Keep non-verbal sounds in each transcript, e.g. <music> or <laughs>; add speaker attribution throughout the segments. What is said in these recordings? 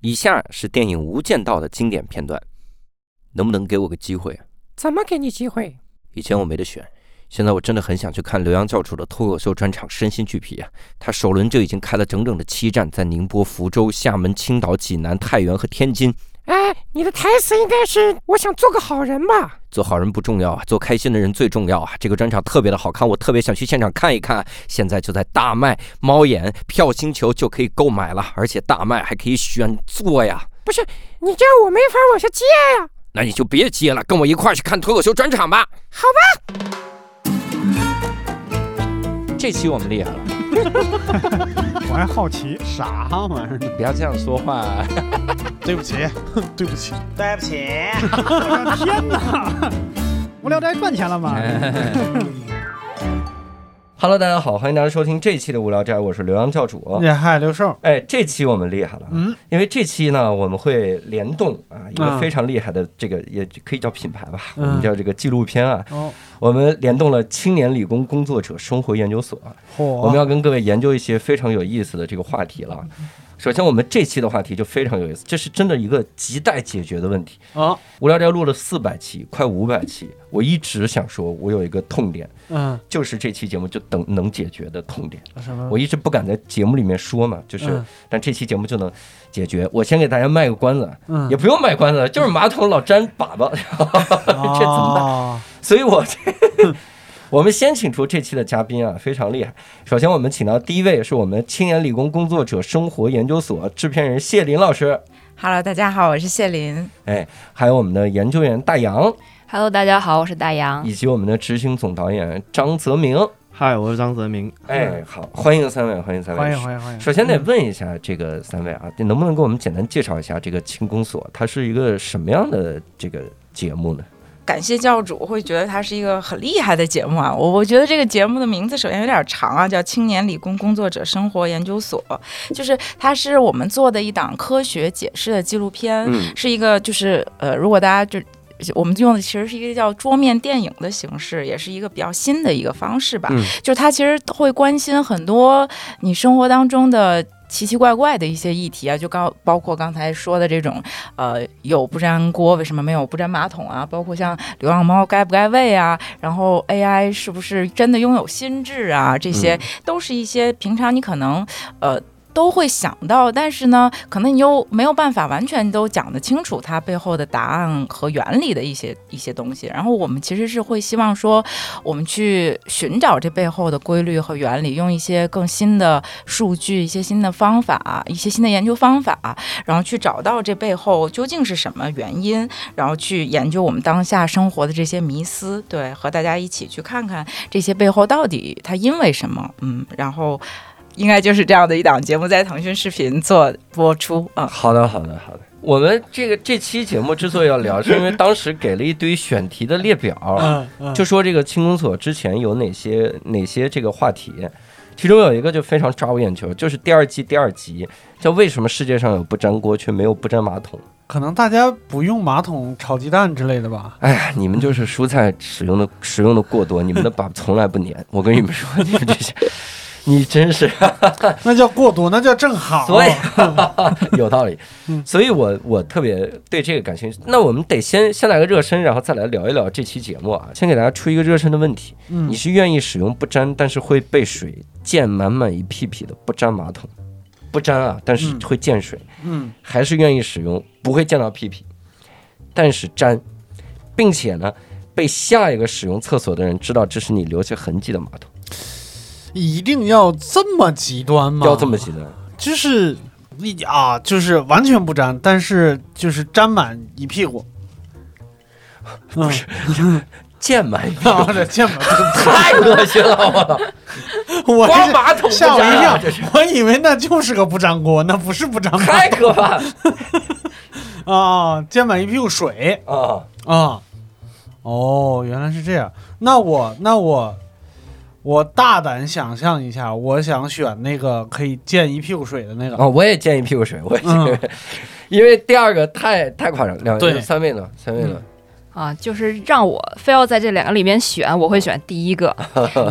Speaker 1: 以下是电影《无间道》的经典片段，能不能给我个机会啊？
Speaker 2: 怎么给你机会？
Speaker 1: 以前我没得选，现在我真的很想去看刘洋教主的脱口秀专场，身心俱疲啊！他首轮就已经开了整整的七站，在宁波、福州、厦门、青岛、济南、太原和天津。
Speaker 2: 哎，你的台词应该是我想做个好人吧？
Speaker 1: 做好人不重要啊，做开心的人最重要啊！这个专场特别的好看，我特别想去现场看一看。现在就在大麦、猫眼、票星球就可以购买了，而且大麦还可以选座呀。
Speaker 2: 不是，你这样我没法往下接呀、
Speaker 1: 那你就别接了，跟我一块儿去看脱口秀专场吧。
Speaker 2: 好吧，
Speaker 1: 这期我们厉害了，
Speaker 3: 我还好奇，
Speaker 4: 啥玩意儿？
Speaker 1: 不要这样说话。
Speaker 3: 对不起， <laughs> 对不起，
Speaker 5: 对不
Speaker 3: <laughs>
Speaker 5: 起，
Speaker 3: 天 <laughs> 哪！无聊斋赚钱了吗？
Speaker 1: <laughs> Hello，大家好，欢迎大家收听这一期的无聊斋，我是刘洋教主。
Speaker 3: 也嗨，刘寿，
Speaker 1: 哎，这期我们厉害了，啊
Speaker 3: 嗯，
Speaker 1: 因为这期呢，我们会联动啊，一个
Speaker 3: 啊
Speaker 1: 非常厉害的这个也可以叫品牌吧，我
Speaker 3: 嗯
Speaker 1: 们叫这个纪录片啊，
Speaker 3: 哦，
Speaker 1: 我们联动了青年理工工作者生活研究所，
Speaker 3: 嚯，
Speaker 1: 我们要跟各位研究一些非常有意思的这个话题了。首先，我们这期的话题就非常有意思，这是真的一个亟待解决的问题。
Speaker 3: 啊，
Speaker 1: 无聊斋录了四百期，快五百期，我一直想说，我有一个痛点，
Speaker 3: 嗯，
Speaker 1: 就是这期节目就等能解决的痛点。
Speaker 3: 啊什么？
Speaker 1: 我一直不敢在节目里面说嘛，就是，
Speaker 3: 嗯
Speaker 1: 但这期节目就能解决。我先给大家卖个关子，啊
Speaker 3: 嗯哦
Speaker 1: 也不用卖关子，就是马桶老粘粑粑， <laughs>
Speaker 3: 哎
Speaker 1: 这怎么办？
Speaker 3: 办？
Speaker 1: 所以我这。 <laughs> 我们先请出这期的嘉宾啊，非常厉害。首先，我们请到第一位是我们青年理工工作者生活研究所制片人谢林老师，
Speaker 6: Hello，大家好，我是谢林。
Speaker 1: 哎，还有我们的研究员大洋，
Speaker 3: 啊
Speaker 6: Hello，大家好，我是大洋。
Speaker 1: 以及我们的执行总导演张泽明。
Speaker 4: 嗨，我是张泽明。
Speaker 1: 哎，好，欢迎三位，欢迎三位。
Speaker 3: 嗯欢迎欢迎欢迎！
Speaker 1: 首先得问一下这个三位啊，能不能给我们简单介绍一下这个轻工所，它是一个什么样的这个节目呢？
Speaker 6: 感谢教主，我会觉得它是一个很厉害的节目啊。我我觉得这个节目的名字首先有点长啊，叫青年理工工作者生活研究所，就是它是我们做的一档科学解释的纪录片，
Speaker 1: 嗯
Speaker 6: 是一个就是呃，如果大家就。我们用的其实是一个叫桌面电影的形式，也是一个比较新的一个方式吧。
Speaker 1: 嗯
Speaker 6: 就是它其实会关心很多你生活当中的奇奇怪怪的一些议题啊，就刚包括刚才说的这种，呃，有不粘锅为什么没有不粘马桶啊？包括像流浪猫该不该喂啊？然后 AI 是不是真的拥有心智啊？这些、
Speaker 1: 嗯
Speaker 6: 都是一些平常你可能呃。都会想到，但是呢，可能你又没有办法完全都讲得清楚它背后的答案和原理的一些一些东西。然后我们其实是会希望说，我们去寻找这背后的规律和原理，用一些更新的数据、一些新的方法、一些新的研究方法，然后去找到这背后究竟是什么原因，然后去研究我们当下生活的这些迷思，对，和大家一起去看看这些背后到底它因为什么，嗯，然后。应该就是这样的一档节目，在腾讯视频做播出啊、
Speaker 1: 好的，好的，好的。我们这个这期节目之所以要聊，是因为当时给了一堆选题的列表，
Speaker 3: 嗯嗯，
Speaker 1: 就说这个轻工所之前有哪些哪些这个话题，其中有一个就非常抓我眼球，就是第二季第二集叫为什么世界上有不粘锅却没有不粘马桶？
Speaker 3: 可能大家不用马桶炒鸡蛋之类的吧？
Speaker 1: 哎呀，你们就是蔬菜使用的使用的过多，你们的粑粑从来不粘。我跟你们说，你们这些，你真是。
Speaker 3: 那叫过多，那叫正好。
Speaker 1: 所以 <laughs> 有道理
Speaker 3: 嗯，
Speaker 1: 所以我我特别对这个感兴趣。那我们得先先来个热身，然后再来聊一聊这期节目啊。先给大家出一个热身的问题：
Speaker 3: 嗯
Speaker 1: 你是愿意使用不粘，但是会被水溅满满一屁屁的不粘马桶，不粘啊，但是
Speaker 3: 嗯
Speaker 1: 会溅水，
Speaker 3: 嗯
Speaker 1: 还是愿意使用不会溅到屁屁，但是粘，并且呢被下一个使用厕所的人知道这是你留下痕迹的马桶，
Speaker 3: 一定要这么极端吗？
Speaker 1: 要这么极端？
Speaker 3: 就是一啊，就是完全不沾，但是就是沾满一屁股。 <laughs> 不是，
Speaker 1: 溅满一屁
Speaker 3: 啊
Speaker 1: 股。
Speaker 3: 我的天哪！ <laughs>
Speaker 1: 太恶心了，我操！
Speaker 3: 我
Speaker 1: 光
Speaker 3: 是
Speaker 1: 马桶不
Speaker 3: 吓我
Speaker 1: 粘啊
Speaker 3: 一
Speaker 1: 这是
Speaker 3: 跳， <laughs> 我以为那就是个不粘锅，那不是不粘锅
Speaker 1: 太可怕了
Speaker 3: 啊，溅满一屁股水
Speaker 1: 啊！
Speaker 3: 啊。哦，原来是这样。那我那我我大胆想象一下，我想选那个可以溅一屁股水的那个。
Speaker 1: 啊，我也建议屁股水，我也建议，
Speaker 3: 嗯
Speaker 1: <laughs> 因为第二个太太夸张，两
Speaker 3: 对
Speaker 1: 三位呢，三位呢，
Speaker 7: 啊，就是让我非要在这两个里面选，我会选第一 <laughs> 个，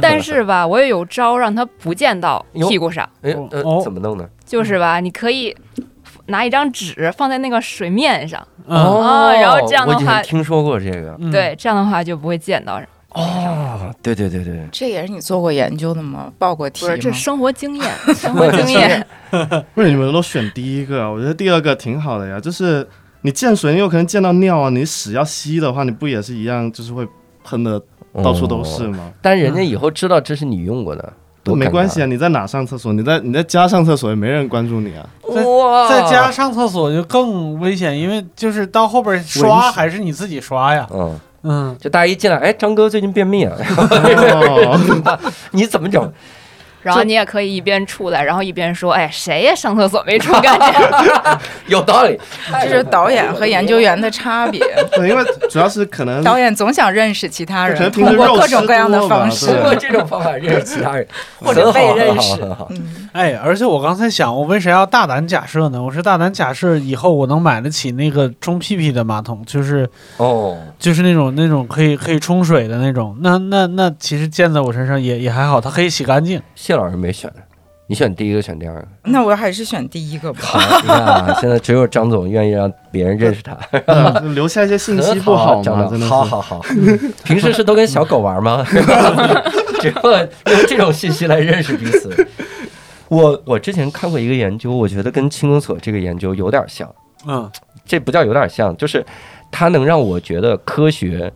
Speaker 7: 但是吧，我也有招让它不溅到屁股上，
Speaker 4: 嗯
Speaker 1: 哎、
Speaker 3: 哦
Speaker 1: 呃
Speaker 3: 哦
Speaker 1: 怎么弄呢？
Speaker 7: 就是吧，你可以拿一张纸放在那个水面上，
Speaker 3: 嗯
Speaker 7: 啊然后这样的
Speaker 1: 哦我以
Speaker 7: 话
Speaker 1: 前听说过这个。
Speaker 3: 嗯
Speaker 7: 对，这样的话就不会溅到。
Speaker 4: 嗯
Speaker 1: 哦，对对对对，
Speaker 6: 这也是你做过研究的吗？报过题
Speaker 7: 不是，这
Speaker 6: 吗？
Speaker 7: 生活经 <laughs> 验，生活经验。
Speaker 4: 为什么你们都选第一个？啊我觉得第二个挺好的呀，就是你溅水，你有可能溅到尿啊，你屎要吸的话，你不也是一样，就是会喷的到处都是
Speaker 1: 哦。
Speaker 4: 吗？
Speaker 1: 但人家以后知道这是你用过的，多
Speaker 4: 没
Speaker 1: 尴尬
Speaker 4: 关系啊，。你在哪上厕所？你在你在家上厕所也没人关注
Speaker 1: <laughs>
Speaker 4: 你啊。
Speaker 6: 哇
Speaker 3: 在
Speaker 1: 哦
Speaker 3: 家上厕所就更危险，因为就是到后边刷
Speaker 4: 闻
Speaker 3: 还是你自己刷呀。
Speaker 1: 嗯，
Speaker 3: 嗯，
Speaker 1: 就大家一进来，哎，张哥最近便秘啊， <laughs>
Speaker 4: 哦
Speaker 1: 你怎么整？ <laughs>
Speaker 7: 然后你也可以一边出来，然后一边说：“哎，谁也上厕所没出干净。 <laughs>
Speaker 1: 有道理，
Speaker 6: 这是导演和研究员的差别。
Speaker 4: 对，因为主要是
Speaker 1: <laughs>
Speaker 4: 可能
Speaker 6: 导演总想认识其他
Speaker 4: 可
Speaker 6: 人，
Speaker 4: 能
Speaker 6: 通
Speaker 4: 平时
Speaker 6: 过
Speaker 4: 肉
Speaker 6: 各
Speaker 4: 食
Speaker 6: 种各样的
Speaker 4: 多吧
Speaker 6: 方
Speaker 4: 对
Speaker 1: 通
Speaker 4: 是
Speaker 6: 式。
Speaker 1: 过这种方法认识其他
Speaker 7: <laughs>
Speaker 1: 人，
Speaker 6: 或者被
Speaker 1: 很好
Speaker 6: 认识
Speaker 1: 很好很好
Speaker 6: 嗯，
Speaker 3: 哎，而且我刚才想，我为啥要大胆假设呢？我是大胆假设以后我能买得起那个冲屁屁的马桶，就是
Speaker 1: 哦，
Speaker 3: 就是那种那种可以可以冲水的那种。那那那其实溅在我身上也也还好，它可以洗干净。
Speaker 1: 谢老师没选，你选第一个，选第二
Speaker 4: <laughs>
Speaker 1: 个。
Speaker 6: 那我还是选第一个吧。
Speaker 1: 好，你看啊，现在只有张总愿意让别人认识他，
Speaker 4: 呃留下一些信息不好
Speaker 1: 张
Speaker 4: 吗？
Speaker 1: 总
Speaker 4: 真的是
Speaker 1: 好好
Speaker 4: <laughs>
Speaker 1: 好，平时是都跟小狗玩吗？只不过用这种信息来认识彼此。我我之前看过一个研究，我觉得跟青公所这个研究有点像，
Speaker 3: <laughs> 嗯
Speaker 1: 这不叫有点像，就是它能让我觉得科学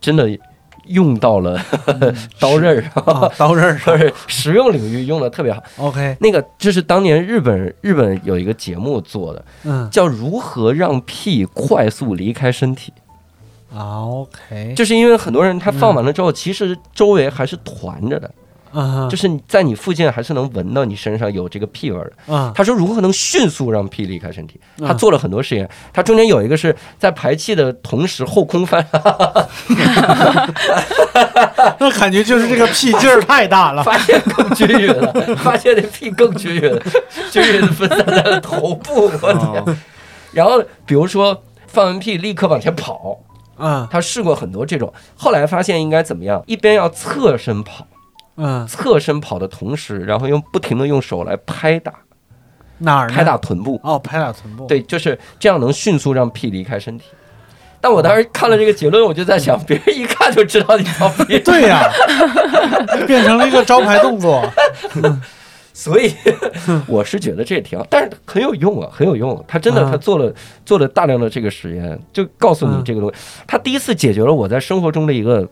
Speaker 1: 真的用到了
Speaker 4: 嗯
Speaker 1: 刀刃 <laughs>
Speaker 3: 啊
Speaker 1: 上，，
Speaker 3: 到这儿
Speaker 1: 或者实用领域用的特别好。
Speaker 3: OK，
Speaker 1: 那个这是当年日本日本有一个节目做的，
Speaker 3: 嗯
Speaker 1: 叫如何让屁快速离开身体，
Speaker 3: 啊 OK，
Speaker 1: 就是因为很多人他放完了之后，其实周围还是团着的，
Speaker 3: 嗯
Speaker 1: 就是你在你附近还是能闻到你身上有这个屁味儿的。
Speaker 3: 嗯
Speaker 1: 他说如何能迅速让屁离开身体，
Speaker 3: 嗯
Speaker 1: 他做了很多实验，他中间有一个是在排气的同时后空
Speaker 3: <laughs>
Speaker 1: 翻，
Speaker 3: 那感觉就是这个屁劲儿太大了。
Speaker 1: 发现更均匀了，发现那屁更均匀了， <laughs> 均匀的分散在了头部。我天！
Speaker 4: 哦
Speaker 1: 然后比如说放完屁立刻往前跑，
Speaker 3: <laughs> 嗯
Speaker 1: 他试过很多这种，后来发现应该怎么样？一边要侧身跑，
Speaker 3: 嗯，
Speaker 1: 侧身跑的同时，然后用不停的用手来拍打，
Speaker 3: 哪儿呢
Speaker 1: 拍打臀部，
Speaker 3: 哦，拍打臀部。
Speaker 1: 对，就是这样能迅速让屁离开身体。但我当时看了这个结论，我就在想，别人一看就知道你放屁，
Speaker 3: <laughs> 对
Speaker 1: <laughs>
Speaker 3: 呀、变成了一个招牌动作。
Speaker 1: 所以 <laughs> 我是觉得这也挺好，但是很有用啊，很有用。他真的，
Speaker 3: 啊
Speaker 1: 他做了做了大量的这个实验，就告诉你这个东西。
Speaker 3: 嗯
Speaker 1: 他第一次解决了我在生活中的一个，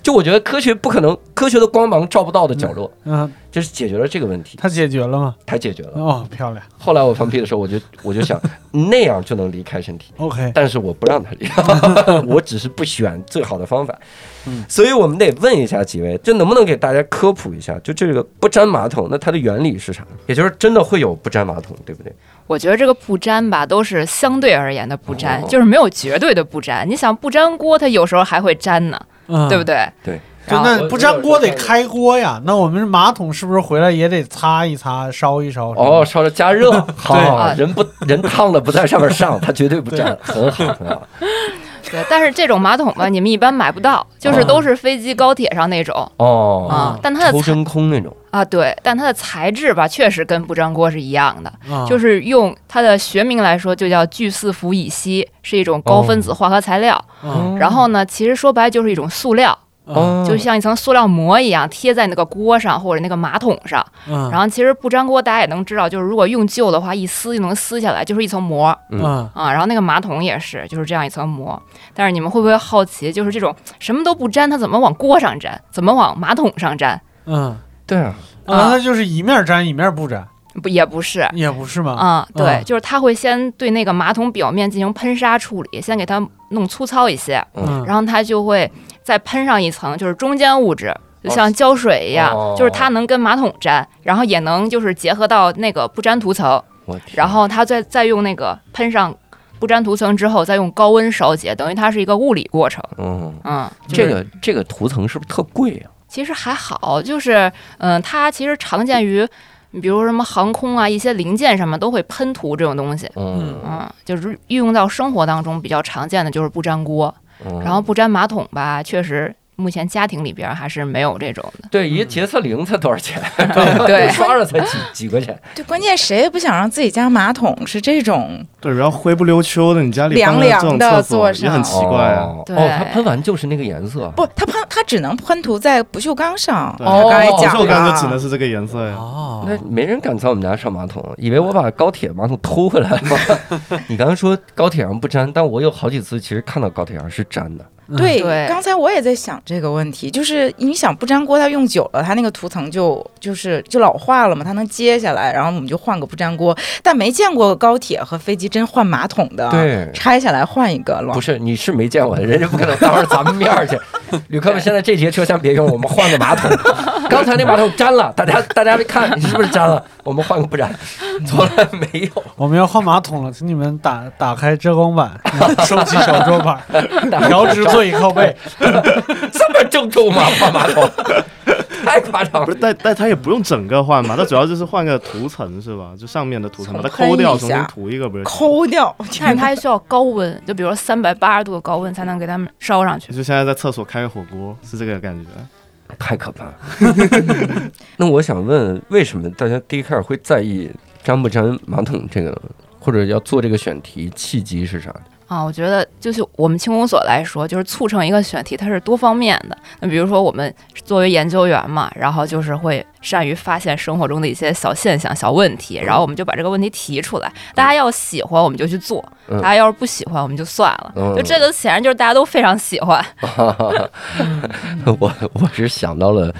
Speaker 1: 就我觉得科学不可能，科学的光芒照不到的角落。
Speaker 3: 嗯，
Speaker 1: 就是解决了这个问题，
Speaker 3: 他解决了吗？
Speaker 1: 他解决了。
Speaker 3: 哦，漂亮。
Speaker 1: 后来我放屁的时候，我就 <laughs> 我就想那样就能离开身体，
Speaker 3: OK，
Speaker 1: 但是我不让他离开，我只是不选最好的方法。所以我们得问一下几位，这能不能给大家科普一下？就这个不粘马桶，那它的原理是啥？也就是真的会有不粘马桶，对不对？”
Speaker 7: 我觉得这个不粘吧，都是相对而言的不粘，
Speaker 1: 哦
Speaker 7: 就是没有绝对的不粘。你想不粘锅，它有时候还会粘呢，
Speaker 3: 嗯，
Speaker 7: 对不？对？
Speaker 1: 对。
Speaker 3: 就
Speaker 7: 然后
Speaker 1: 我
Speaker 3: 那不粘锅得开锅呀，那我们马桶是不是回来也得擦一擦、烧一烧？
Speaker 1: 哦，，烧着加热，好
Speaker 7: 啊，
Speaker 1: 人不人烫了不在上面上，它绝对不粘，很好很好。
Speaker 7: 对，但是这种马桶吧，你们一般买不到，就是都是飞机、高铁上那种
Speaker 1: 嗯哦，
Speaker 7: 啊。但它的
Speaker 1: 抽
Speaker 7: 材
Speaker 1: 真空那种，
Speaker 7: 啊，对，但它的材质吧，确实跟不粘锅是一样的，
Speaker 3: 啊、
Speaker 7: 就是用它的学名来说，就叫聚四氟乙烯，是一种
Speaker 1: 哦
Speaker 7: 高分子化合材料。
Speaker 3: 嗯，
Speaker 7: 然后呢，其实说白了就是一种塑料，
Speaker 1: 哦
Speaker 3: 嗯，
Speaker 7: 哦就像一层塑料膜一样贴在那个锅上或者那个马桶上。
Speaker 3: 嗯，
Speaker 7: 然后其实不粘锅大家也能知道，就是如果用旧的话，一撕就能撕下来，就是一层膜
Speaker 3: 嗯，
Speaker 7: 啊。然后那个马桶也是，就是这样一层膜。但是你们会不会好奇，就是这种什么都不粘，它怎么往锅上粘，怎么往马桶上粘？
Speaker 3: 嗯，
Speaker 1: 对啊，
Speaker 3: 嗯，啊，那就是一面粘一面不粘，
Speaker 7: 不也不是。
Speaker 3: 也不是吗？
Speaker 7: 啊、对
Speaker 3: 嗯，
Speaker 7: 就是它会先对那个马桶表面进行喷砂处理，先给它弄粗糙一些，
Speaker 3: 嗯，
Speaker 7: 然后它就会再喷上一层，就是中间物质，就
Speaker 1: 哦
Speaker 7: 像胶水一样，
Speaker 1: 哦
Speaker 7: 就是它能跟马桶粘，然后也能就是结合到那个不粘涂层，
Speaker 1: 我天
Speaker 7: 然后它再再用那个喷上不粘涂层之后，再用高温烧结，等于它是一个物理过程。
Speaker 1: 嗯。
Speaker 7: 嗯，就是
Speaker 1: 这个这个涂层是不是特贵啊？
Speaker 7: 其实还好，就是嗯，它其实常见于。比如什么航空啊，一些零件上面都会喷涂这种东西，
Speaker 1: 嗯，
Speaker 7: 嗯，就是
Speaker 1: 嗯
Speaker 7: 运用到生活当中比较常见的就是不粘锅，然后不粘马桶吧，确实目前家庭里边还是没有这种的。
Speaker 1: 对，一洁厕灵才多少 <laughs> 钱？
Speaker 7: 对
Speaker 1: 刷了才几几块 <laughs> 钱。
Speaker 6: 对，关键谁也不想让自己家马桶是这种，
Speaker 4: 对，然后灰不溜秋的，你家里
Speaker 6: 凉
Speaker 4: 放个这
Speaker 6: 凉
Speaker 4: 种
Speaker 6: 的
Speaker 4: 厕所
Speaker 6: 坐
Speaker 4: 也很
Speaker 6: 上
Speaker 4: 奇怪啊。
Speaker 1: 哦，
Speaker 7: 对
Speaker 1: 哦它喷完就是那个颜色。
Speaker 6: 不，它喷它只能喷涂在不锈钢上。
Speaker 4: 对哦
Speaker 6: 我刚
Speaker 1: 哦
Speaker 6: 才
Speaker 4: 不
Speaker 6: 讲
Speaker 4: 锈钢
Speaker 6: 了，
Speaker 4: 就只能是这个颜色呀。
Speaker 3: 哦
Speaker 1: 那没人敢在我们家上马桶，以为我把高铁马桶偷回来了 <laughs> 吗？你刚刚说高铁上不粘，但我有好几次其实看到高铁上是粘的。
Speaker 6: 对，
Speaker 7: 对
Speaker 6: 刚才我也在想这个问题，就是你想不粘锅，它用久了，它那个涂层就就是就老化了嘛，它能揭下来，然后我们就换个不粘锅。但没见过高铁和飞机真换马桶的，，
Speaker 1: 对，
Speaker 6: 拆下来换一个，
Speaker 1: 不是你是没见过的，人家不可能当着咱们面儿 <laughs> 去。旅客们，现在这节车厢别用，我们换个马 <laughs> 桶。刚才那马桶粘了，大家大家看你是不是粘了？我们换个不粘， <laughs> 从来没 <laughs> 有。
Speaker 3: 我们要换马桶了，请你们打打开遮光板，然后收起小桌板，调直座椅靠背。
Speaker 1: <laughs> 这么郑重吗？换马桶， <laughs> 太夸张
Speaker 4: 不
Speaker 1: 了
Speaker 4: <laughs> 是，。但但它也不用整个换嘛，它主要就是换个涂层是吧？就上面的涂层，把它抠掉，
Speaker 6: 重喷
Speaker 4: 重
Speaker 6: 一下
Speaker 4: 新涂一个，不是？ <laughs>
Speaker 6: 抠掉。 <laughs>
Speaker 7: 但是它还需要高温，就比如说三百八十度的高温才能给它们烧上去。
Speaker 4: 就现在在厕所开个火锅是这个感觉。
Speaker 1: 太可怕了。 <laughs> 那我想问，为什么大家第一开始会在意粘不粘马桶这个呢？或者要做这个选题，契机是啥？
Speaker 7: 啊，我觉得就是我们轻工所来说，就是促成一个选题，它是多方面的。那比如说我们作为研究员嘛，然后就是会善于发现生活中的一些小现象、小问
Speaker 1: 嗯
Speaker 7: 题，然后我们就把这个问题提出来。大家要喜欢，我们就去做；
Speaker 1: 嗯
Speaker 7: 大家要是不喜欢，我们就算了。
Speaker 1: 嗯
Speaker 7: 就这个显然就是大家都非常喜欢。
Speaker 1: 我我是想到了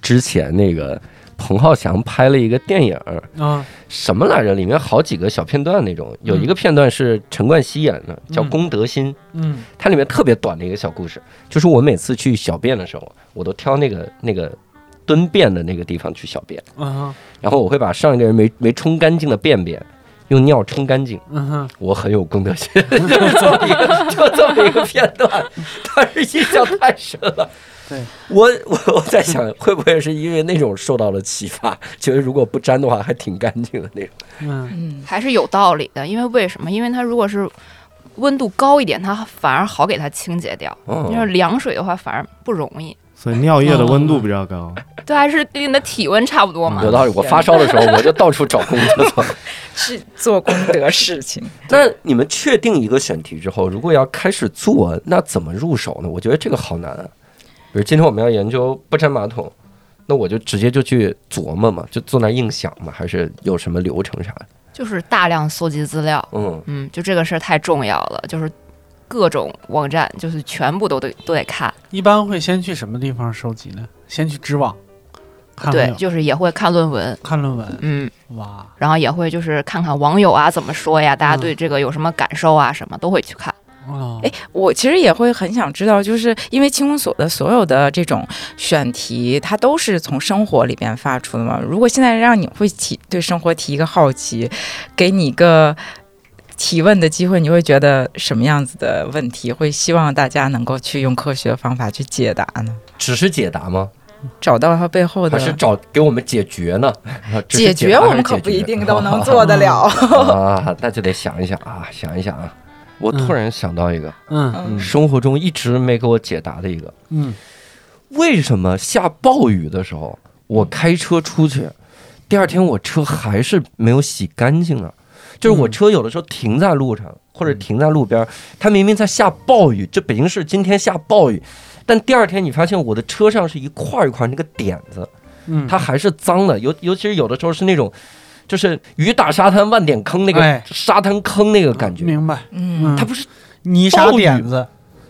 Speaker 1: 之前那个彭浩翔拍了一个电影儿，
Speaker 3: 嗯
Speaker 1: 什么来着？里面好几个小片段那种，有一个片段是陈冠希演的，叫《
Speaker 3: 嗯
Speaker 1: 功德心》。
Speaker 3: 嗯
Speaker 1: 它里面特别短的一个小故事，就是我每次去小便的时候，我都挑那个那个蹲便的那个地方去小便，
Speaker 3: 嗯哼
Speaker 1: 然后我会把上一个人没没冲干净的便便用尿冲干净。
Speaker 3: 嗯哼，
Speaker 1: 我很有公德心， <laughs> 就是这么一个，就这么一个片段，但是印象太深了。
Speaker 3: 对，
Speaker 1: 我我我在想，会不会是因为那种受到了启发，觉得如果不粘的话还挺干净的那种？
Speaker 3: 嗯
Speaker 6: 嗯，
Speaker 7: 还是有道理的，因为为什么？因为它如果是温度高一点，它反而好给它清洁掉；
Speaker 3: 嗯
Speaker 1: 哦
Speaker 7: 要是凉水的话，反而不容易。
Speaker 4: 所以尿液的温度比较 <laughs> 高，
Speaker 7: 对，还是跟你的体温差不多嘛
Speaker 3: 嗯
Speaker 1: 有。道理。我发烧的时候，我就到处找工作。
Speaker 6: 是做功德事情。
Speaker 1: 那你们确定一个选题之后，如果要开始做，那怎么入手呢？我觉得这个好难、啊。比如今天我们要研究不粘马桶，那我就直接就去琢磨嘛，就坐那儿硬想嘛，还是有什么流程啥的？
Speaker 7: 就是大量搜集资料，
Speaker 1: 嗯，
Speaker 7: 嗯，就这个事儿太重要了，就是各种网站，就是全部都得都得看。
Speaker 3: 一般会先去什么地方收集呢？先去知网，看看
Speaker 7: 对，
Speaker 3: 有
Speaker 7: 就是也会看论文，
Speaker 3: 看论文。
Speaker 7: 嗯，
Speaker 3: 哇，
Speaker 7: 然后也会就是看看网友啊怎么说呀，大家
Speaker 3: 嗯
Speaker 7: 对这个有什么感受啊，什么都会去看。
Speaker 3: 哦
Speaker 6: 哎，我其实也会很想知道，就是因为清空所的所有的这种选题，它都是从生活里边发出的嘛。如果现在让你会提对生活提一个好奇，给你一个提问的机会，你会觉得什么样子的问题会希望大家能够去用科学的方法去解答呢？
Speaker 1: 只是解答吗？
Speaker 6: 找到它背后
Speaker 1: 还是
Speaker 6: 的。
Speaker 1: 找给我们解决
Speaker 6: <laughs>
Speaker 1: 呢？只是
Speaker 6: 解
Speaker 1: 决
Speaker 6: 决我们可不一定
Speaker 1: <laughs>
Speaker 6: 都能做得了。
Speaker 1: 啊，那就得想一想啊，想一想啊。我突然想到一个、
Speaker 3: 嗯
Speaker 6: 嗯
Speaker 1: 生活中一直没给我解答的一个，
Speaker 3: 嗯
Speaker 1: 为什么下暴雨的时候我开车出去，第二天我车还是没有洗干净呢？就是我车有的时候停在路
Speaker 3: 嗯
Speaker 1: 上，或者停在路边儿，它明明在下暴雨，这北京市今天下暴雨，但第二天你发现我的车上是一块儿一块儿那个点子，
Speaker 3: 嗯，
Speaker 1: 它还是脏的，尤尤其是有的时候是那种，就是雨打沙滩万点坑那个
Speaker 3: 哎
Speaker 1: 沙滩坑那个感觉，
Speaker 3: 明白。
Speaker 6: 嗯，
Speaker 3: 嗯，
Speaker 1: 它不是
Speaker 3: 泥沙点子。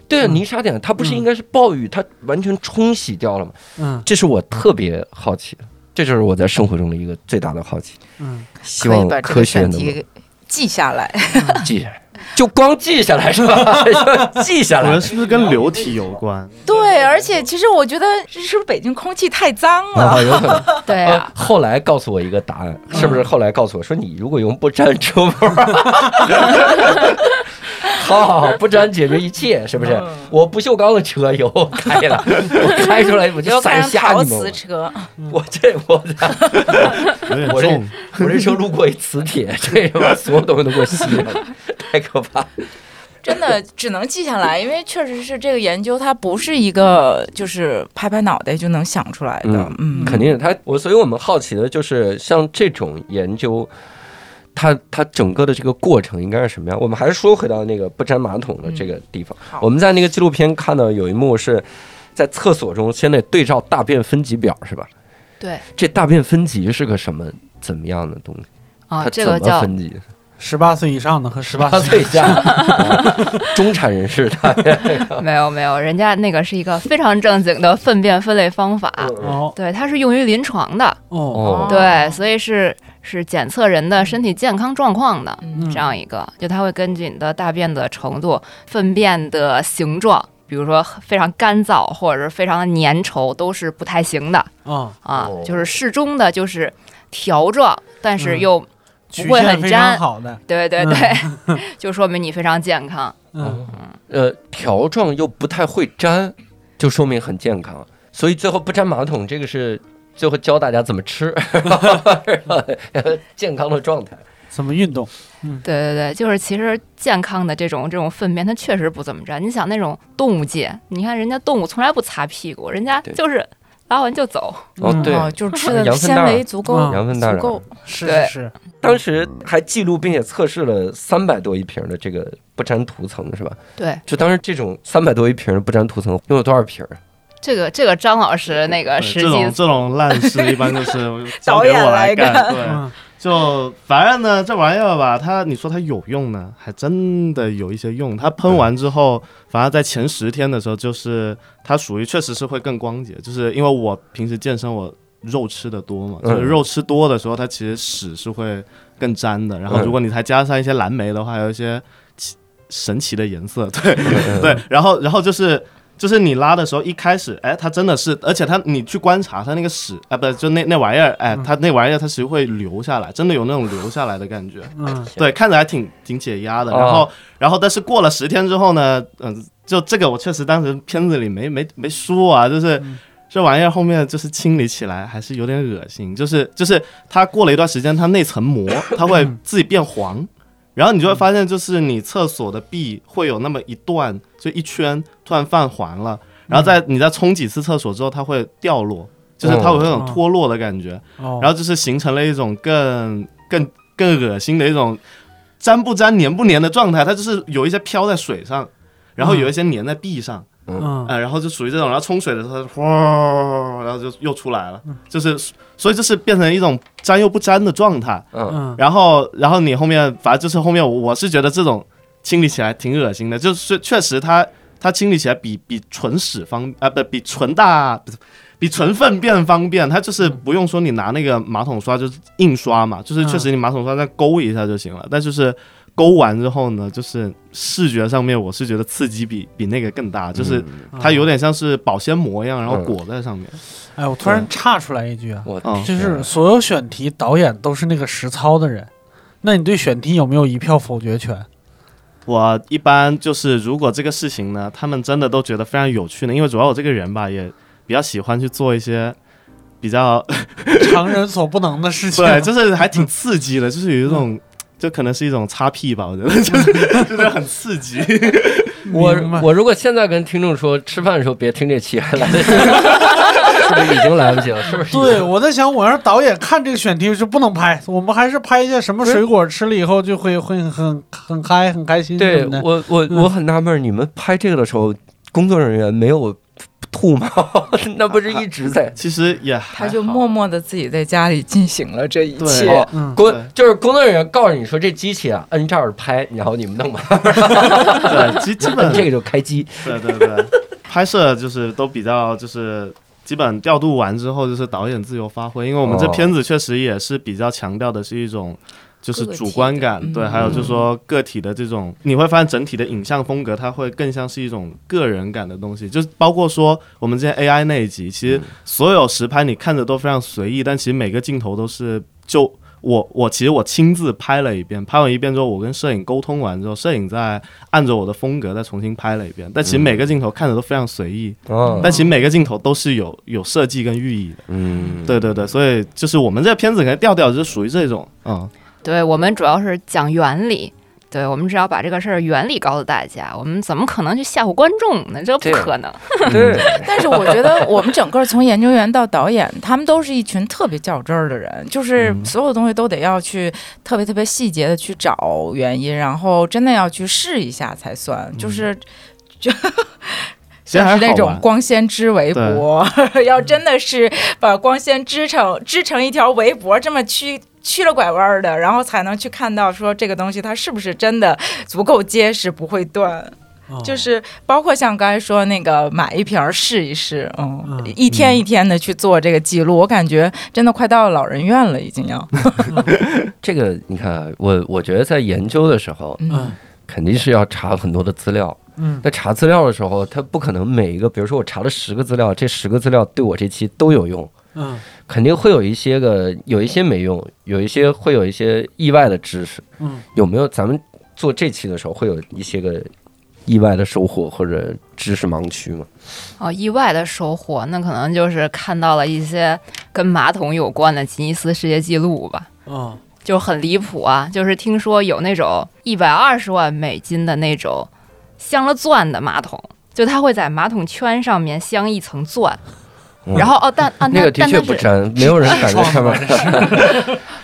Speaker 1: 对啊
Speaker 3: 嗯
Speaker 1: 泥沙点，它不是应该是暴雨，它完全冲洗掉了吗？
Speaker 3: 嗯
Speaker 1: 这是我特别好奇的，这就是我在生活中的一个最大的好奇，
Speaker 3: 嗯，
Speaker 1: 希望
Speaker 6: 可以把这
Speaker 1: 科
Speaker 6: 个
Speaker 1: 学
Speaker 6: 选
Speaker 1: 能
Speaker 6: 题记下来。
Speaker 1: <laughs> 够记下来。就光记下来是吧？ <laughs> 就记下
Speaker 4: 我觉
Speaker 1: 来
Speaker 4: 得。是不是跟流体有关？
Speaker 6: 对，而且其实我觉得是不是北京空气太脏了？
Speaker 1: 啊，有可能。
Speaker 7: 对
Speaker 6: 哎
Speaker 7: 呀、
Speaker 1: 呃后来告诉我一个答案，
Speaker 6: 嗯
Speaker 1: 是不是？后来告诉我说，你如果用不粘出门儿， <laughs> 好好好，不粘解决一切，是不是？
Speaker 6: 嗯
Speaker 1: 我不锈钢的车油开
Speaker 6: <laughs>
Speaker 1: 了，我开出来我就
Speaker 6: 看
Speaker 1: 闪瞎
Speaker 6: 陶
Speaker 1: 你们
Speaker 6: 瓷。车，
Speaker 1: 我这我
Speaker 4: 有点
Speaker 1: 我这
Speaker 4: 重。
Speaker 1: 我这车路过一磁铁，这把所有东西都给我吸上了，太可怕了。
Speaker 6: 真的只能记下来，因为确实是这个研究，它不是一个就是拍拍脑袋就能想出来的。嗯，
Speaker 1: 肯定是他我，所以我们好奇的就是像这种研究，它它整个的这个过程应该是什么样？我们还是说回到那个不粘马桶的这个地方，
Speaker 6: 嗯好
Speaker 1: 我们在那个纪录片看到有一幕是在厕所中先得对照大便分级表，是吧？
Speaker 7: 对
Speaker 1: 这大便分级是个什么怎么样的东西？
Speaker 7: 啊，
Speaker 1: 它
Speaker 7: 这
Speaker 1: 怎
Speaker 7: 个
Speaker 1: 么
Speaker 7: 叫 <laughs>
Speaker 1: 分级？
Speaker 3: 十八岁以上的和十八
Speaker 1: 八
Speaker 3: 岁
Speaker 1: 岁以下，啊 <laughs> 中产人士大便。
Speaker 7: 没有没有，人家那个是一个非常正经的粪便分类方法，
Speaker 3: 哦
Speaker 7: 对，它是用于临床的，
Speaker 3: 哦
Speaker 1: 哦，
Speaker 7: 对，所以是是检测人的身体健康状况的
Speaker 6: 嗯
Speaker 7: 这样一个，就它会根据你的大便的程度、粪便的形状，比如说非常干燥或者是非常粘稠，都是不太行的
Speaker 3: 哦，
Speaker 7: 啊
Speaker 1: 哦，
Speaker 7: 就是适中的，就是条状，但是
Speaker 3: 嗯
Speaker 7: 又
Speaker 3: 曲
Speaker 7: 不会
Speaker 3: 线
Speaker 7: 很
Speaker 3: 非
Speaker 7: 粘
Speaker 3: 常好的，
Speaker 7: 对对对，就说明你非常健康。
Speaker 3: 嗯，
Speaker 1: 呃，条状又不太会粘，就说明很健康。所以最后不粘马桶，这个是最后教大家怎么吃， <laughs> 健康的状态。
Speaker 3: 怎么运动？
Speaker 7: 对对对，就是其实健康的这种这种粪便，它确实不怎么粘。你想那种动物界，你看人家动物从来不擦屁股，人家
Speaker 1: 对
Speaker 7: 就是拉完就走。
Speaker 1: 哦，
Speaker 3: 嗯
Speaker 1: 对，
Speaker 6: 哦，就是吃的
Speaker 1: 羊粪蛋
Speaker 6: 纤
Speaker 1: 儿
Speaker 6: 维足够，
Speaker 3: 嗯
Speaker 1: 羊粪蛋
Speaker 6: 足
Speaker 1: 儿
Speaker 6: 够。
Speaker 3: 是
Speaker 7: 对
Speaker 3: 是是，
Speaker 1: 当时还记录并且测试了三百多一瓶的这个不粘涂层，是吧？
Speaker 7: 对，
Speaker 1: 就当时这种三百多一瓶的不粘涂层用了多少瓶儿？
Speaker 7: 这个这个张老师那个
Speaker 4: 对
Speaker 7: 实
Speaker 4: 这种
Speaker 7: 际
Speaker 4: 这种烂事一般就是 <laughs>
Speaker 6: 导
Speaker 4: 交给
Speaker 6: 演
Speaker 4: 我
Speaker 6: 来
Speaker 4: 干，
Speaker 6: 干
Speaker 4: 对。
Speaker 3: 嗯
Speaker 4: 就反正呢，这玩意儿吧，它你说它有用呢，还真的有一些用。它喷完之后，反正在前十天的时候，就是它属于确实是会更光洁，就是因为我平时健身我肉吃的多嘛，
Speaker 1: 嗯
Speaker 4: 就是肉吃多的时候，它其实屎是会更粘的。然后
Speaker 1: 嗯
Speaker 4: 如果你还加上一些蓝莓的话，还有一些奇神奇的颜色，对对。然后然后就是。就是你拉的时候，一开始，哎，它真的是，而且它你去观察它那个屎，哎，不是，就那那玩意儿，哎，它那玩意儿它其实会流下来，真的有那种流下来的感觉，
Speaker 3: 嗯，
Speaker 4: <laughs> 对，看着还挺挺解压的。
Speaker 1: 哦
Speaker 4: 然后，然后但是过了十天之后呢，嗯、就这个我确实当时片子里没没没说啊，就是。这玩意儿后面就是清理起来还是有点恶心，就是就是它过了一段时间，它那层
Speaker 3: <laughs>
Speaker 4: 膜它会自己变黄，然后你就会发现，就是你厕所的壁会有那么一段，就一圈突然泛黄了，然后再你再冲几次厕所之后，它会掉落，就是它会有那种
Speaker 3: 哦
Speaker 4: 脱落的感觉。
Speaker 3: 哦，
Speaker 4: 然后就是形成了一种更更更恶心的一种粘不粘、粘不粘的状态，它就是有一些飘在水上，然后有一些粘在壁上，
Speaker 3: 嗯
Speaker 4: 啊，然后就属于这种，然后冲水的时候，它就哗，然后就又出来
Speaker 3: 嗯
Speaker 4: 了，就是所以就是变成一种粘又不粘的状态。
Speaker 1: 嗯，
Speaker 3: 嗯，
Speaker 4: 然后然后你后面反正就是后面我我是觉得这种清理起来挺恶心的，就是确实它它清理起来比比纯屎方啊不比纯大不是比纯粪便方便，它就是不用说你拿那个马桶刷就是硬刷嘛，就是确实你马桶刷再勾一下就行了，但就是。勾完之后呢，就是视觉上面，我是觉得刺激比比那个更大，就是它有点像是保鲜膜一样，然后
Speaker 1: 嗯
Speaker 4: 裹在上面。
Speaker 3: 嗯哎，我突然岔出来一句啊，
Speaker 1: 我
Speaker 4: 嗯
Speaker 3: 就是所有选题导演都是那个实操的人，那你对选题有没有一票否决权？
Speaker 4: 我一般就是，如果这个事情呢，他们真的都觉得非常有趣呢，因为主要我这个人吧，也比较喜欢去做一些比较 <laughs>
Speaker 3: 常人所不能的事情。
Speaker 4: 对，就是还挺刺激的，就是有一种，就可能是一种擦屁吧，我觉得就是就是很刺激。
Speaker 3: 明
Speaker 1: 我
Speaker 3: 白
Speaker 1: 我如果现在跟听众说吃饭的时候别听这期，还来得及， <laughs> 是不是已经来不及了？是不是？
Speaker 3: 对，，我在想，我要是导演看这个选题是不能拍，我们还是拍一些什么水果吃了以后就会会很很嗨、很开心
Speaker 1: 对
Speaker 3: 什么的。嗯
Speaker 1: 我我我很纳闷儿，你们拍这个的时候，工作人员没有吐吗？ <laughs> 那不是一直在
Speaker 4: 其实也
Speaker 6: 他
Speaker 4: 还
Speaker 6: 就
Speaker 4: 好
Speaker 6: 默默的自己在家里进行
Speaker 1: <laughs>
Speaker 6: 了这一
Speaker 4: 对
Speaker 6: 切。
Speaker 1: 哦
Speaker 3: 嗯，
Speaker 1: 工
Speaker 4: 对
Speaker 1: 就是工作人员告诉你说这机器啊，摁这儿拍，然后你们弄吧，
Speaker 4: 对，基基本
Speaker 1: 这个就开机。
Speaker 4: 对对对，拍摄就是都比较就是基本调度完之后就是导演自由发挥，因为我们这
Speaker 1: 哦
Speaker 4: 片子确实也是比较强调的是一种。就是
Speaker 6: 个体
Speaker 4: 主观感，
Speaker 6: 的
Speaker 4: 对，
Speaker 6: 嗯
Speaker 4: 还有就是说个体的这种，你会发现整体的影像风格，它会更像是一种个人感的东西，就是包括说我们之前 AI 那一集，其实所有实拍你看着都非常随意，但其实每个镜头都是就我我其实我亲自拍了一遍，拍完一遍之后，我跟摄影沟通完之后，摄影再按着我的风格再重新拍了一遍，但其实每个镜头看着都非常随意，
Speaker 1: 哦，
Speaker 4: 但其实每个镜头都是有有设计跟寓意的。
Speaker 1: 嗯，
Speaker 4: 对对对，所以就是我们这个片子可能调调就是属于这种，嗯，
Speaker 7: 对我们主要是讲原理。对，我们只要把这个事儿原理告诉大家，我们怎么可能去吓唬观众呢？这不
Speaker 1: 对
Speaker 7: 可能。
Speaker 1: 对，
Speaker 6: 但是我觉得我们整个从研究员到导演，他们都是一群特别较真儿的人，就是
Speaker 1: 嗯
Speaker 6: 所有东西都得要去特别特别细节的去找原因，然后真的要去试一下才算，
Speaker 1: 嗯
Speaker 6: 就是。就
Speaker 4: 其实
Speaker 6: 像
Speaker 4: 还
Speaker 6: 是
Speaker 4: 是
Speaker 6: 那
Speaker 4: 好
Speaker 6: 种
Speaker 4: 玩。
Speaker 6: 光纤织围脖， <laughs> 要真的是把光纤织成织成一条围脖，这么曲曲了拐弯儿的，然后才能去看到说这个东西它是不是真的足够结实，不会断。
Speaker 3: 哦
Speaker 6: 就是包括像刚才说那个买一瓶儿试一试，嗯，
Speaker 3: 嗯
Speaker 6: 一天一天的去做这个记录，我感觉真的快到老人院了，已经要。
Speaker 1: 这个你看啊，我我觉得在研究的时候，
Speaker 6: 嗯
Speaker 3: 嗯
Speaker 1: 肯定是要查很多的资料。
Speaker 3: 嗯
Speaker 1: 在查资料的时候，它不可能每一个，比如说我查了十个资料，这十个资料对我这期都有用，
Speaker 3: 嗯
Speaker 1: 肯定会有一些个，有一些没用，有一些会有一些意外的知识。
Speaker 3: 嗯，
Speaker 1: 有没有咱们做这期的时候会有一些个意外的收获或者知识盲区吗？
Speaker 7: 哦，意外的收获，那可能就是看到了一些跟马桶有关的吉尼斯世界纪录吧，
Speaker 3: 哦
Speaker 7: 就很离谱啊！就是听说有那种一百二十万美金的那种镶了钻的马桶，就它会在马桶圈上面镶一层钻。
Speaker 1: 嗯
Speaker 7: 然后哦，但啊，
Speaker 1: 那个的
Speaker 7: 但
Speaker 1: 确
Speaker 7: 它
Speaker 1: 不
Speaker 7: 是
Speaker 1: 沾，没有人敢在上面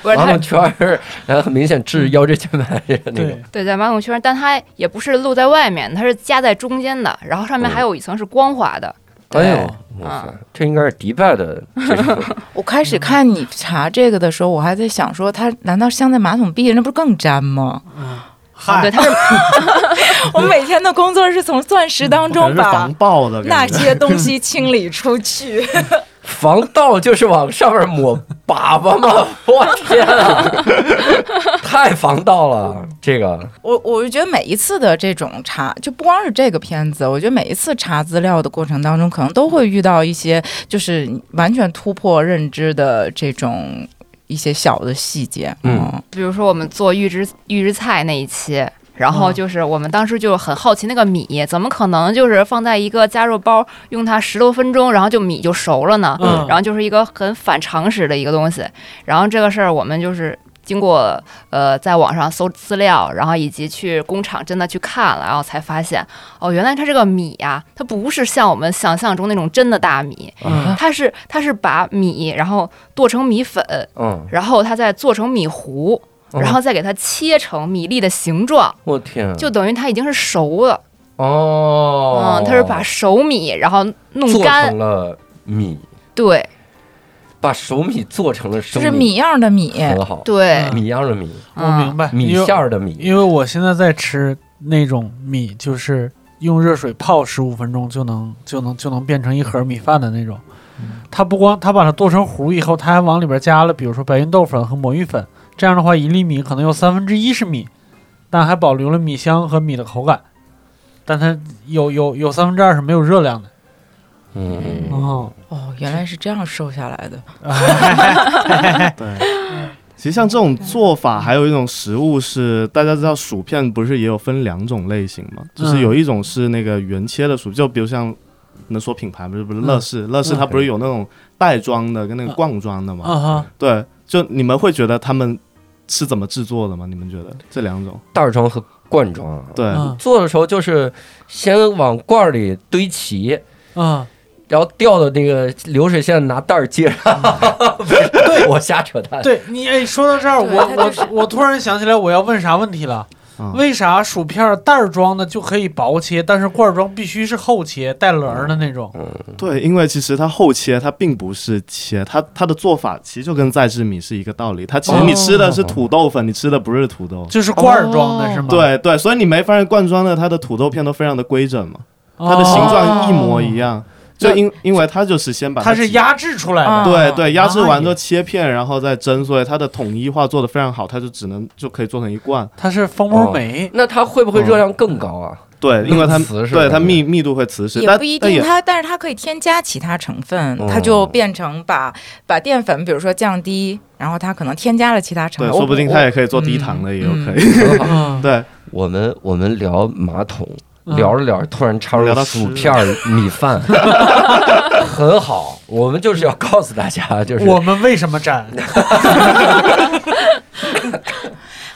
Speaker 7: 不是
Speaker 1: 马
Speaker 7: 它
Speaker 1: 桶圈儿，然后很明显治腰椎间盘的那个
Speaker 3: 对，
Speaker 7: 对，在马桶圈，但它也不是露在外面，它是夹在中间的，然后上
Speaker 1: 嗯
Speaker 7: 面还有一层是光滑的。
Speaker 1: 哎呦
Speaker 7: 对，
Speaker 1: 我操，这应该是迪拜的这种，
Speaker 6: 我开始看你查这个的时候，我还在想说，它难道镶在马桶壁，那不是更粘吗？
Speaker 7: 啊
Speaker 3: 嗨
Speaker 7: 对，它是
Speaker 6: <laughs> 我每天的工作是从钻石当
Speaker 4: <laughs> 可能
Speaker 6: 中
Speaker 4: 是
Speaker 6: 把
Speaker 4: 防爆的
Speaker 6: 那
Speaker 4: <laughs> 感觉，
Speaker 6: 些东西清理出去。
Speaker 1: 防盗就是往上面抹粑粑嘛，我天啊，太防盗了，这个
Speaker 6: <laughs> 我我就觉得每一次的这种查，就不光是这个片子，我觉得每一次查资料的过程当中，可能都会遇到一些就是完全突破认知的这种一些小的细节。哦
Speaker 1: 嗯
Speaker 7: 比如说我们做预制预制菜那一期，然
Speaker 3: 嗯
Speaker 7: 后就是我们当时就很好奇那个米怎么可能就是放在一个加热包用它十多分钟，然后就米就熟了呢？
Speaker 3: 嗯
Speaker 7: 然后就是一个很反常识的一个东西。然后这个事儿我们就是经过呃在网上搜资料，然后以及去工厂真的去看了，然后才发现哦，原来它这个米呀、它不是像我们想象中那种真的大米，
Speaker 3: 嗯
Speaker 7: 它是它是把米然后剁成米粉，
Speaker 1: 嗯，
Speaker 7: 然后它再做成米糊，
Speaker 1: 嗯
Speaker 7: 然后再给它切成米粒的形状，
Speaker 1: 我天啊，
Speaker 7: 就等于它已经是熟了。
Speaker 1: 哦，
Speaker 7: 嗯，它是把熟米然后弄
Speaker 1: 做
Speaker 7: 干
Speaker 1: 成，了米，
Speaker 7: 对
Speaker 1: 把手米做成了手
Speaker 6: 就是米样的
Speaker 4: <laughs>
Speaker 6: 米，
Speaker 4: 哦
Speaker 1: 很好，
Speaker 7: 对，嗯
Speaker 1: 米样的米，
Speaker 3: 我明
Speaker 4: 嗯
Speaker 3: 白，
Speaker 1: 米
Speaker 3: 因为
Speaker 1: 馅儿的米，
Speaker 3: 因为我现在在吃那种米，就是用热水泡十五分钟就能就能就能变成一盒米饭的那种。它不光它把它剁成糊以后，它还往里边加了，比如说白云豆粉和魔芋粉。这样的话，一粒米可能有三分之一是米，但还保留了米香和米的口感。但它有有有三分之二是没有热量的。
Speaker 1: 嗯，
Speaker 3: 哦，
Speaker 6: 哦，原来是这样瘦下来的。
Speaker 4: 对。 <laughs> 其实像这种做法，还有一种食物是大家知道，薯片不是也有分两种类型
Speaker 6: 嗯
Speaker 4: 吗？就是有一种是那个原切的薯，就比如像能说品牌不是不是乐
Speaker 6: 嗯
Speaker 4: 事，乐事它不是有那种袋装的跟那个罐装的吗？
Speaker 3: 啊哈，
Speaker 4: 对，就你们会觉得他们是怎么制作的吗？你们觉得这两种？
Speaker 6: 嗯
Speaker 1: 袋装和罐装啊，
Speaker 4: 对，
Speaker 3: 嗯
Speaker 1: 做的时候就是先往罐儿里堆齐，
Speaker 3: 啊，
Speaker 1: 然后掉到那个流水线拿袋儿接上。
Speaker 4: 嗯
Speaker 1: <laughs> 对，我瞎扯
Speaker 6: <laughs>
Speaker 1: 淡。
Speaker 3: 对你哎，说到这儿，
Speaker 6: 对
Speaker 3: 我
Speaker 6: 它就是
Speaker 3: 我我突然想起来我要问啥问题了。
Speaker 4: 嗯
Speaker 3: 为啥薯片袋儿装的就可以薄切，但是罐儿装必须是厚切带棱儿的那种？
Speaker 4: 对，因为其实它后切它并不是切，它它的做法其实就跟再制米是一个道理。它
Speaker 6: 哦
Speaker 4: 其实你吃的是土豆粉，你吃的不是土豆。
Speaker 3: 就是罐儿装的是吗？，
Speaker 4: 对对，所以你没发现罐装的它的土豆片都非常的规整嘛，
Speaker 3: 哦
Speaker 4: 它的形状一模一。样。就因因为它就是先把
Speaker 3: 它是
Speaker 4: 挤
Speaker 3: 压制出来的。
Speaker 6: 啊
Speaker 4: 对对压制
Speaker 3: 啊
Speaker 4: 完之
Speaker 3: 也
Speaker 4: 后切片，然后再蒸，所以它的统一化做的非常好，它就只能就可以做成一罐。
Speaker 3: 它是蜂窝煤，
Speaker 1: 那它会不会热量更高啊？
Speaker 4: 对，因为它
Speaker 1: 更瓷实
Speaker 4: 对
Speaker 1: 感
Speaker 4: 它
Speaker 1: 觉
Speaker 4: 密密度会瓷实，
Speaker 6: 也
Speaker 4: 但
Speaker 6: 不一
Speaker 4: 但
Speaker 6: 定，它但是它可以添加其他成分，
Speaker 1: 哦
Speaker 6: 它就变成把把淀粉，比如说降低，然后它可能添加了其他成
Speaker 4: 对，
Speaker 6: 分。
Speaker 4: 说不定它
Speaker 6: 也
Speaker 4: 也可以做低糖的，也有
Speaker 6: 嗯
Speaker 4: 可以。
Speaker 3: 嗯，
Speaker 4: <laughs> 对，
Speaker 1: 我们我们聊马桶，
Speaker 3: 嗯
Speaker 1: 聊着聊着突然插入
Speaker 4: 聊到
Speaker 1: 薯
Speaker 4: 吃
Speaker 1: 片
Speaker 4: <laughs>
Speaker 1: 儿米饭， <laughs> 很好。我们就是要告诉大家，就是
Speaker 3: 我们为什么粘？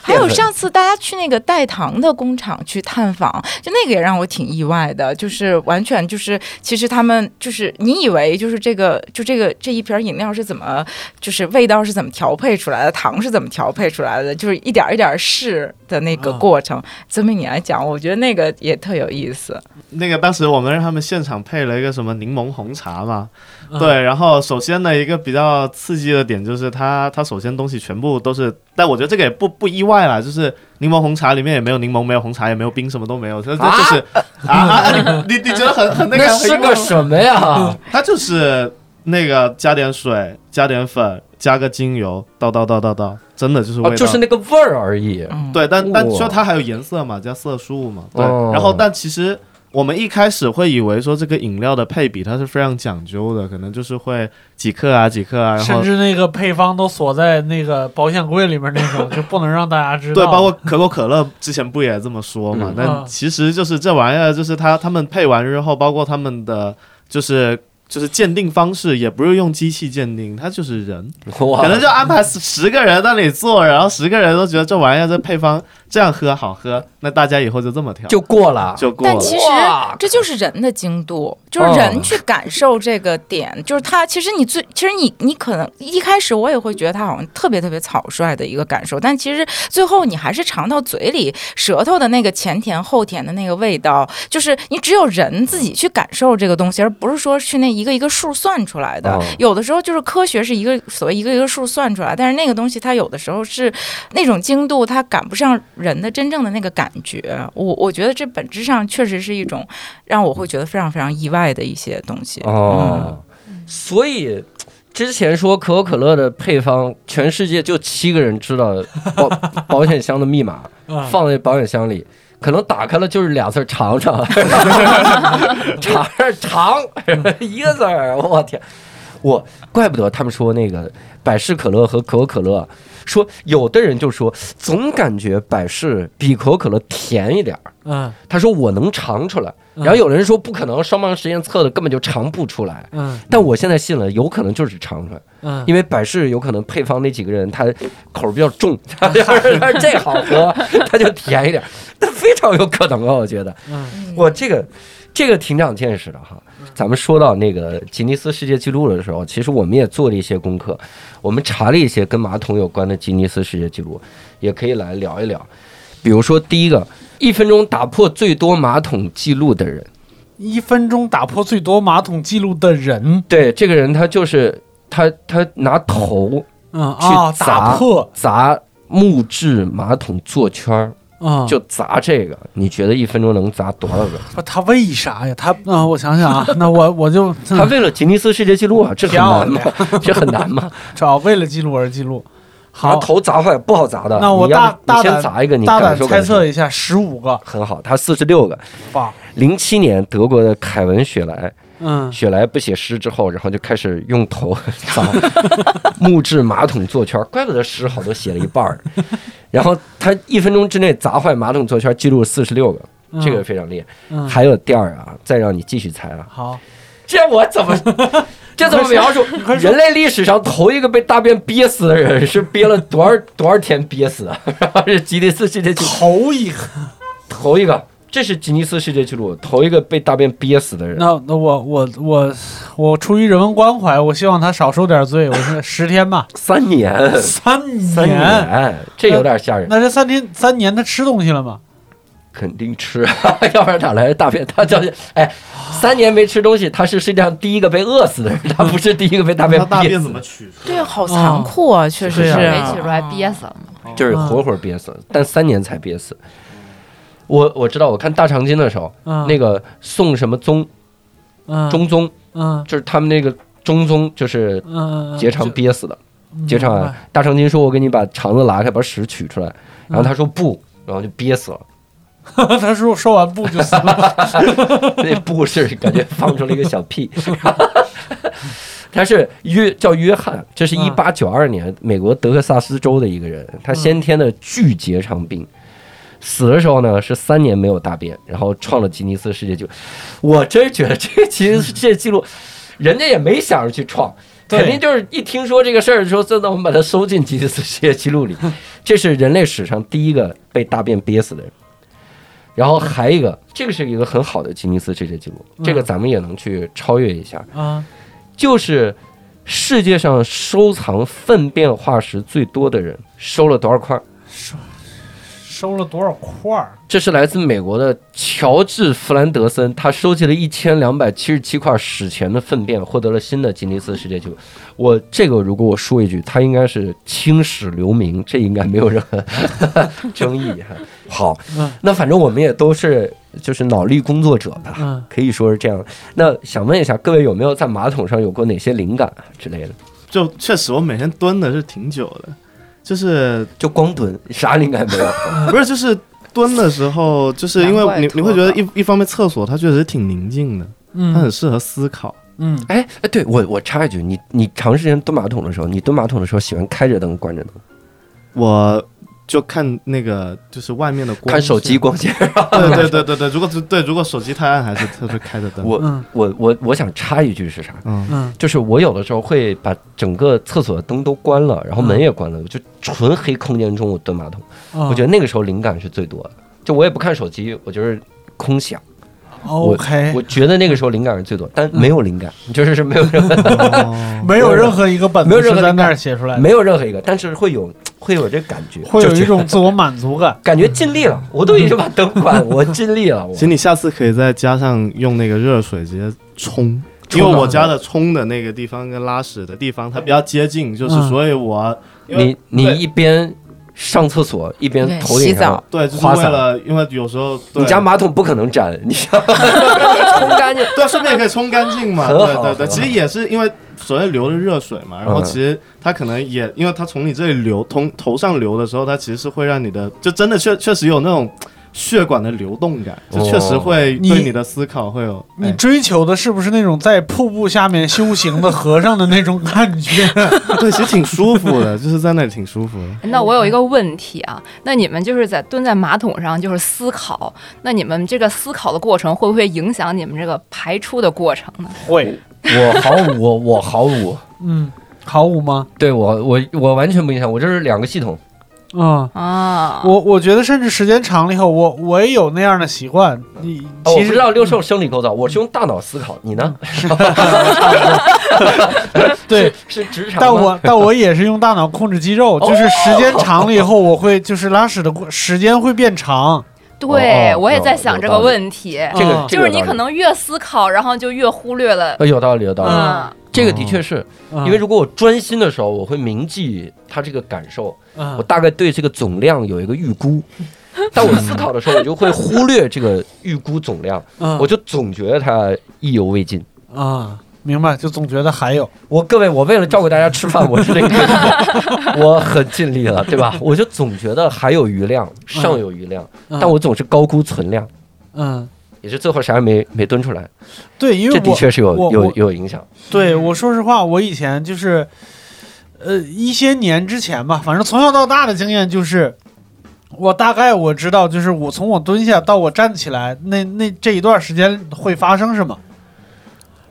Speaker 6: 还有上次大家去那个代糖的工厂去探访，就那个也让我挺意外的，就是完全就是，其实他们就是你以为就是这个就这个这一瓶饮料是怎么就是味道是怎么调配出来的，糖是怎么调配出来的，就是一点儿一点儿试的那个
Speaker 3: 啊
Speaker 6: 过程。曾明你来讲，我觉得那个也特有意思。
Speaker 4: 那个当时我们让他们现场配了一个什么柠檬红茶嘛，
Speaker 3: 嗯
Speaker 4: 对，然后首先呢一个比较刺激的点就是它它首先东西全部都是，但我觉得这个也不不意外啦，就是柠檬红茶里面也没有柠檬，没有红茶，也没有冰，什么都没有，这这就是啊啊，你你你觉得很很那个
Speaker 1: 那
Speaker 4: 很意
Speaker 1: 是
Speaker 4: 外吗
Speaker 1: 个什么呀？
Speaker 4: 它就是那个加点水，加点粉，加个精油，倒倒倒倒倒，真的就是味
Speaker 1: 哦，
Speaker 4: 道，
Speaker 1: 就是那个味儿而已。
Speaker 6: 嗯，
Speaker 4: 对，但但
Speaker 1: 哇
Speaker 4: 说它还有颜色嘛，加色素嘛，对。
Speaker 1: 哦
Speaker 4: 然后，但其实我们一开始会以为说这个饮料的配比它是非常讲究的，可能就是会几克啊几克啊，然
Speaker 3: 甚
Speaker 4: 后
Speaker 3: 至那个配方都锁在那个保险柜里面那 <laughs> 种，就不能让大家知道。
Speaker 4: 对，包括可口可乐之前不也这么说嘛
Speaker 1: 嗯？
Speaker 4: 但其实就是这玩意儿，就是它他们配完之后，包括他们的就是。就是鉴定方式也不是用机器鉴定，它就是人，
Speaker 1: 哇
Speaker 4: 可能就安排十十个人那里做，然后十个人都觉得这玩意儿这配方这样喝好喝，那大家以后就这么调
Speaker 1: 就过了。
Speaker 4: 就过了。嗯
Speaker 6: 但其实这就是人的精度，就是
Speaker 1: 哦
Speaker 6: 人去感受这个点，就是他。其实你最，其实你你可能一开始我也会觉得他好像特别特别草率的一个感受，但其实最后你还是尝到嘴里，舌头的那个前甜后甜的那个味道，就是你只有人自己去感受这个东西，而不是说去那一个一个数算出来的。
Speaker 4: 嗯
Speaker 1: 哦
Speaker 6: 有的时候就是科学是一个所谓一个一个数算出来，但是那个东西它有的时候是那种精度，它赶不上人的真正的那个感觉。我我觉得这本质上确实是一种让我会觉得非常非常意外的一些东西。
Speaker 1: 哦，所以之前说可口可乐的配方，全世界就七个人知道保 <laughs> 保险箱的密码，
Speaker 3: 啊
Speaker 1: 放在保险箱里。可能打开了就是俩字儿尝尝， <laughs> 尝尝 <laughs> 一个字儿，我天！我怪不得他们说那个百事可乐和可口可乐，说有的人就说总感觉百事比可口可乐甜一点儿，
Speaker 3: 嗯
Speaker 1: 他说我能尝出来，
Speaker 3: 嗯
Speaker 1: 然后有人说不可能，双盲实验测的根本就尝不出来。
Speaker 3: 嗯
Speaker 1: 但我现在信了，有可能就是尝出来，
Speaker 3: 嗯，
Speaker 1: 因为百事有可能配方那几个人他口儿比较
Speaker 3: <laughs>
Speaker 1: 重，他就是他这好喝，他就甜一点，那非常有可能啊，我觉得
Speaker 3: 嗯
Speaker 1: 我这个这个挺长见识的哈。咱们说到那个吉尼斯世界纪录的时候，其实我们也做了一些功课，我们查了一些跟马桶有关的吉尼斯世界纪录，也可以来聊一聊。比如说第一个，一分钟打破最多马桶记录的人，
Speaker 3: 一分钟打破最多马桶记录的人，
Speaker 1: 对，这个人他就是他他拿头
Speaker 3: 嗯
Speaker 1: 去
Speaker 3: 啊，
Speaker 1: 砸
Speaker 3: 打破，
Speaker 1: 砸木质马桶座圈儿，
Speaker 3: 嗯，
Speaker 1: 就砸这个，你觉得一分钟能砸多少
Speaker 3: <laughs>
Speaker 1: 个？
Speaker 3: 不他为啥呀？他啊、我想
Speaker 1: <laughs>
Speaker 3: 想啊，那我我就嗯
Speaker 1: 他为了吉尼斯世界纪录啊，
Speaker 3: <laughs>
Speaker 1: 这很难吗？ <laughs> 这很难吗？
Speaker 3: 找为了记录而记录。
Speaker 1: 拿
Speaker 3: <laughs> 好，
Speaker 1: 头砸坏不好砸的。
Speaker 3: 那我
Speaker 1: 你要
Speaker 3: 大
Speaker 1: 是你
Speaker 3: 大
Speaker 1: 先
Speaker 3: 胆
Speaker 1: 砸一个，你
Speaker 3: 大
Speaker 1: 感
Speaker 3: 胆
Speaker 1: 受嗯
Speaker 3: 猜
Speaker 1: 感受
Speaker 3: 测一下，十五个
Speaker 1: 很好，他四十六个。
Speaker 3: 吧。
Speaker 1: 零七年德国的凯文雪莱，
Speaker 3: 嗯
Speaker 1: 雪莱不写诗之后，然后就开始用头 <laughs> 砸木质马桶座圈儿，怪不得诗好多写了一半儿。然后他一分钟之内砸坏马桶座圈，记录四十六个，
Speaker 3: 嗯
Speaker 1: 这个非常厉害。
Speaker 3: 嗯
Speaker 1: 还有第二啊，再让你继续猜啊，
Speaker 3: 好，
Speaker 1: 这我怎么这怎么描述？人类历史上头一个被大便憋死的人是憋了多少多少天憋死 <laughs> 的？是吉尼斯世界纪录
Speaker 3: 头一个。
Speaker 1: 头一个，这是吉尼斯世界纪录头一个被大便憋死的人。
Speaker 3: 那那我我我我出于人文关怀，我希望他少受点罪。我说十
Speaker 1: <laughs>
Speaker 3: 天吧，
Speaker 1: 三年，
Speaker 3: <laughs> 三
Speaker 1: 三年，这有点吓人。
Speaker 3: 那这三天三年他吃东西了吗？
Speaker 1: 肯定吃，啊 <laughs> 要不然哪来的大便？他叫哎，三年没吃东西，他是世界上第一个被饿死的人，他不是第一个被大便
Speaker 4: 它大
Speaker 1: 憋
Speaker 4: 便
Speaker 1: 死
Speaker 4: 怎么
Speaker 1: 的，
Speaker 4: 取出来？
Speaker 6: 对，好残酷啊，确实哦
Speaker 1: 是啊
Speaker 7: 没
Speaker 1: 啊
Speaker 7: 取出来憋死了嘛。
Speaker 1: 就是活活憋死，但三年才憋死。我我知道，我看大长今的时候，
Speaker 3: 嗯，
Speaker 1: 那个宋什么宗
Speaker 3: 嗯
Speaker 1: 中宗，
Speaker 3: 嗯
Speaker 1: 就是他们那个中宗，就是
Speaker 3: 嗯嗯
Speaker 1: 结肠憋死的。结肠
Speaker 3: 嗯
Speaker 1: 癌，大长今说：“我给你把肠子拉开，把屎取出来。”然
Speaker 3: 嗯
Speaker 1: 后他说：“不。”然后就憋死了。
Speaker 3: <laughs> 他说说完不就
Speaker 1: <laughs>
Speaker 3: 死了？
Speaker 1: 那不是感觉放出了一个小屁。 <laughs> 他是约叫约翰，这是一八九二年美国德克萨斯州的一个人，他先天的巨结肠病，死的时候呢是三年没有大便，然后创了吉尼
Speaker 3: <laughs>
Speaker 1: 斯世界纪录。我真觉得这个吉尼斯世界纪录，人家也没想着去创，
Speaker 3: 对
Speaker 1: 肯定就是一听说这个事儿，说这那我们把它收进吉尼斯世界纪录
Speaker 3: <laughs>
Speaker 1: 里。这是人类史上第一个被大便憋死的人。然后还一个，这个是一个很好的吉尼斯世界纪录，这个
Speaker 3: 嗯
Speaker 1: 咱们也能去超越一下。
Speaker 3: 啊，
Speaker 1: 就是世界上收藏粪便化石最多的人，收了多少块儿？
Speaker 3: 收了多少块儿？
Speaker 1: 这是来自美国的乔治·弗兰德森，他收集了一千两百七十七块史前的粪便，获得了新的吉尼斯世界纪录。我这个如果我说一句，他应该是青史留名，这应该没有任何 <laughs> 争议哈。好
Speaker 3: 嗯，
Speaker 1: 那反正我们也都是就是脑力工作者吧，
Speaker 3: 嗯，
Speaker 1: 可以说是这样。那想问一下各位有没有在马桶上有过哪些灵感啊之类的？
Speaker 4: 就确实我每天蹲的是挺久的，就是
Speaker 1: 就光蹲，啥灵感没有？
Speaker 4: 不是就是蹲的时候，就是因为
Speaker 7: 难
Speaker 4: 你
Speaker 7: 怪
Speaker 4: 你会觉得一一方面厕所它确实挺宁静的，它很
Speaker 3: 嗯
Speaker 4: 适合思考。
Speaker 3: 嗯，
Speaker 1: <laughs> 哎哎，对我我插一句，你你长时间蹲马桶的时候，你蹲马桶的时候喜欢开着灯关着灯，
Speaker 4: 我就看那个就是外面的光，
Speaker 1: 看手机。光线。
Speaker 4: 对对对对对，如果是对如果手机太暗，还是它是开着灯。
Speaker 1: 我
Speaker 3: 嗯
Speaker 1: 我我我想插一句是啥？
Speaker 4: 嗯，
Speaker 3: 嗯
Speaker 1: 就是我有的时候会把整个厕所的灯都关了，然后门也关了，就纯黑空间中我蹲马桶，
Speaker 3: 嗯，
Speaker 1: 我觉得那个时候灵感是最多的。就我也不看手机，我就是空想。
Speaker 3: 嗯 OK，
Speaker 1: 我觉得那个时候灵感是最多，但
Speaker 3: 嗯
Speaker 1: 没有灵感，就是是没有任
Speaker 3: <laughs>
Speaker 1: 何
Speaker 4: 哦
Speaker 3: 没有任何一个本
Speaker 1: 没有
Speaker 3: 子
Speaker 1: 任
Speaker 3: 是
Speaker 1: 何
Speaker 3: 在那
Speaker 1: 灵
Speaker 3: 儿
Speaker 1: 感
Speaker 3: 写出来的，
Speaker 1: 没有任何一个，但是会有会有这感觉，
Speaker 3: 会有
Speaker 1: 就哎
Speaker 3: 一
Speaker 1: 是 <laughs>
Speaker 3: 种自我满足感。
Speaker 1: 感觉尽力了，我都已经把灯关了，我尽力了，我
Speaker 4: 其实你下次可以再加上用那个热水直接冲，
Speaker 3: 冲
Speaker 4: 因为
Speaker 3: 啊
Speaker 4: 我家的冲的那个地方跟拉屎的地方它比较接近，就是
Speaker 3: 嗯
Speaker 4: 所以我因为
Speaker 1: 你嗯你
Speaker 4: 对
Speaker 1: 一边上厕所一边
Speaker 6: 对
Speaker 1: 头
Speaker 6: 洗
Speaker 1: 顶上
Speaker 6: 澡，
Speaker 4: 对就是
Speaker 1: 花
Speaker 4: 为
Speaker 1: 洒
Speaker 4: 了因为有时候对
Speaker 1: 你家马桶不可能粘，你像
Speaker 7: 冲干净。
Speaker 4: 对顺便可以冲干净嘛，
Speaker 1: <laughs> 很好
Speaker 4: 对对对，
Speaker 1: 很好
Speaker 4: 其实也是因为所谓流的热水嘛，然后
Speaker 1: 嗯
Speaker 4: 其实它可能也因为它从你这里流从头上流的时候，它其实是会让你的就真的确确实有那种血管的流动感，就确实
Speaker 1: 哦
Speaker 4: 会
Speaker 3: 你
Speaker 4: 对你的思考会有
Speaker 3: 你
Speaker 4: 哎
Speaker 3: 追求的是不是那种在瀑布下面修行的和尚的那种感
Speaker 1: <laughs>
Speaker 3: 觉？
Speaker 4: 对，其实挺舒服的，就是在那里挺舒服的。
Speaker 7: 那我有一个问题啊，那你们就是在蹲在马桶上就是思考，那你们这个思考的过程会不会影响你们这个排出的过程呢？
Speaker 3: 会，
Speaker 1: 我毫无我我毫无，
Speaker 3: 嗯，毫无吗？
Speaker 1: 对我我我完全不影响，我这是两个系统，
Speaker 3: 啊、
Speaker 7: 啊，
Speaker 3: 我我觉得甚至时间长了以后，我我也有那样的习惯。你
Speaker 1: 哦我嗯
Speaker 3: 其
Speaker 1: 不
Speaker 3: 实
Speaker 1: 知道六兽生理构造，我是用大脑思考，你呢？
Speaker 3: 对，
Speaker 1: <laughs> 是哦职场吗，
Speaker 3: 但我但我也是用大脑控制肌肉，就是时间长了以后，我会就是拉屎的过时间会变长。
Speaker 7: 对、
Speaker 1: 哦哦
Speaker 7: 我也在
Speaker 1: 有
Speaker 7: 想这
Speaker 1: 有道
Speaker 7: 个
Speaker 1: 理
Speaker 7: 问题，
Speaker 1: 这个
Speaker 3: 哦
Speaker 1: 这
Speaker 7: 就
Speaker 1: 个
Speaker 7: 是
Speaker 1: 有
Speaker 7: 你
Speaker 1: 道
Speaker 7: 可
Speaker 1: 理
Speaker 7: 能越思考，然后就越忽略了。
Speaker 1: 呃有道理有道理，
Speaker 7: 嗯，
Speaker 1: 这个的确是
Speaker 3: 嗯
Speaker 1: 因为如果我专心的时候，我会铭记他这个感受，我
Speaker 3: 嗯
Speaker 1: 大概对这个总量有一个预 <laughs> 估，但我思考的时候，我就会忽略这个预估总量，
Speaker 3: 嗯
Speaker 1: 我就总觉得它意犹未尽。
Speaker 3: 啊，明白，就总觉得还有
Speaker 1: 我各位，我为了照顾大家吃
Speaker 3: <laughs>
Speaker 1: 饭，我是这个，我很尽力了，对吧？我就总觉得还有余量，尚有余量，
Speaker 3: 嗯
Speaker 1: 但我总是高估存量，
Speaker 3: 嗯，
Speaker 1: 也是最后啥也没没蹲出来，
Speaker 3: 对，因为
Speaker 1: 这
Speaker 3: 我
Speaker 1: 的确是有
Speaker 3: 我
Speaker 1: 有
Speaker 3: 我
Speaker 1: 有影响。
Speaker 3: 对我说实话，我以前就是，呃，一些年之前吧，反正从小到大的经验就是，我大概我知道，就是我从我蹲下到我站起来，那那这一段时间会发生什么，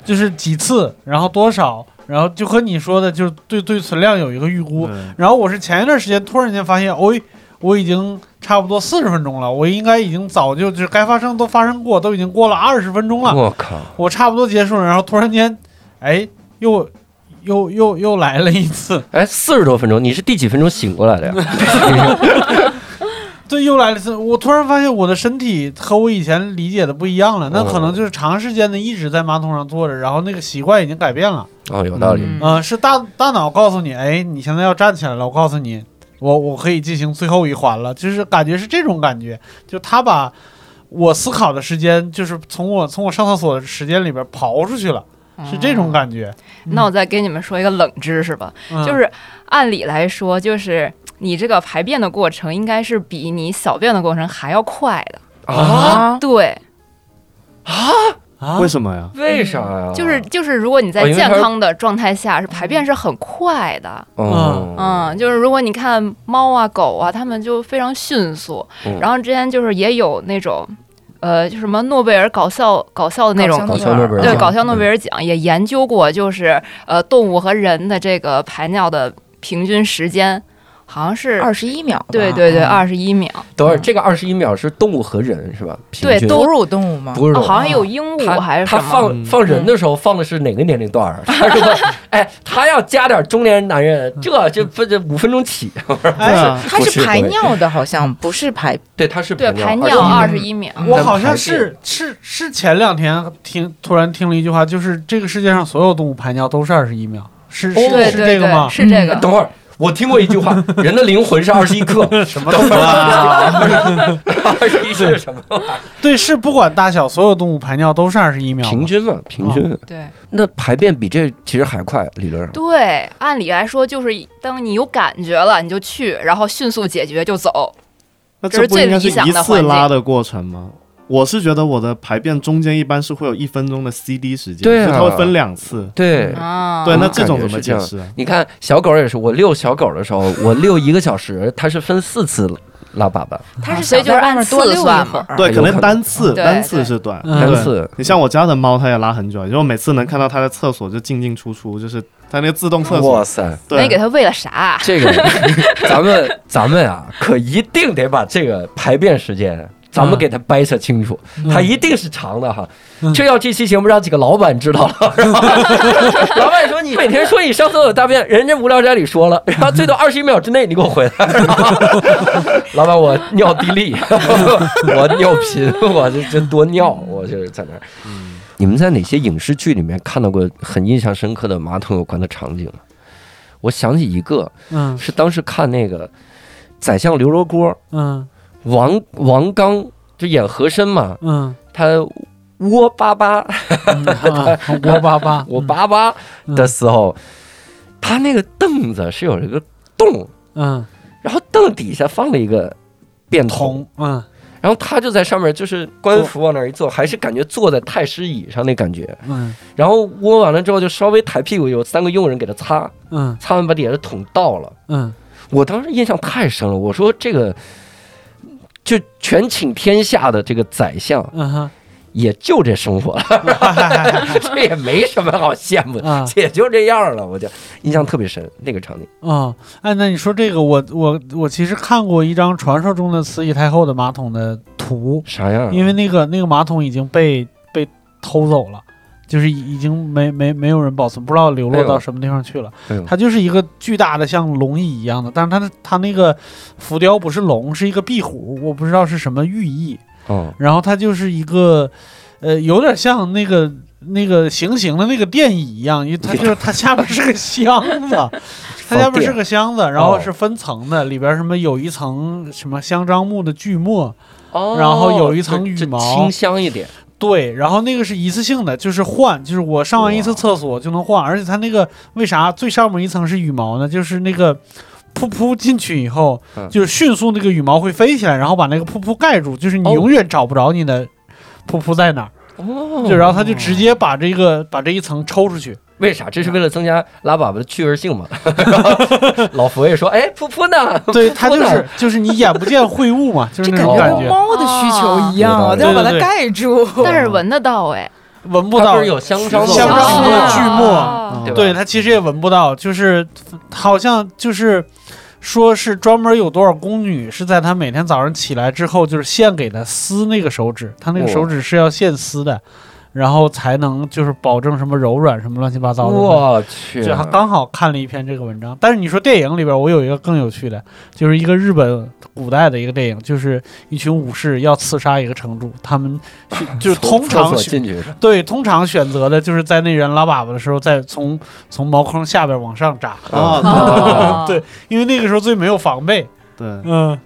Speaker 3: 就是几次，然后多少，然后就和你说的，就是对对存量有一个预估。
Speaker 4: 对
Speaker 3: 然后我是前一段时间突然间发现，哦，我已经差不多四十分钟了，我应该已经早就就是该发生都发生过，都已经过了二十分钟了。
Speaker 1: 我靠！
Speaker 3: 我差不多结束了，然后突然间，哎，又又又又来了一次， <laughs>
Speaker 1: 哎，四十多分钟，你是第几分钟醒过来的
Speaker 3: 嗯
Speaker 1: 呀？
Speaker 3: 对，又来了一次。我突然发现我的身体和我以前理解的不一样了，那可能就是长时间的一直在马桶上坐着，然后那个习惯已经改变了。
Speaker 1: 哦，有道理。
Speaker 7: 嗯
Speaker 3: 嗯、是大大脑告诉你，哎，你现在要站起来了。我告诉你，我我可以进行最后一环了，就是感觉是这种感觉，就他把我思考的时间，就是从我从我上厕所的时间里边刨出去了，
Speaker 7: 嗯
Speaker 3: 是这种感觉。
Speaker 7: 那我再给你们说一个冷知识吧，
Speaker 3: 嗯
Speaker 7: 就是按理来说，就是你这个排便的过程应该是比你小便的过程还要快的。
Speaker 1: 啊？
Speaker 7: 对，
Speaker 3: 啊
Speaker 4: 为什么呀？
Speaker 1: 为啥呀？
Speaker 7: 就是就是，如果你
Speaker 1: 哦
Speaker 7: 在
Speaker 1: 因为
Speaker 7: 健
Speaker 1: 它是
Speaker 7: 康的状态下，是排便是很快的。
Speaker 1: 嗯
Speaker 7: 嗯，就是如果你看猫啊、狗啊，它们就非常迅速
Speaker 1: 嗯。
Speaker 7: 然后之前就是也有那种呃，就什么诺贝尔搞笑搞笑的那种
Speaker 1: 搞笑诺贝尔
Speaker 7: 对
Speaker 1: 奖
Speaker 7: 搞笑诺贝
Speaker 1: 嗯
Speaker 7: 尔奖也研究过，就是呃动物和人的这个排尿的平均时间，好像是
Speaker 6: 二十一秒吧，
Speaker 7: 对对对
Speaker 6: 嗯
Speaker 7: 二十一秒，
Speaker 1: 等会儿这个二十一秒是动物和人是吧？平
Speaker 7: 对
Speaker 1: 均
Speaker 7: 都
Speaker 6: 哺乳动物吗？
Speaker 1: 不是
Speaker 7: 哦
Speaker 1: 动物
Speaker 7: 好像有鹦鹉还
Speaker 1: 他
Speaker 7: 是
Speaker 1: 他
Speaker 7: 什么，
Speaker 4: 嗯
Speaker 1: 放
Speaker 7: 嗯
Speaker 1: 放人的时候放的是哪个年龄段儿？啊 <laughs> 他说，哎，他要加点中年男人，
Speaker 4: 嗯
Speaker 1: 这这不这五分钟起，
Speaker 4: 哎呀，
Speaker 6: 它
Speaker 1: 不是
Speaker 6: 是排
Speaker 1: 对
Speaker 6: 尿的，好像不是排
Speaker 7: 啊
Speaker 1: 对，他是
Speaker 7: 对排尿
Speaker 1: 21
Speaker 7: 二
Speaker 6: 二
Speaker 7: 十
Speaker 6: 十
Speaker 7: 一秒，
Speaker 1: 嗯
Speaker 3: 我好像是是是前两天听突然听了一句话，就是这个世界上所有动物排尿都是二十一秒，是是、
Speaker 1: 哦
Speaker 7: 对
Speaker 3: 是这
Speaker 7: 对
Speaker 3: 个
Speaker 7: 对，
Speaker 3: 吗？
Speaker 7: 是这个。
Speaker 1: 等会儿，我听过一句话，人的灵魂是二十一克，
Speaker 4: <laughs> 什么东西啊？
Speaker 1: <laughs> 二十一是
Speaker 4: <laughs>
Speaker 1: 什么？
Speaker 3: 对，是不管大小，所有动物排尿都是二十一秒。
Speaker 1: 平，均嘛，平均。
Speaker 7: 对
Speaker 1: <laughs> 那排便比这其实还快，理论上。
Speaker 7: 对，按理来说就是当你有感觉了，你就去，然后迅速解决就走。
Speaker 4: 那
Speaker 7: 这
Speaker 4: 这
Speaker 7: 是
Speaker 4: 不
Speaker 7: 最
Speaker 4: 应该
Speaker 7: 理
Speaker 4: 是
Speaker 7: 想
Speaker 4: 一
Speaker 7: 的
Speaker 4: 次
Speaker 7: 环境
Speaker 4: 拉的过程吗？我是觉得我的排便中间一般是会有一分钟的 CD 时间，
Speaker 1: 对啊
Speaker 4: 所以它会分两次。
Speaker 1: 对
Speaker 7: 啊，
Speaker 4: 对，那
Speaker 1: 感
Speaker 4: 这种
Speaker 1: 觉
Speaker 4: 怎么
Speaker 1: 是这
Speaker 4: 解
Speaker 1: 样
Speaker 4: 释啊？
Speaker 1: 你看小狗也是，我遛小狗的时候，我遛一个小时，它是分四次拉粑粑，
Speaker 6: 它是
Speaker 7: 所以
Speaker 6: 想在
Speaker 7: 就是
Speaker 6: 外面
Speaker 7: 按
Speaker 6: 多
Speaker 7: 次
Speaker 6: 溜
Speaker 7: 算
Speaker 6: 一会
Speaker 7: 嘛
Speaker 6: 儿，
Speaker 4: 对，
Speaker 1: 啊有
Speaker 4: 可
Speaker 1: 可
Speaker 4: 能
Speaker 1: 能
Speaker 4: 单次
Speaker 7: 对
Speaker 4: 单次
Speaker 7: 对
Speaker 4: 是短，
Speaker 3: 嗯
Speaker 1: 单
Speaker 4: 对
Speaker 1: 次。
Speaker 4: 你像我家的猫，它也拉很久，因为我每次能看到它在厕所就进进出出，就是它那个自动厕所
Speaker 1: 哇。塞，
Speaker 7: 那你给
Speaker 4: 对，
Speaker 7: 它喂了啥？
Speaker 1: 这个咱们咱们啊，可一定得把这个排便时间。咱们给它掰扯清楚，它一定是长的哈。这要这期节目让几个老板知道了，然后老板说你每天说你上厕所大便，人家无聊斋里说了，然后最多二十一秒之内你给我回来。老板，我尿地利，我尿频，我这这多尿，我就是在那儿。你们在哪些影视剧里面看到过很印象深刻的马桶有关的场景？啊我想起一个，
Speaker 3: 嗯
Speaker 1: 是当时看那个《宰相刘罗锅》，
Speaker 3: 嗯
Speaker 1: 王王刚就演和珅嘛，
Speaker 3: 嗯，
Speaker 1: 他窝巴巴
Speaker 3: 嗯啊我爸爸，
Speaker 1: <laughs> 我巴巴的时候，他那个凳子是有一个洞，
Speaker 3: 嗯，
Speaker 1: 然后凳底下放了一个便桶，
Speaker 3: 桶，嗯
Speaker 1: 然后他就在上面就是官服往那儿一坐，还是感觉坐在太师椅上那感觉。
Speaker 3: 嗯
Speaker 1: 然后窝完了之后就稍微抬屁股，有三个佣人给他擦，
Speaker 3: 嗯
Speaker 1: 擦完把底下的桶倒了。
Speaker 3: 嗯
Speaker 1: 我当时印象太深了，我说这个就全请天下的这个宰相
Speaker 3: 嗯哈，
Speaker 1: 也就这生活了， <laughs> 这也没什么好羡慕的，
Speaker 3: 啊
Speaker 1: 也就这样了。我就印象特别深那个场景，
Speaker 3: 哦，哎，那你说这个，我我我其实看过一张传说中的慈禧太后的马桶的图，
Speaker 1: 啥样啊？
Speaker 3: 因为那个那个马桶已经被被偷走了，就是已已经没没没有人保存，不知道流落
Speaker 1: 哎呦
Speaker 3: 到什么地方去了。
Speaker 1: 哎呦
Speaker 3: 它就是一个巨大的像龙椅一样的，但是它的它那个浮雕不是龙，是一个壁虎，我不知道是什么寓意。
Speaker 1: 哦，
Speaker 3: 然后它就是一个，呃，有点像那个那个行刑的那个电椅一样，因为它就是它下边是个箱子，它下边是个箱子，然后是分层的，里边什么有一层什么香樟木的锯末，
Speaker 1: 哦
Speaker 3: 然后有一层羽
Speaker 1: 这这
Speaker 3: 毛
Speaker 1: 清香一点，
Speaker 3: 对，然后那个是一次性的，就是换，就是我上完一次
Speaker 1: 哇
Speaker 3: 厕所就能换，而且它那个为啥最上面一层是羽毛呢？就是那个噗噗进去以后，
Speaker 1: 嗯
Speaker 3: 就是迅速那个羽毛会飞起来，然后把那个噗噗盖住，就是你
Speaker 1: 哦
Speaker 3: 永远找不着你的噗噗在哪儿，
Speaker 1: 哦
Speaker 3: 就然后它就直接把这个把这一层抽出去，
Speaker 1: 为啥？这是为了增加拉粑粑的趣味性嘛？ <laughs> 老佛爷说：“哎，噗噗呢？”
Speaker 3: 对，它
Speaker 1: <laughs>
Speaker 3: 就
Speaker 1: 呢
Speaker 3: 是就是你眼不见秽物嘛，就是
Speaker 6: 这
Speaker 3: 那
Speaker 6: 感
Speaker 3: 种
Speaker 1: 感
Speaker 3: 感
Speaker 6: 跟
Speaker 3: 觉，
Speaker 6: 猫的需求一样
Speaker 1: 啊
Speaker 6: 啊，都要把它
Speaker 3: 对对对
Speaker 6: 盖住。
Speaker 7: 但是闻得到哎，
Speaker 3: 闻不
Speaker 1: 它
Speaker 3: 到
Speaker 1: 不是有香樟
Speaker 3: 香
Speaker 1: 木
Speaker 3: 樟
Speaker 1: 吗
Speaker 3: 木的
Speaker 6: 是
Speaker 3: 锯
Speaker 6: 啊
Speaker 3: 末。
Speaker 4: 哦
Speaker 7: 啊
Speaker 1: 对吧
Speaker 3: 对他其实也闻不到，就是好像就是说是专门有多少宫女是在他每天早上起来之后，就是献给他撕那个手指，他那个手指是要现撕的，然后才能就是保证什么柔软什么乱七八糟的。
Speaker 1: 我去，
Speaker 3: 就还刚好看了一篇这个文章，但是你说电影里边，我有一个更有趣的，就是一个日本古代的一个电影，就是一群武士要刺杀一个城主，他们去
Speaker 1: <laughs>
Speaker 3: 就是
Speaker 1: 从
Speaker 3: 通常
Speaker 1: 厕所
Speaker 3: 选
Speaker 1: 进去是吧
Speaker 3: 对，通常选择的就是在那人拉粑粑的时候，再从从茅坑下边往上扎，
Speaker 1: <laughs>
Speaker 4: 哦，
Speaker 3: 对因为那个时候最没有防备。
Speaker 4: 对，对
Speaker 3: 嗯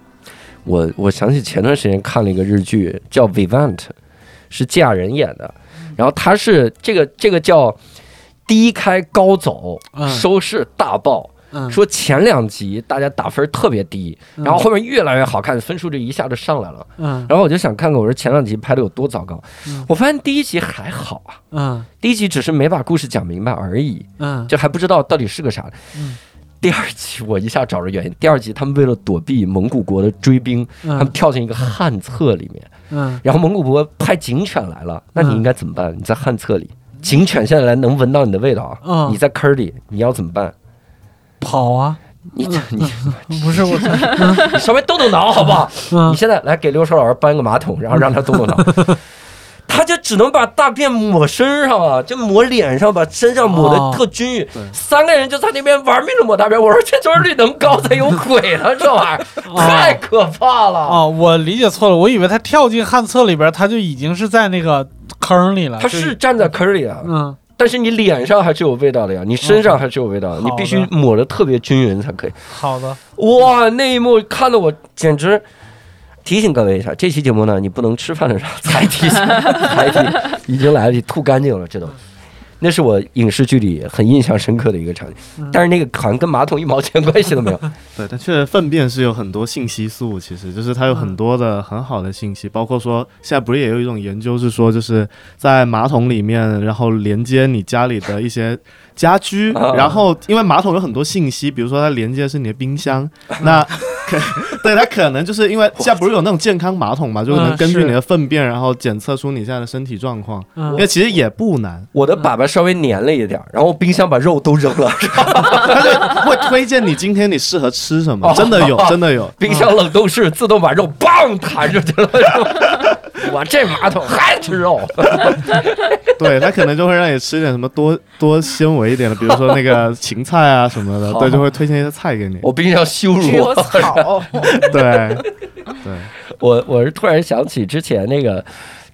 Speaker 1: 我我想起前段时间看了一个日剧叫《Vivant》，是芥雅人演的，
Speaker 3: 嗯
Speaker 1: 然后他是这个这个叫低开高走，
Speaker 3: 嗯
Speaker 1: 收视大爆。
Speaker 3: 嗯，
Speaker 1: 说前两集大家打分特别低，
Speaker 3: 嗯
Speaker 1: 然后后面越来越好看，分数就一下就上来了。
Speaker 3: 嗯
Speaker 1: 然后我就想看看，我说前两集拍的有多糟糕
Speaker 3: 嗯。
Speaker 1: 我发现第一集还好啊，
Speaker 3: 嗯
Speaker 1: 第一集只是没把故事讲明白而已，
Speaker 3: 嗯
Speaker 1: 就还不知道到底是个啥
Speaker 3: 嗯。
Speaker 1: 第二集我一下找着原因，第二集他们为了躲避蒙古国的追兵，他们
Speaker 3: 嗯
Speaker 1: 跳进一个旱厕里面，
Speaker 3: 嗯，
Speaker 1: 然后蒙古国派警犬来了，那你应该怎么办？你在旱厕里，警犬现在来能闻到你的味道啊，
Speaker 3: 嗯
Speaker 1: 你在坑里，你要怎么办？
Speaker 3: 跑啊，
Speaker 1: 你你
Speaker 3: 不 <laughs> 是我，
Speaker 1: 你稍微动动脑好不好？
Speaker 3: 嗯
Speaker 1: 你现在来给刘超老师搬个马桶，然后让他动动
Speaker 3: <laughs>
Speaker 1: 脑。他就只能把大便抹身上啊，就抹脸上，把身上抹
Speaker 3: 哦
Speaker 1: 的特均匀。三个人就在那边玩命的抹大便，我说这就是绿能高才有鬼了，这玩意儿太可怕了。
Speaker 3: 哦，我理解错了，我以为他跳进旱厕里边，他就已经是在那个坑里了。
Speaker 1: 他
Speaker 3: 就是
Speaker 1: 站在坑里啊，
Speaker 3: 嗯
Speaker 1: 但是你脸上还是有味道的呀，你身上还是有味道的，
Speaker 3: 嗯
Speaker 1: 你必须
Speaker 3: 好的
Speaker 1: 抹的特别均匀才可以。
Speaker 3: 好的，
Speaker 1: 哇，那一幕看得我简直。提醒各位一下，这期节目呢，你不能吃饭的时候才提
Speaker 3: <laughs>
Speaker 1: 醒，才提，已经来得及吐干净了，这都。那是我影视剧里很印象深刻的一个场
Speaker 3: 嗯
Speaker 1: 景，但是那个好像跟马桶一毛钱关系都没有。
Speaker 4: 对，但确实粪便是有很多信息素，其实就是它有
Speaker 3: 嗯
Speaker 4: 很多的很好的信息，包括说现在不是也有一种研究是说，就是在马桶里面，然后连接你家里的一些
Speaker 3: <laughs>
Speaker 4: 家居，
Speaker 1: 啊
Speaker 4: 然后因为马桶有很多信息，比如说它连接的是你的
Speaker 3: <laughs>
Speaker 4: 冰箱，那可对它可能就是因为现在不是有那种健康马桶嘛，就能
Speaker 3: 嗯
Speaker 4: 根据
Speaker 3: 是
Speaker 4: 你的粪便，然后检测出你现在的身体状况，因
Speaker 3: 嗯
Speaker 4: 为其实也不难，
Speaker 1: 我的粑粑稍微粘了一点儿，然后冰箱把肉都扔
Speaker 3: <laughs>
Speaker 1: 了，
Speaker 4: 它就会推荐你今天你适合吃什么，
Speaker 1: 哦
Speaker 4: 真的
Speaker 3: <laughs>
Speaker 4: 有，真的有。
Speaker 1: 冰箱冷冻室自动把肉棒弹出去了。 <laughs> 我这马桶还吃肉， <laughs>
Speaker 4: 对他可能就会让你吃点什么多 <laughs> 多纤维一点的，比如说那个芹菜啊什么的，
Speaker 1: 好
Speaker 4: 对，就会推荐一些菜给你。
Speaker 1: 我冰箱羞
Speaker 6: 只
Speaker 1: 辱
Speaker 6: 有
Speaker 1: 我。
Speaker 6: 草，
Speaker 4: 对，
Speaker 1: <laughs>
Speaker 4: 对，
Speaker 1: 我我是突然想起之前那个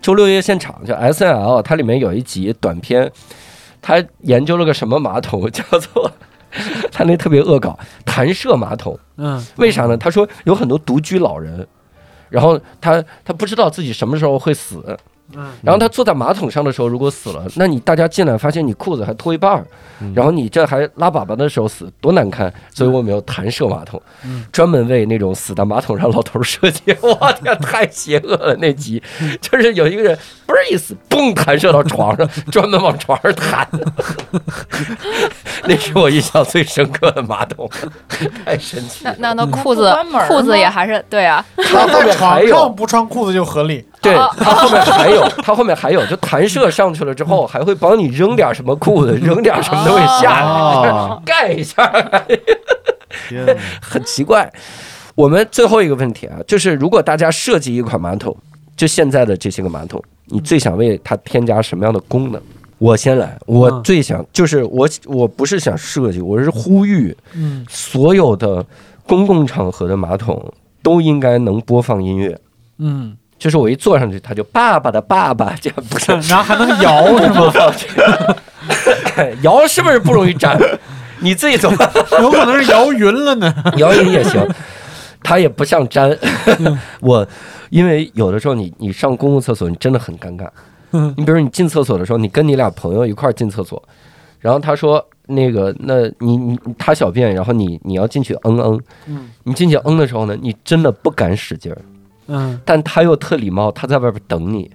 Speaker 1: 周六夜现场，就 S N L，它里面有一集短片，他研究了个什么马桶， <laughs> 叫做他那特别恶搞弹射马桶。
Speaker 3: 嗯
Speaker 1: 为啥呢？他说有很多独居老人，然后他他不知道自己什么时候会死，
Speaker 3: 嗯
Speaker 1: 然后他坐在马桶上的时候，如果死了，那你大家进来发现你裤子还脱一半儿，然后你这还拉粑粑的时候死，多难看！所以我们有弹射马桶，专门为那种死在马桶上老头儿设计。我天，太邪恶了那集，就是有一个人嘣儿一死，嘣弹射到床上，专门往床上弹。 <laughs> 那是我印象最深刻的马桶，太神奇
Speaker 7: 那
Speaker 1: 了。
Speaker 7: 那那裤
Speaker 6: 不
Speaker 7: 子
Speaker 6: 关门儿
Speaker 7: 裤子
Speaker 6: 吗
Speaker 7: 也还是对啊，
Speaker 1: 它后
Speaker 3: 在
Speaker 1: 面还
Speaker 3: 床
Speaker 1: 有
Speaker 3: 上不穿裤子就合理。
Speaker 1: <laughs> 对它后面还有， <laughs> 它后面还有，就弹射上去了之后，还会帮你扔点什么裤子，扔点什么东西下来
Speaker 4: 哦，
Speaker 1: 盖一下， <laughs>
Speaker 4: 天哪
Speaker 1: 很奇怪。我们最后一个问题啊，就是如果大家设计一款马桶，就现在的这些个马桶，你最想为它添加什么样的功能？我先来，我
Speaker 3: 嗯
Speaker 1: 最想就是我我不是想设计，我是呼吁
Speaker 3: 嗯
Speaker 1: 所有的公共场合的马桶都应该能播放音乐。
Speaker 3: 嗯，
Speaker 1: 就是我一坐上去，它就爸爸的爸爸，这样不是
Speaker 3: 然后还能
Speaker 1: <laughs>
Speaker 3: 摇是吗？
Speaker 1: 摇是不是不容易粘？你自己走，
Speaker 3: 有可能是摇匀了呢。
Speaker 1: 摇匀也 <laughs> 行，它也不像粘。嗯 <laughs> 我因为有的时候你你上公共厕所，你真的很尴尬。你比如你进厕所的时候，你跟你俩朋友一块儿进厕所，然后他说那个，那你你他小便，然后你你要进去嗯嗯，
Speaker 3: 嗯
Speaker 1: 你进去嗯的时候呢，你真的不敢使劲儿，
Speaker 3: 嗯
Speaker 1: 但他又特礼貌，他在外边等你，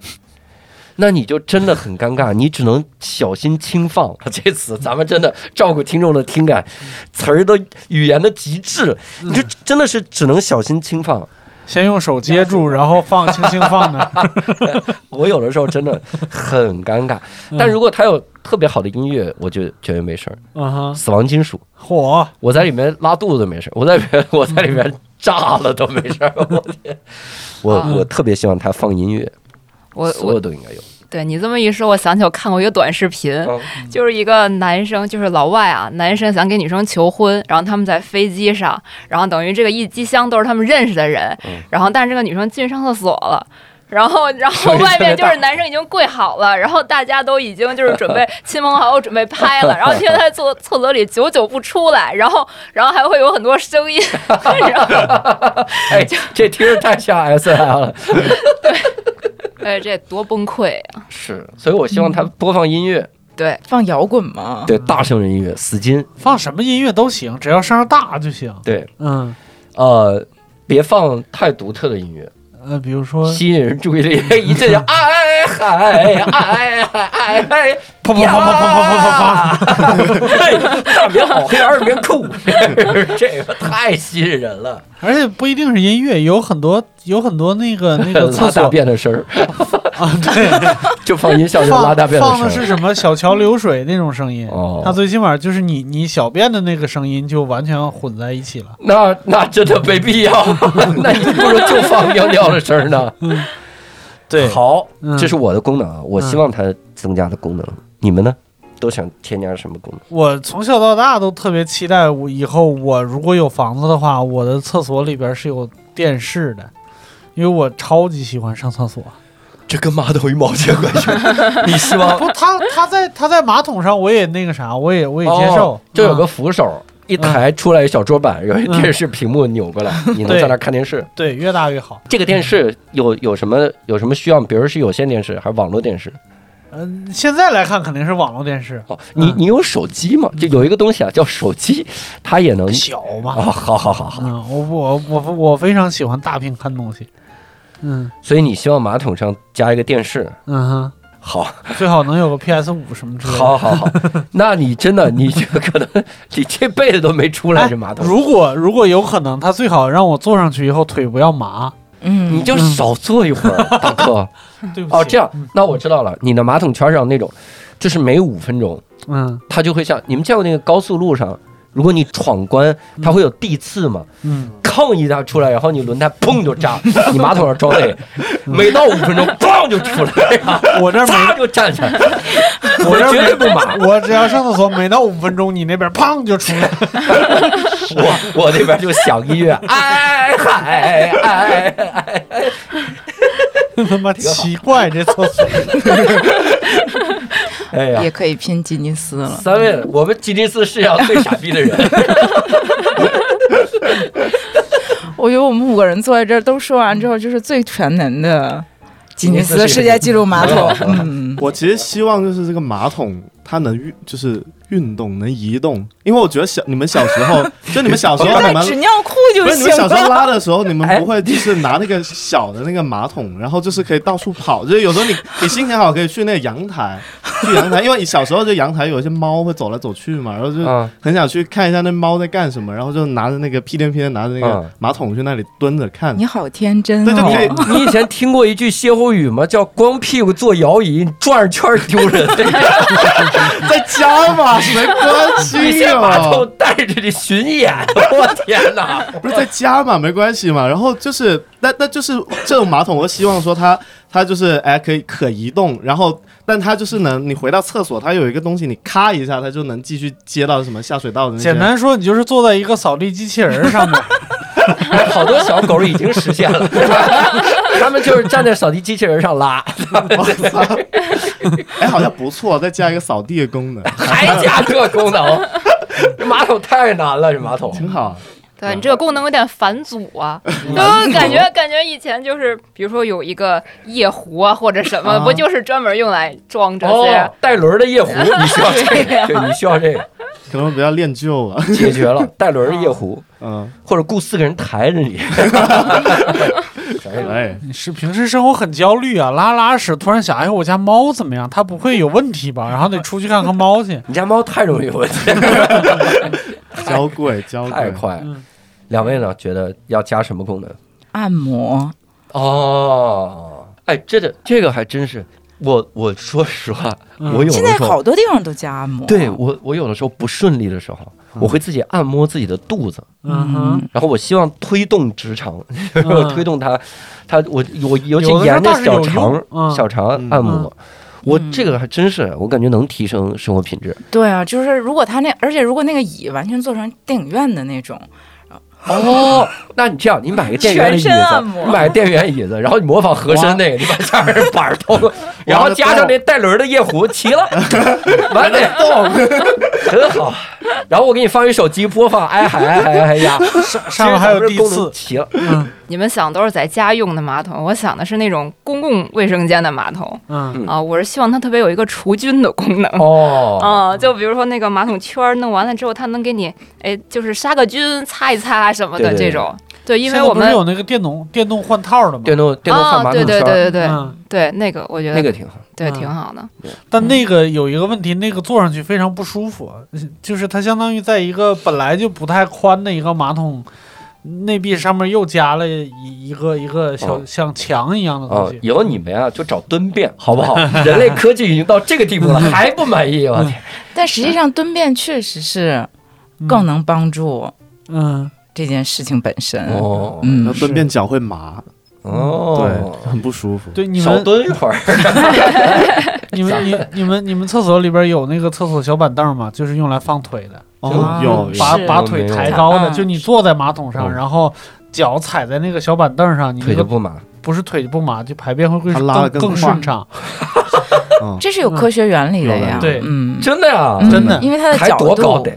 Speaker 1: <laughs> 那你就真的很尴尬，你只能小心轻放。 <laughs> 这次咱们真的照顾听众的听感，词儿的语言的极致，你就真的是只能小心轻放。
Speaker 3: 先用手接住，然后放轻轻放那儿。
Speaker 1: 我有的时候真的很尴尬，但如果他有特别好的音乐，我就觉得没事儿。
Speaker 3: 嗯哼，
Speaker 1: 死亡金属，
Speaker 3: 火
Speaker 1: 我在里面拉肚子没事儿，我在里面 <laughs> 我在里面炸了都没事儿。我
Speaker 7: 啊
Speaker 1: 天，我我特别希望他放音乐，
Speaker 7: 我
Speaker 1: 所有
Speaker 7: 我
Speaker 1: 都应该有。
Speaker 7: 对你这么一说，我想起我看过一个短视频，
Speaker 1: 嗯
Speaker 7: 就是一个男生，就是老外啊，男生想给女生求婚，然后他们在飞机上，然后等于这个一机箱都是他们认识的人，然后但是这个女生进上厕所了。然后，然后
Speaker 1: 声音
Speaker 7: 外面
Speaker 1: 特别
Speaker 7: 就
Speaker 1: 大
Speaker 7: 是男生已经跪好了，然后大家都已经就是准备亲朋好友准备拍了，然后现在在厕厕所里久久不出来，然后然后还会有很多声音， <laughs> 然后
Speaker 1: 哎，这听着太像 S N L 了。
Speaker 7: 哎这多崩溃啊！
Speaker 1: 是，所以我希望他播放音乐，
Speaker 7: 对，
Speaker 6: 放摇滚吗？
Speaker 1: 对，大声人音乐，死金，
Speaker 3: 放什么音乐都行，只要声儿大就行。
Speaker 1: 对，
Speaker 3: 嗯
Speaker 1: 呃，别放太独特的音乐，
Speaker 3: 呃，比如说
Speaker 1: 吸引人注意力。一阵就啊哎哎哎嗨哎哎哎，
Speaker 3: 砰砰砰砰砰砰砰砰！
Speaker 1: 砰！大棉袄黑二棉裤，这个太吸引人了。
Speaker 3: 而且不一定是音乐，有很多有很多
Speaker 1: <laughs>
Speaker 3: 那个那个厕
Speaker 1: 拉大
Speaker 3: 所
Speaker 1: 便的声儿，
Speaker 3: 啊，对，
Speaker 1: 就放音效，就
Speaker 3: 放
Speaker 1: 拉大便
Speaker 3: 放的
Speaker 1: 声
Speaker 3: 是
Speaker 1: 儿。
Speaker 3: 什么小桥流水那种声音
Speaker 1: 哦，
Speaker 3: 它最起码就是你你小便的那个声音就完全混在一起了。
Speaker 1: 那那真的没必要， <laughs> 那你不如就放尿尿的声儿呢。
Speaker 3: 对
Speaker 1: 好，
Speaker 3: 嗯
Speaker 1: 这是我的功能啊，我希望它增加的功能。你们呢？都想添加什么功能？
Speaker 3: 我从小到大都特别期待，我以后我如果有房子的话，我的厕所里边是有电视的，因为我超级喜欢上厕所。
Speaker 1: 这跟马桶与毛线关系？
Speaker 3: <laughs>
Speaker 1: 你希望
Speaker 3: 不，他他在他在马桶上，我也那个啥，我也我也接受。
Speaker 1: 哦就有个
Speaker 3: 啊
Speaker 1: 扶手，一抬出来一小桌板，有一电视屏幕扭
Speaker 3: <laughs>
Speaker 1: 过来，你能在那儿看电视。
Speaker 3: 嗯对，越大越好。
Speaker 1: 这个电视有有什么有什么需要？比如是有线电视还是网络电视？
Speaker 3: 嗯，现在来看肯定是网络电视，
Speaker 1: 哦，你
Speaker 3: 嗯
Speaker 1: 你有手机吗？就有一个东西啊，叫手机，它也能。
Speaker 3: 小嘛。
Speaker 1: 哦，好好好好。
Speaker 3: 嗯，我我我我非常喜欢大屏看东西。嗯
Speaker 1: 所以你希望马桶上加一个电视？
Speaker 3: 嗯
Speaker 1: 好，
Speaker 3: 哼，最好能有个 PS 五什么之类的。
Speaker 1: 好，好， <laughs> 好。那你真的，你就可能你这辈子都没出来
Speaker 3: 哎
Speaker 1: 这马桶。
Speaker 3: 如果如果有可能，他最好让我坐上去以后腿不要麻。
Speaker 6: 嗯，
Speaker 1: 你就少坐一会 <laughs> 儿，大哥。
Speaker 3: 对不起。
Speaker 1: 哦，这样，那我知道了。你的马桶圈上那种，就是每五分钟
Speaker 3: 嗯
Speaker 1: 它就会像你们见过那个高速路上，如果你闯关，它会有地刺嘛，
Speaker 3: 嗯，
Speaker 1: 哐一下出来，然后你轮胎砰就 <laughs> 炸，你马桶上装那个，每到五分钟砰就出来， <laughs> 然后
Speaker 3: 我这儿
Speaker 1: 啪
Speaker 3: 每
Speaker 1: 就站起来，
Speaker 3: 我
Speaker 1: 我
Speaker 3: 这儿
Speaker 1: 绝对不马，
Speaker 3: <laughs> 我只要上厕所，每到五分钟，你那边砰
Speaker 1: <laughs>
Speaker 3: 就出来。
Speaker 1: 我我那边就响音乐，哎嗨哎哎，
Speaker 3: 他妈奇怪，这厕所。
Speaker 1: 哎呀。
Speaker 6: 也可以拼吉尼斯了。
Speaker 1: <laughs> 三位，我们吉尼斯世界上最傻逼的 <laughs> 人，
Speaker 6: 我觉得我们五个人坐在这儿都说完之后，就是最全能的吉尼斯世界纪录马桶。嗯，
Speaker 4: 我其实希望就是这个马桶它能运，就是运动能移动，因为我觉得小你们小
Speaker 1: <laughs>
Speaker 4: 时候，就你们小时候你
Speaker 6: 带
Speaker 4: 们
Speaker 6: 纸尿裤就
Speaker 4: 不是你们
Speaker 6: 行
Speaker 4: 小时
Speaker 6: 了。
Speaker 4: 候拉的时候，你们
Speaker 1: 哎
Speaker 4: 不会就是拿那个小的那个马桶，然后就是可以到处跑，就是有时候你你心情好可以去那个阳台，去阳台，因为你小时候就阳台有一些猫会走来走去嘛，然后就
Speaker 1: 嗯，
Speaker 4: 很想去看一下那猫在干什么，然后就拿着那个屁颠屁颠拿着那
Speaker 1: 嗯
Speaker 4: 个马桶去那里蹲着看
Speaker 6: 你，好天真
Speaker 4: 对就可以
Speaker 6: 哦！
Speaker 1: <laughs> 你以前听过一句歇后语吗？叫“光屁股坐摇椅，你转着圈儿丢 <laughs> 人”。
Speaker 4: 在家嘛， <laughs> 没关
Speaker 1: 你
Speaker 4: 系
Speaker 1: 先把头
Speaker 4: 哦，
Speaker 1: 带着你巡演， <laughs> 我天哪！
Speaker 4: 不是在家嘛，没关系嘛。然后就是，那那就是这种马桶，我希望说它它就是哎可以可移动，然后但它就是能你回到厕所，它有一个东西你咔一下，它就能继续接到什么下水道的那些。
Speaker 3: <laughs> 简单说，你就是坐在一个扫地机器人上
Speaker 1: <laughs>
Speaker 3: 面。
Speaker 1: 好多小狗已经实现了， <laughs> 他们就是站在扫地机器人上拉， <laughs>
Speaker 4: 哇塞，哎，好像不错，再加一个扫地的功能，
Speaker 1: 还加这功能，这马桶太难了，这马桶。
Speaker 4: 挺好。
Speaker 7: 对你这个功能有点返祖啊，就感觉感觉以前就是，比如说有一个夜壶啊或者什么，
Speaker 4: 啊
Speaker 7: 不就是专门用来装这些
Speaker 1: 哦？，带轮儿的 <laughs> 夜壶，你需要这个，对，你需要这个，
Speaker 4: 可能比较练
Speaker 1: <laughs>
Speaker 4: 旧了。
Speaker 1: 解决了带轮儿的夜壶，
Speaker 4: 嗯，
Speaker 1: 或者雇四个人抬着你。
Speaker 4: 哎，
Speaker 3: 你是平时生活很焦虑啊，拉拉屎突然想，哎，我家猫怎么样？它不会有问题
Speaker 1: <laughs>
Speaker 3: 吧？然后得出去看看猫去。
Speaker 1: 你家猫太容易有问题，
Speaker 4: 哎娇贵，娇贵，
Speaker 1: 太快了。两位呢，觉得要加什么功能？
Speaker 6: 按摩，
Speaker 1: 哦，哎，这个这个还真是，我我说实话，
Speaker 3: 嗯
Speaker 1: 我有的
Speaker 6: 现在
Speaker 1: 时候，
Speaker 6: 好多地方都加按摩。
Speaker 1: 对我我有的时候不顺利的时候，我会自己按摩自己的肚子，
Speaker 3: 嗯哼，
Speaker 1: 然后我希望推动直肠， <laughs>
Speaker 3: 嗯
Speaker 1: 推动它，它我我尤其
Speaker 3: 有的时候
Speaker 1: 沿着
Speaker 3: 倒是
Speaker 1: 小
Speaker 3: 有
Speaker 1: 肠
Speaker 3: 用嗯
Speaker 1: 小肠
Speaker 4: 嗯
Speaker 1: 按摩
Speaker 3: 嗯。
Speaker 1: 我这个还真是，我感觉能提升生活品质。
Speaker 6: 对啊，就是如果他那，而且如果那个椅完全做成电影院的那种，
Speaker 1: 哦，那你这样，你买个电源的椅
Speaker 6: 全身按
Speaker 1: 子，
Speaker 6: 摩
Speaker 1: 你买个电源椅子，然后你模仿和珅那个，你把下面板儿通，然后加上那带轮儿的夜壶，齐了，完美动，很好。然后我给你放一手机播放，哎嗨哎嗨哎嗨呀，
Speaker 3: 上上面还有
Speaker 1: 其实
Speaker 3: 第
Speaker 1: 咱们这功能
Speaker 3: 四，
Speaker 1: 齐了。
Speaker 3: 嗯
Speaker 7: 你们想都是在家用的马桶，我想的是那种公共卫生间的马桶
Speaker 3: 嗯
Speaker 7: 啊，我是希望它特别有一个除菌的功能。
Speaker 1: 哦，
Speaker 7: 啊，就比如说那个马桶圈儿弄完了之后，它能给你，哎，就是杀个菌、擦一擦什么的
Speaker 1: 对对
Speaker 7: 这
Speaker 1: 对
Speaker 7: 种。对，因为
Speaker 3: 现在
Speaker 7: 我
Speaker 3: 不是
Speaker 7: 们
Speaker 3: 有那个电动电动换套的嘛，
Speaker 1: 电动电动换
Speaker 7: 啊，
Speaker 1: 马
Speaker 7: 对
Speaker 1: 桶圈
Speaker 7: 对
Speaker 1: 儿，
Speaker 7: 对对对、
Speaker 3: 嗯
Speaker 7: 对，那个我觉得
Speaker 1: 那个挺好。
Speaker 7: 对
Speaker 3: 嗯
Speaker 7: 挺好的，
Speaker 6: 嗯
Speaker 3: 但那个有一个问题，那个坐上去非常不舒服，嗯就是它相当于在一个本来就不太宽的一个马桶内壁上面又加了一一个一个小、
Speaker 1: 哦
Speaker 3: 像墙一样的东
Speaker 1: 哦
Speaker 3: 西，。
Speaker 1: 以后你们啊就找蹲便，好不好？ <laughs> 人类科技已经到这个地步了，还不满意？我天！
Speaker 6: 但实际上蹲便确实是
Speaker 3: 嗯
Speaker 6: 更能帮助
Speaker 3: 嗯，
Speaker 6: 这件事情本身。
Speaker 1: 哦
Speaker 4: 然后
Speaker 6: 嗯，
Speaker 4: 蹲便脚会麻，
Speaker 1: 哦，
Speaker 4: 对，很不舒服。
Speaker 3: 对，你
Speaker 1: 少
Speaker 3: 们
Speaker 1: 蹲一会儿。
Speaker 3: 你们你你们你们厕所里边有那个厕所小板凳吗？就是用来放腿的，
Speaker 4: 哦
Speaker 6: 啊，
Speaker 4: 有有
Speaker 3: 把
Speaker 6: 是
Speaker 3: 把腿抬高的，
Speaker 6: 嗯
Speaker 3: 就你坐在马桶上，
Speaker 1: 嗯
Speaker 3: 然后脚踩在那个小板凳上，你
Speaker 1: 腿
Speaker 3: 那
Speaker 1: 就
Speaker 3: 个
Speaker 1: 不麻，
Speaker 3: 不是腿就不麻，就排便会会
Speaker 4: 它拉得
Speaker 3: 更
Speaker 4: 更
Speaker 3: 更
Speaker 4: 快
Speaker 3: 顺畅。
Speaker 4: 嗯
Speaker 6: 这是有科学原理的呀。
Speaker 3: 对
Speaker 6: 嗯，
Speaker 1: 真的呀，
Speaker 6: 嗯
Speaker 3: 真的
Speaker 6: 因为它的
Speaker 1: 还
Speaker 6: 角
Speaker 1: 多高
Speaker 6: 度
Speaker 1: 得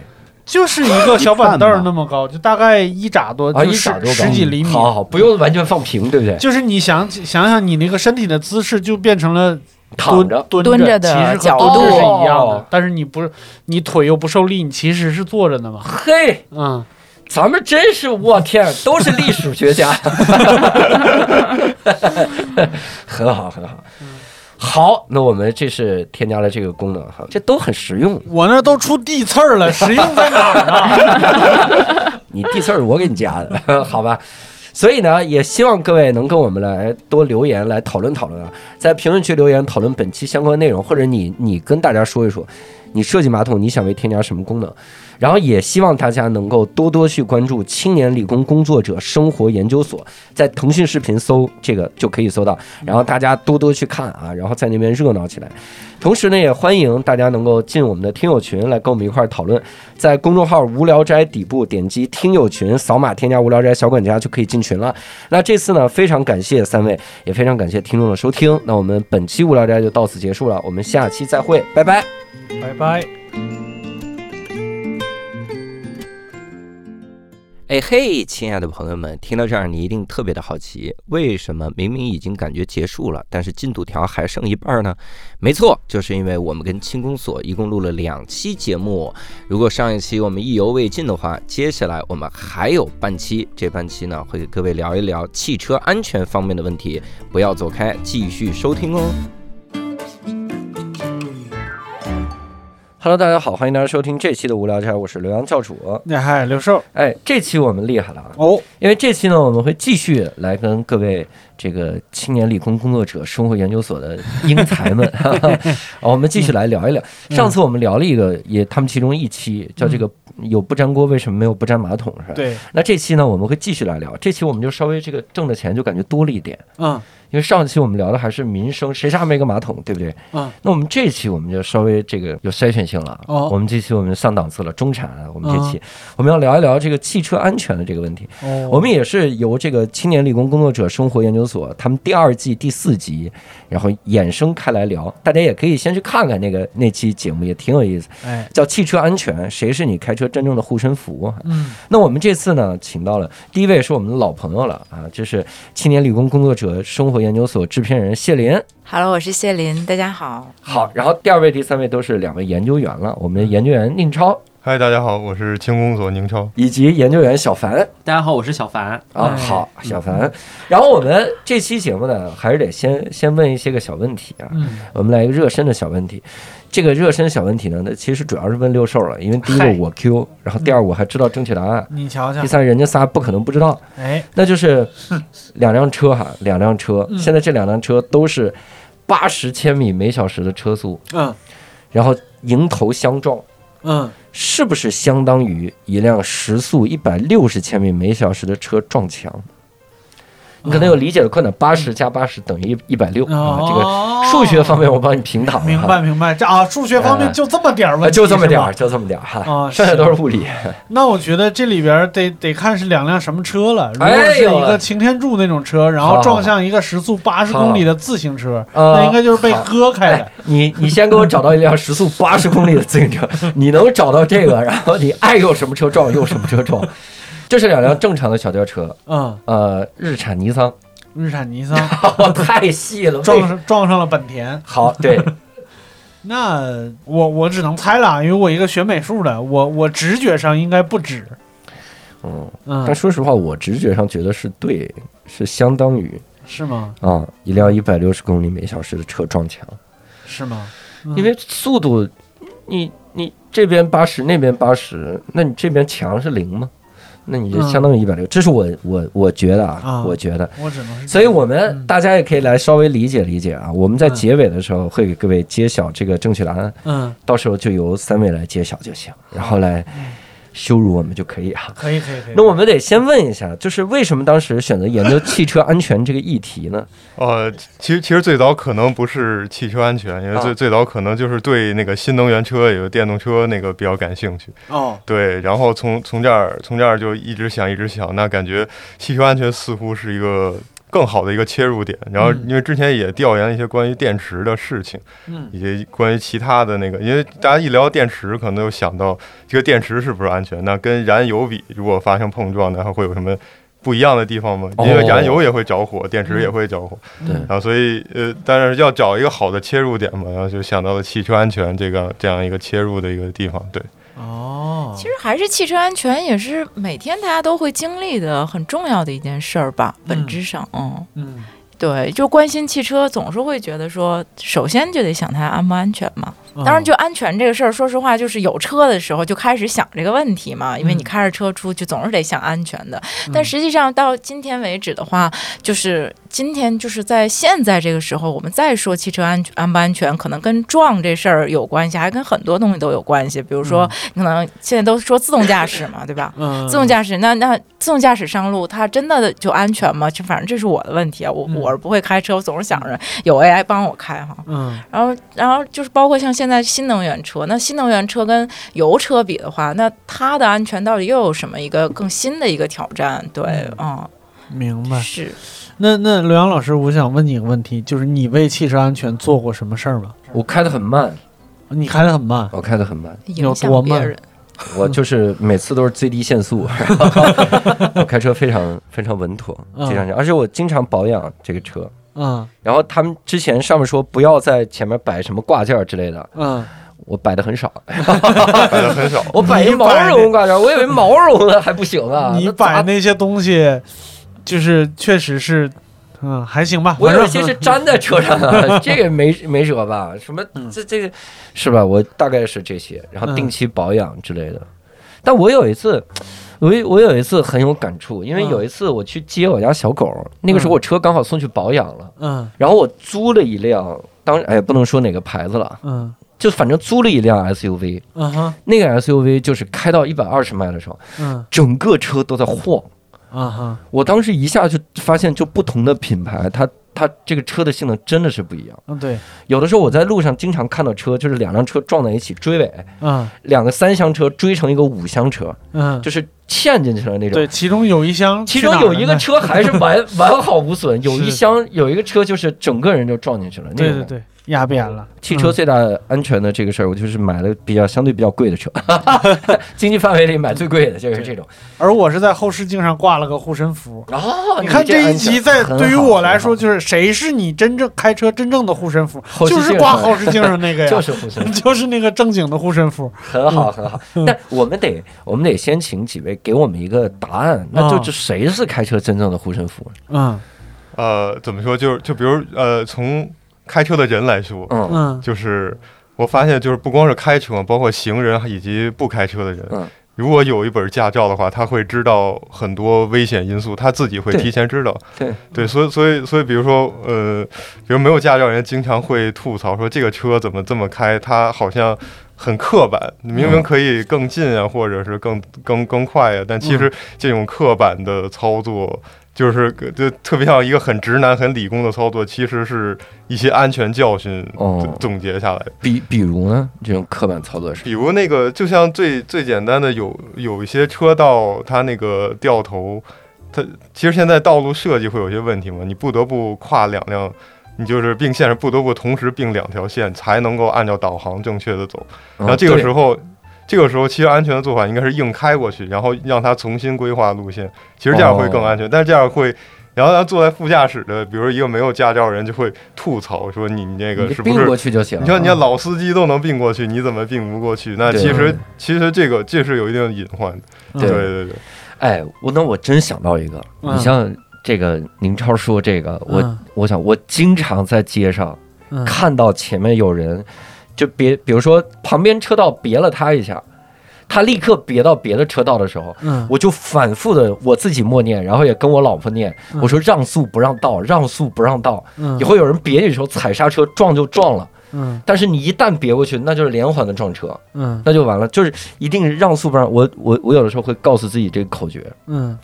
Speaker 3: 就是一个小板凳儿那么高，就大概一拃多，
Speaker 1: 啊？
Speaker 3: 就
Speaker 1: 一
Speaker 3: 十
Speaker 1: 拃多高，
Speaker 3: 十几厘米。
Speaker 1: 好好，不用完全放平，对不对？
Speaker 3: 就是你想起想想，你那个身体的姿势就变成了
Speaker 1: 躺
Speaker 3: 蹲
Speaker 1: 着，
Speaker 3: 蹲
Speaker 6: 蹲着
Speaker 3: 着
Speaker 6: 的
Speaker 3: 其实
Speaker 6: 角
Speaker 3: 和蹲
Speaker 7: 度
Speaker 3: 是一样的
Speaker 1: 哦，
Speaker 3: 但是你不是你腿又不受力，你其实是坐着的嘛。
Speaker 1: 嘿，
Speaker 3: 嗯，
Speaker 1: 咱们真是我天，都是历史学家， <laughs> 很好很好。好，那我们这是添加了这个功能哈，这都很实用。
Speaker 3: 我那都出地刺儿了，实用在 <laughs> 哪儿啊？
Speaker 1: 你第四儿我给你加的， <laughs> 好吧？所以呢，也希望各位能跟我们来多留言，来讨论讨论啊，在评论区留言讨论本期相关内容，或者你你跟大家说一说，你设计马桶你想为添加什么功能？然后也希望大家能够多多去关注青年理工工作者生活研究所，在腾讯视频搜这个就可以搜到，然后大家多多去看啊，然后在那边热闹起来。同时呢，也欢迎大家能够进我们的听友群来跟我们一块儿讨论，在公众号“无聊斋”底部点击听友群，扫码添加“无聊斋小管家”就可以进群了。那这次呢，非常感谢三位，也非常感谢听众的收听。那我们本期无聊斋就到此结束了，我们下期再会，拜拜。
Speaker 3: 拜拜。
Speaker 1: 哎嘿，亲爱的朋友们，听到这儿你一定特别的好奇，为什么明明已经感觉结束了，但是进度条还剩一半呢？没错，就是因为我们跟轻工所一共录了两期节目。如果上一期我们意犹未尽的话，接下来我们还有半期，这半期呢会给各位聊一聊汽车安全方面的问题，不要走开，继续收听哦。Hello，大家好，欢迎大家收听这期的无聊斋，我是刘洋教主。
Speaker 3: 那嗨，刘寿
Speaker 1: 哎，这期我们厉害了啊！
Speaker 3: 哦，
Speaker 1: 因为这期呢，我们会继续来跟各位这个青年理工工作者生活研究所的英才们， <laughs> 哈哈，啊我们继续来聊一聊。
Speaker 3: 嗯
Speaker 1: 上次我们聊了一个，也他们其中一期叫这个有不粘锅为什么没有不粘马桶是吧？。
Speaker 3: 对，
Speaker 1: 那这期呢，我们会继续来聊。这期我们就稍微这个挣的钱就感觉多了一点，
Speaker 3: 嗯
Speaker 1: 因为上期我们聊的还是民生，谁家没个马桶，对不对？
Speaker 3: 嗯，
Speaker 1: 那我们这期我们就稍微这个有筛选性了啊。
Speaker 3: 哦
Speaker 1: 我们这期我们上档次了，中产啊。我们这期、我们要聊一聊这个汽车安全的这个问题。
Speaker 3: 哦，
Speaker 1: 我们也是由这个青年理工工作者生活研究所他们第二季第四集，然后衍生开来聊，大家也可以先去看看那个那期节目，也挺有意思，
Speaker 3: 哎，
Speaker 1: 叫《汽车安全：谁是你开车真正的护身符》。
Speaker 3: 嗯，
Speaker 1: 那我们这次呢，请到了第一位是我们的老朋友了啊，就是青年理工工作者生活研究所制片人谢林。
Speaker 6: 好了，我是谢林，大家好。
Speaker 1: 好，然后第二位、第三位都是两位研究员了，我们的研究员宁超
Speaker 5: 嗨，大家好，我是轻工所宁超。
Speaker 1: 以及研究员小凡。
Speaker 8: 大家好，我是小哎嗯凡。
Speaker 1: 啊，好，小凡。然后我们这期节目呢，还是得先先问一些个小问题啊。
Speaker 3: 嗯
Speaker 1: 我们来一个热身的小问题。这个热身小问题呢，那其实主要是问六兽了，因为第一个
Speaker 4: 嗨
Speaker 1: 我 Q，然后第二我还知道正确答
Speaker 8: 嗯
Speaker 1: 案，
Speaker 3: 你瞧瞧
Speaker 8: 啊
Speaker 1: 第，三人家仨不可能不知道。
Speaker 3: 哎，
Speaker 1: 那就是两辆车哈，两辆车，
Speaker 8: 嗯
Speaker 1: 现在这两辆车都是八十千米每小时的车速，
Speaker 3: 嗯
Speaker 1: 然后迎头相撞。
Speaker 3: 嗯，
Speaker 1: 是不是相当于一辆时速一百六十千米每小时的车撞墙？你可能有理解的困难，八十加八十等于一百六啊。这个
Speaker 3: 哦
Speaker 1: 数学方面我帮你平躺了哈
Speaker 3: 明白明白，这啊，数学方
Speaker 1: 哎
Speaker 3: 面就这么点儿
Speaker 1: 啊，
Speaker 3: 问题，
Speaker 1: 就这么点
Speaker 3: 是
Speaker 1: 儿，
Speaker 3: 吧。
Speaker 1: 就这么点儿哈， <laughs>
Speaker 3: 啊
Speaker 1: 剩下
Speaker 3: 是
Speaker 1: 都是物理。
Speaker 3: 那我觉得这里边儿得得看是两辆什么车了。如果
Speaker 1: 哎
Speaker 3: 是
Speaker 1: 有
Speaker 3: 一
Speaker 1: 了
Speaker 3: 个擎天柱那种车，然
Speaker 1: 好好
Speaker 3: 后撞向一个时速八十
Speaker 1: 好
Speaker 3: 公里的自行车，
Speaker 1: 呃
Speaker 3: 那应该就是被
Speaker 1: 好
Speaker 3: 割开的
Speaker 1: 哎。，你你先给我找到一辆时速八十公里的自行车， <laughs> 你能找到这个， <laughs> 然后你爱用什么车撞用什么车撞。 <laughs> 这是两辆正常的小轿车，
Speaker 3: 嗯，
Speaker 1: 呃，日产、尼桑，
Speaker 3: 日产尼桑
Speaker 1: 我太细 <laughs> 了，
Speaker 3: 撞
Speaker 1: 为
Speaker 3: 上撞上了本田。
Speaker 1: 好 <laughs> 对，
Speaker 3: 那啊我我只能猜了，因为我一个学美术的，我我直觉上应该不止。
Speaker 8: 嗯，
Speaker 3: 嗯
Speaker 8: 但，说实话，我直觉上觉得是对，是相当于
Speaker 3: 是吗？
Speaker 8: 啊一辆一百六十公里每小时的车撞墙，
Speaker 3: 是吗？嗯
Speaker 8: 因为速度，你你这边八十，那边八十，那你这边墙是零吗？那你就
Speaker 3: 嗯
Speaker 8: 相当于一百六，这是我我我觉得啊
Speaker 3: 啊，
Speaker 8: 我觉得。
Speaker 3: 我只能是，
Speaker 8: 所以，我们
Speaker 3: 嗯
Speaker 8: 大家也可以来稍微理解理解啊。我们在
Speaker 3: 嗯
Speaker 8: 结尾的时候会给各位揭晓这个正确答案，
Speaker 3: 嗯，
Speaker 8: 到时候就由三位来揭晓就行，然后来羞辱我们就可以啊。 <laughs>
Speaker 3: 可以可以可以。
Speaker 8: 那我们得先问一下，就是为什么当时选择研究汽车安全这个议题呢？
Speaker 5: 呃，其实其实最早可能不是汽车安全，因为最、
Speaker 8: 啊
Speaker 5: 最早可能就是对那个新能源车，也就电动车那个比较感兴趣。
Speaker 3: 哦，
Speaker 5: 对，然后从从这儿从这儿就一直想一直想，那感觉汽车安全似乎是一个更好的一个切入点。然后
Speaker 3: 嗯
Speaker 5: 因为之前也调研一些关于电池的事情，
Speaker 3: 嗯
Speaker 5: 以及关于其他的那个，因为大家一聊电池，可能就想到这个电池是不是安全？那跟燃油比，如果发生碰撞的，还会有什么不一样的地方吗？
Speaker 8: 哦
Speaker 5: 因为燃油也会着火，电池也会着火。
Speaker 8: 对
Speaker 5: 然后所以呃，但是要找一个好的切入点嘛，然后就想到了汽车安全这个这样一个切入的一个地方。对，
Speaker 3: 哦，
Speaker 6: 其实还是汽车安全也是每天大家都会经历的很重要的一件事儿吧，本质上，嗯，
Speaker 3: 嗯
Speaker 6: 对，就关心汽车总是会觉得说，首先就得想它安不安全嘛。
Speaker 3: 嗯，
Speaker 6: 当然，就安全这个事儿，说实话，就是有车的时候就开始想这个问题嘛，因为你
Speaker 3: 嗯
Speaker 6: 开着车出去总是得想安全的。但
Speaker 3: 嗯
Speaker 6: 实际上到今天为止的话，就是今天就是在现在这个时候，我们再说汽车安全安不安全，可能跟撞这事儿有关系，还跟很多东西都有关系。比如说，可能现在都说自动驾驶嘛，对吧？
Speaker 3: 嗯，
Speaker 6: 自动驾驶，那那自动驾驶上路，它真的就安全吗？就反正这是我的问题啊，我
Speaker 3: 嗯
Speaker 6: 我是不会开车，我总是想着有 AI 帮我开哈。
Speaker 3: 嗯，
Speaker 6: 然后，然后就是包括像现在新能源车，那新能源车跟油车比的话，那它的安全到底又有什么一个更新的一个挑战？对，嗯，
Speaker 3: 明白。
Speaker 6: 是
Speaker 3: 那那刘洋老师，我想问你一个问题，就是你为汽车安全做过什么事儿吗？
Speaker 8: 我开得很慢，
Speaker 3: 你开得很慢，
Speaker 8: 我开得很慢，
Speaker 6: 影
Speaker 3: 多
Speaker 6: 响别
Speaker 3: 慢
Speaker 6: 人。
Speaker 8: 我就是每次都是最低限速，
Speaker 3: <laughs>
Speaker 8: 我开车非常非常稳妥，
Speaker 3: 嗯
Speaker 8: 非常而且我经常保养这个车。
Speaker 3: 嗯
Speaker 8: 然后他们之前上面说不要在前面摆什么挂件儿之类的，
Speaker 3: 嗯，
Speaker 8: 我摆的很少，
Speaker 5: 摆的很少。
Speaker 8: 我摆一毛绒挂件儿，我以为毛绒的还不行啊，
Speaker 3: <laughs> 你
Speaker 8: 那
Speaker 3: 摆
Speaker 8: 咋
Speaker 3: 那些东西，就是确实是，嗯，还行吧。
Speaker 8: 我有一
Speaker 3: 反
Speaker 8: 些
Speaker 3: 正
Speaker 8: 是粘在车
Speaker 3: <laughs>
Speaker 8: 上的，这个没没辙吧？什么
Speaker 3: 嗯
Speaker 8: 这这个是吧？我大概是这些，然后
Speaker 3: 嗯
Speaker 8: 啊定期保养之类的。但我有一次，我有我有一次很有感触，因为
Speaker 3: 嗯
Speaker 8: 有一次我去接我家小狗，那个时候我车刚好送去保养了，
Speaker 3: 嗯
Speaker 8: 然后我租了一辆，当然哎不能说哪个牌子了，
Speaker 3: 嗯
Speaker 8: 就反正租了一辆 SUV，
Speaker 3: 嗯哼
Speaker 8: 那个 SUV 就是开到一百二十迈的时候，
Speaker 3: 嗯
Speaker 8: 整个车都在晃。
Speaker 3: 啊哈
Speaker 8: 我当时一下就发现，就不同的品牌，它它这个车的性能真的是不一样。
Speaker 3: 嗯对
Speaker 8: 有的时候我在路上经常看到车，就是两辆车撞在一起追尾，
Speaker 3: 嗯
Speaker 8: 两个三厢车追成一个五厢车，
Speaker 3: 嗯
Speaker 8: 就是嵌进去了那种。
Speaker 3: 对，其中有一箱
Speaker 8: 其
Speaker 3: 去
Speaker 8: 中
Speaker 3: 哪儿了呢，
Speaker 8: 有一个车还是完
Speaker 3: <laughs>
Speaker 8: 完好无损，有一
Speaker 3: 是
Speaker 8: 厢有一个车就是整个人就撞进去了。那
Speaker 3: 对
Speaker 8: 种
Speaker 3: 对对压扁了，
Speaker 8: 汽车最大安全的这个事儿，我就是买了比较相对比较贵的车， <laughs> 经济范围里买最贵的就是这种。
Speaker 3: 而我是在后视镜上挂了个护身符。
Speaker 8: 哦，
Speaker 3: 你看这
Speaker 8: 这
Speaker 3: 一集，在
Speaker 8: 很
Speaker 3: 对于
Speaker 8: 好
Speaker 3: 我
Speaker 8: 很
Speaker 3: 来说，
Speaker 8: 好
Speaker 3: 就是谁是你真正开车真正的护身符，
Speaker 8: 后视
Speaker 3: 就
Speaker 8: 镜
Speaker 3: 是挂
Speaker 8: 上
Speaker 3: 后视镜上那个呀，
Speaker 8: 就是护身符。
Speaker 3: <laughs> 就是那个正经的护身符。
Speaker 8: 很好，很好。
Speaker 3: 嗯
Speaker 8: 但我们得，我们得先请几位给我们一个答案，那就是谁是开车真正的护身符？
Speaker 3: <laughs> 嗯
Speaker 5: 呃，怎么说？就是就比如呃，从开车的人来说，
Speaker 8: 嗯
Speaker 3: 嗯
Speaker 5: 就是我发现，就是不光是开车，包括行人以及不开车的人，
Speaker 8: 嗯
Speaker 5: 如果有一本驾照的话，他会知道很多危险因素，他自己会
Speaker 8: 对
Speaker 5: 提前知道。
Speaker 8: 对
Speaker 5: 所以所以所以，比如说，呃，比如没有驾照人经常会吐槽说这个车怎么这么开，它好像。很刻板，明
Speaker 8: 嗯
Speaker 5: 明可以更近啊，或者是更更更快啊，但其
Speaker 8: 嗯
Speaker 5: 实这种刻板的操作，就是就特别像一个很直男、很理工的操作，其实是一些安全教训
Speaker 8: 哦
Speaker 5: 总总结下来的。
Speaker 8: 比比如呢，这种刻板操作是
Speaker 5: 比如那个，就像最最简单的有有一些车道，它那个掉头，它其实现在道路设计会有些问题嘛，你不得不跨两辆，你就是并线是不得不同时并两条线才能够按照导航正确的走。
Speaker 8: 嗯
Speaker 5: 然后这个
Speaker 8: 对
Speaker 5: 时候，这个时候其实安全的做法应该是硬开过去，然后让它重新规划路线，其实这样会更
Speaker 8: 哦
Speaker 5: 安全，但是这样会。然后他坐在副驾驶的，比如一个没有驾照的人就会吐槽说：“你你那个
Speaker 8: 你
Speaker 5: 是不
Speaker 8: 并
Speaker 5: 是
Speaker 8: 过去就行。
Speaker 5: 你看，你看老司机都能并过去，你怎么并不过去？那
Speaker 8: 对
Speaker 5: 其实其实这个这是有一定的隐患的。
Speaker 8: 对
Speaker 5: 对对对，
Speaker 8: 哎，我那我真想到一个，
Speaker 3: 嗯
Speaker 8: 你像这个宁超说这个，我、
Speaker 3: 嗯
Speaker 8: 我想我经常在街上
Speaker 3: 嗯
Speaker 8: 看到前面有人，就别比如说旁边车道别了他一下，他立刻别到别的车道的时候，
Speaker 3: 嗯
Speaker 8: 我就反复的我自己默念，然后也跟我老婆念，
Speaker 3: 嗯
Speaker 8: 我说让速不让道，让速不让道。
Speaker 3: 嗯
Speaker 8: 以后有人别你的时候踩刹车撞就撞了，
Speaker 3: 嗯
Speaker 8: 但是你一旦别过去，那就是连环的撞车，
Speaker 3: 嗯
Speaker 8: 那就完了。就是一定是让速不让。我我我有的时候会告诉自己这个口诀，
Speaker 3: 嗯，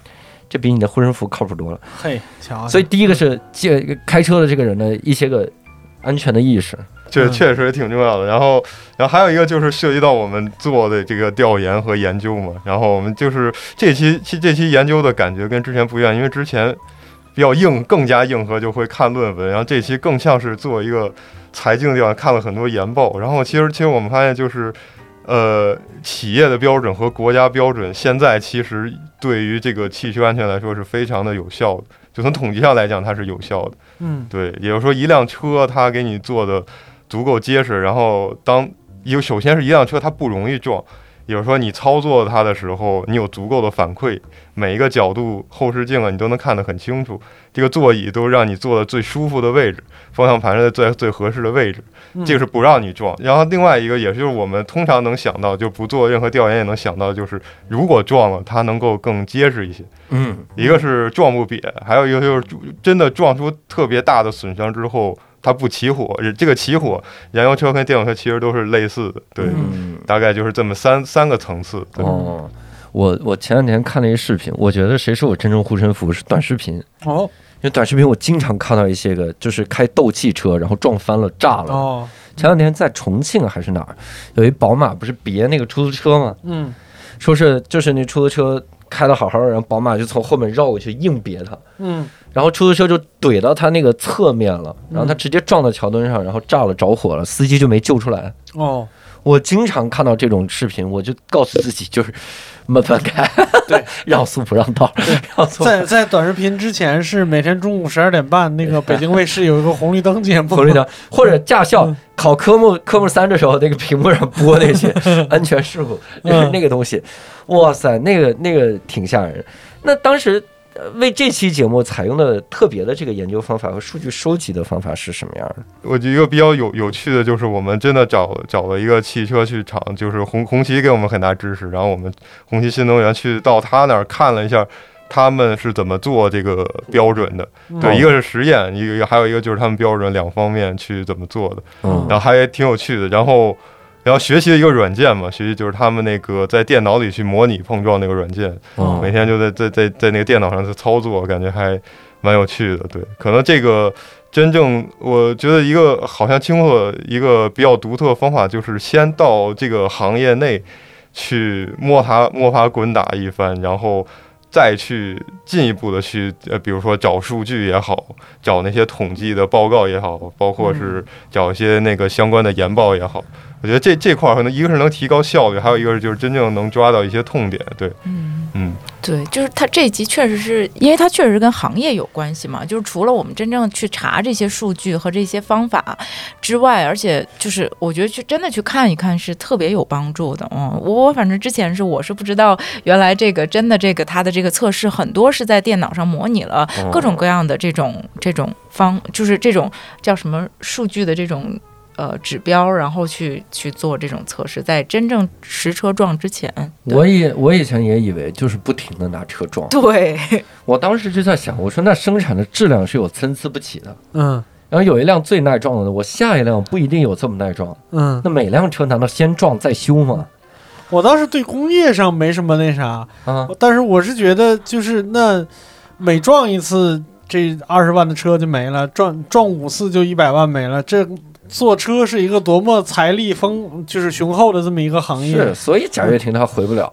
Speaker 8: 这比你的护身符靠谱多了。
Speaker 3: 嘿，瞧瞧，
Speaker 8: 所以第一个是这开车的这个人的一些个安全的意识，
Speaker 5: 确
Speaker 3: 嗯
Speaker 5: 确实挺重要的。然后，然后还有一个就是涉及到我们做的这个调研和研究嘛。然后我们就是这期期这期研究的感觉跟之前不一样，因为之前比较硬，更加硬核，就会看论文。然后这期更像是做一个财经的调研，看了很多研报。然后其实其实我们发现就是。呃，企业的标准和国家标准，现在其实对于这个汽车安全来说是非常的有效的。就从统计上来讲，它是有效的。
Speaker 3: 嗯
Speaker 5: 对，也就是说一辆车它给你做的足够结实，然后当有首先是一辆车它不容易撞，也就是说你操作它的时候，你有足够的反馈，每一个角度、后视镜啊，你都能看得很清楚，这个座椅都让你坐的最舒服的位置，方向盘是在最最合适的位置，这个是不让你撞。然后另外一个也就是我们通常能想到，就不做任何调研也能想到，就是如果撞了，它能够更结实一些。
Speaker 8: 嗯，
Speaker 5: 一个是撞不瘪，还有一个就是真的撞出特别大的损伤之后，它不起火。这个起火，燃油车跟电动车其实都是类似的，对，
Speaker 8: 嗯
Speaker 5: 大概就是这么三三个层次。对，
Speaker 8: 哦。我我前两天看了一视频，我觉得谁是我真正护身符是短视频，因
Speaker 3: 哦
Speaker 8: 为短视频我经常看到一些个就是开斗气车，然后撞翻了、炸了，
Speaker 3: 哦
Speaker 8: 前两天在重庆还是哪儿，有一宝马不是别那个出租车吗？
Speaker 3: 嗯
Speaker 8: 说是就是那出租车开的好好的，然后宝马就从后面绕过去硬别他，
Speaker 3: 嗯
Speaker 8: 然后出租车就怼到他那个侧面了，然后他直接撞到桥墩上，然后炸了着火了，司机就没救出来。
Speaker 3: 哦，
Speaker 8: 我经常看到这种视频，我就告诉自己就是慢慢开，
Speaker 3: 对，
Speaker 8: <laughs> 让速不让道，让速。
Speaker 3: 在在短视频之前是每天中午十二点半，那个北京卫视有一个红绿灯
Speaker 8: <laughs>
Speaker 3: 节目，
Speaker 8: 红绿灯，或者驾
Speaker 5: 嗯
Speaker 8: 校考科目科目三的时候，那个屏幕上播那
Speaker 5: <laughs>
Speaker 8: 些安全事故，就是
Speaker 5: 嗯
Speaker 8: <laughs> 那个东西，哇塞，那个那个挺吓人。那当时呃为这期节目采用的特别的这个研究方法和数据收集的方法是什么样的？
Speaker 5: 我觉得一个比较有有趣的就是，我们真的找找了一个汽车去厂，就是红红旗给我们很大支持，然后我们红旗新能源去到他那儿看了一下。他们是怎么做这个标准的？对，一个是实验，一个还有一个就是他们标准两方面去怎么做的。
Speaker 8: 嗯
Speaker 5: 然后还挺有趣的。然后，然后学习一个软件嘛，学习就是他们那个在电脑里去模拟碰撞那个软件，
Speaker 8: 嗯
Speaker 5: 啊每天就在在在在那个电脑上去操作，感觉还蛮有趣的。对，可能这个真正我觉得一个好像清楚一个比较独特的方法，就是先到这个行业内去摸爬摸爬滚打一番，然后。再去进一步的去，呃，比如说找数据也好，找那些统计的报告也好，包括是找一些那个相关的研报也好，我觉得这这块儿可能一个是能提高效率，还有一个是就是真正能抓到一些痛点。对，
Speaker 6: 嗯。
Speaker 5: 嗯，
Speaker 6: 对，就是它这集确实是因为它确实跟行业有关系嘛，就是除了我们真正去查这些数据和这些方法之外，而且就是我觉得去真的去看一看是特别有帮助的。嗯，我我反正之前是我是不知道原来这个真的这个它的这个测试很多是在电脑上模拟了
Speaker 5: 哦
Speaker 6: 各种各样的这种这种方，就是这种叫什么数据的这种。呃，指标，然后去去做这种测试，在真正实车撞之前，对
Speaker 8: 我以我以前也以为就是不停的拿车撞，
Speaker 6: 对，
Speaker 8: 我当时就在想，我说那生产的质量是有参差不齐的，
Speaker 3: 嗯
Speaker 8: 然后有一辆最耐撞的，我下一辆不一定有这么耐撞，
Speaker 3: 嗯，
Speaker 8: 那每辆车难道先撞再修吗？
Speaker 3: 我倒是对工业上没什么那啥，
Speaker 8: 啊，
Speaker 3: 但是我是觉得就是那每撞一次这二十万的车就没了，撞撞五次就一百万没了，这。坐车是一个多么财力丰就是雄厚的这么一个行业
Speaker 8: 是，，所以贾跃亭他回不了。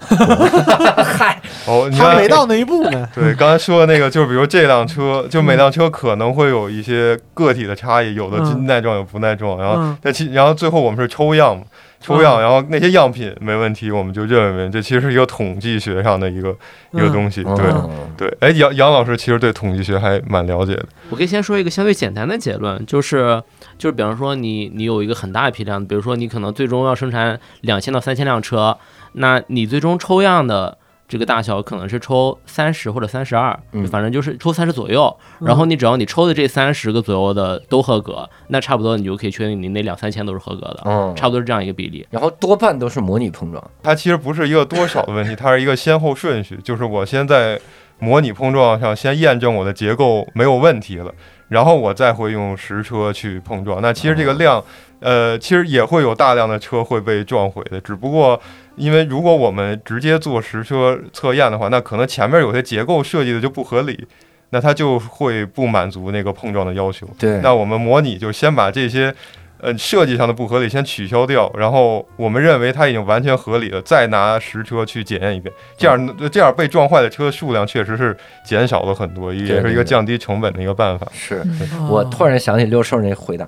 Speaker 8: 嗨，
Speaker 5: 哦，你
Speaker 3: 他
Speaker 5: 看
Speaker 3: 没，到那一步呢。
Speaker 5: 对，刚才说的那个，就比如这辆车，就每辆车可能会有一些个体的差异，有的
Speaker 3: 嗯
Speaker 5: 耐撞，有不耐撞，然后
Speaker 3: 嗯
Speaker 5: 那其然后最后我们是抽样嘛，抽样，然后那些样品没问题，我们就认为这其实是一个统计学上的一个一个东西。对
Speaker 8: <laughs> 嗯
Speaker 5: 对，哎，杨杨老师其实对统计学还蛮了解的。
Speaker 9: 我可以先说一个相对简单的结论，就是就是，比方说你你有一个很大的批量，比如说你可能最终要生产两千到三千辆车，那你最终抽样的
Speaker 4: 这个大小可能是抽三十或者三十二
Speaker 8: 嗯，
Speaker 4: 反正就是抽三十左右。然后你只要你抽的这三十个左右的都合格，那差不多你就可以确定你那两三千都是合格的，
Speaker 8: 嗯，
Speaker 4: 差不多是这样一个比例。
Speaker 8: 然后多半都是模拟碰撞，
Speaker 5: 它其实不是一个多少的问题，它是一个先后顺序，就是我先在模拟碰撞上先验证我的结构没有问题了，然后我再会用实车去碰撞。那其实这个量，呃，其实也会有大量的车会被撞毁的，只不过因为如果我们直接做实车测验的话，那可能前面有些结构设计的就不合理，那它就会不满足那个碰撞的要求。
Speaker 8: 对
Speaker 5: 那我们模拟就先把这些，呃，设计上的不合理先取消掉，然后我们认为它已经完全合理了，再拿实车去检验一遍，这样、
Speaker 8: 嗯
Speaker 5: 这样被撞坏的车数量确实是减少了很多，也是
Speaker 8: 对
Speaker 5: 一
Speaker 8: 对
Speaker 5: 个降低成本的一个办法。
Speaker 8: 是
Speaker 3: 嗯
Speaker 8: 我突然想起六兽那回答，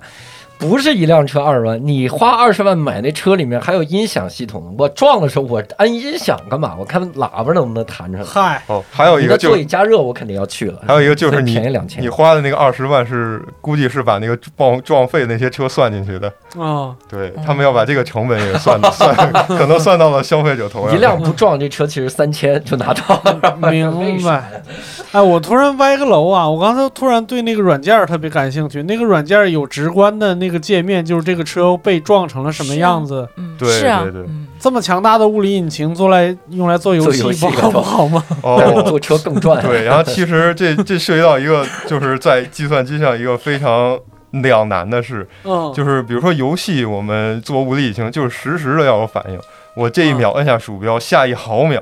Speaker 8: 不是一辆车二十万，你花二十万买那车里面还有音响系统，我撞的时候我按音响干嘛？我看喇叭能不能弹出来。
Speaker 3: 嗨，
Speaker 5: 哦，还有一
Speaker 8: 你
Speaker 5: 个
Speaker 8: 的
Speaker 5: 就
Speaker 8: 座椅加热，我肯定要去了。
Speaker 5: 还有一个就是
Speaker 8: 便
Speaker 5: 你
Speaker 8: 宜两千，
Speaker 5: 你花的那个二十万是估计是把那个撞撞废那些车算进去的，
Speaker 3: 啊，
Speaker 8: 嗯
Speaker 5: 对他们要把这个成本也
Speaker 8: <laughs>
Speaker 5: 算算，可能算到了消费者头上。
Speaker 8: 一辆不撞这车其实三千就拿到了。
Speaker 3: <laughs> 明 <laughs> 白。哎，我突然歪个楼啊！我刚才突然对那个软件儿特别感兴趣，那个软件儿有直观的那个界面，就是这个车被撞成了什么样子。
Speaker 6: 嗯，
Speaker 5: 对
Speaker 6: 是啊，
Speaker 5: 对对
Speaker 6: 嗯
Speaker 3: 这么强大的物理引擎做来用来做游
Speaker 8: 做游戏
Speaker 3: 不好不好吗？
Speaker 5: 哦，
Speaker 8: <laughs> 坐车更赚。
Speaker 5: 对，然后其实这这涉及到一个，就是在计算机上一个非常两难的事，
Speaker 3: <laughs> 嗯，
Speaker 5: 就是比如说游戏，我们做物理引擎，就是实时的要有反应。我这一秒摁下鼠标，下一毫秒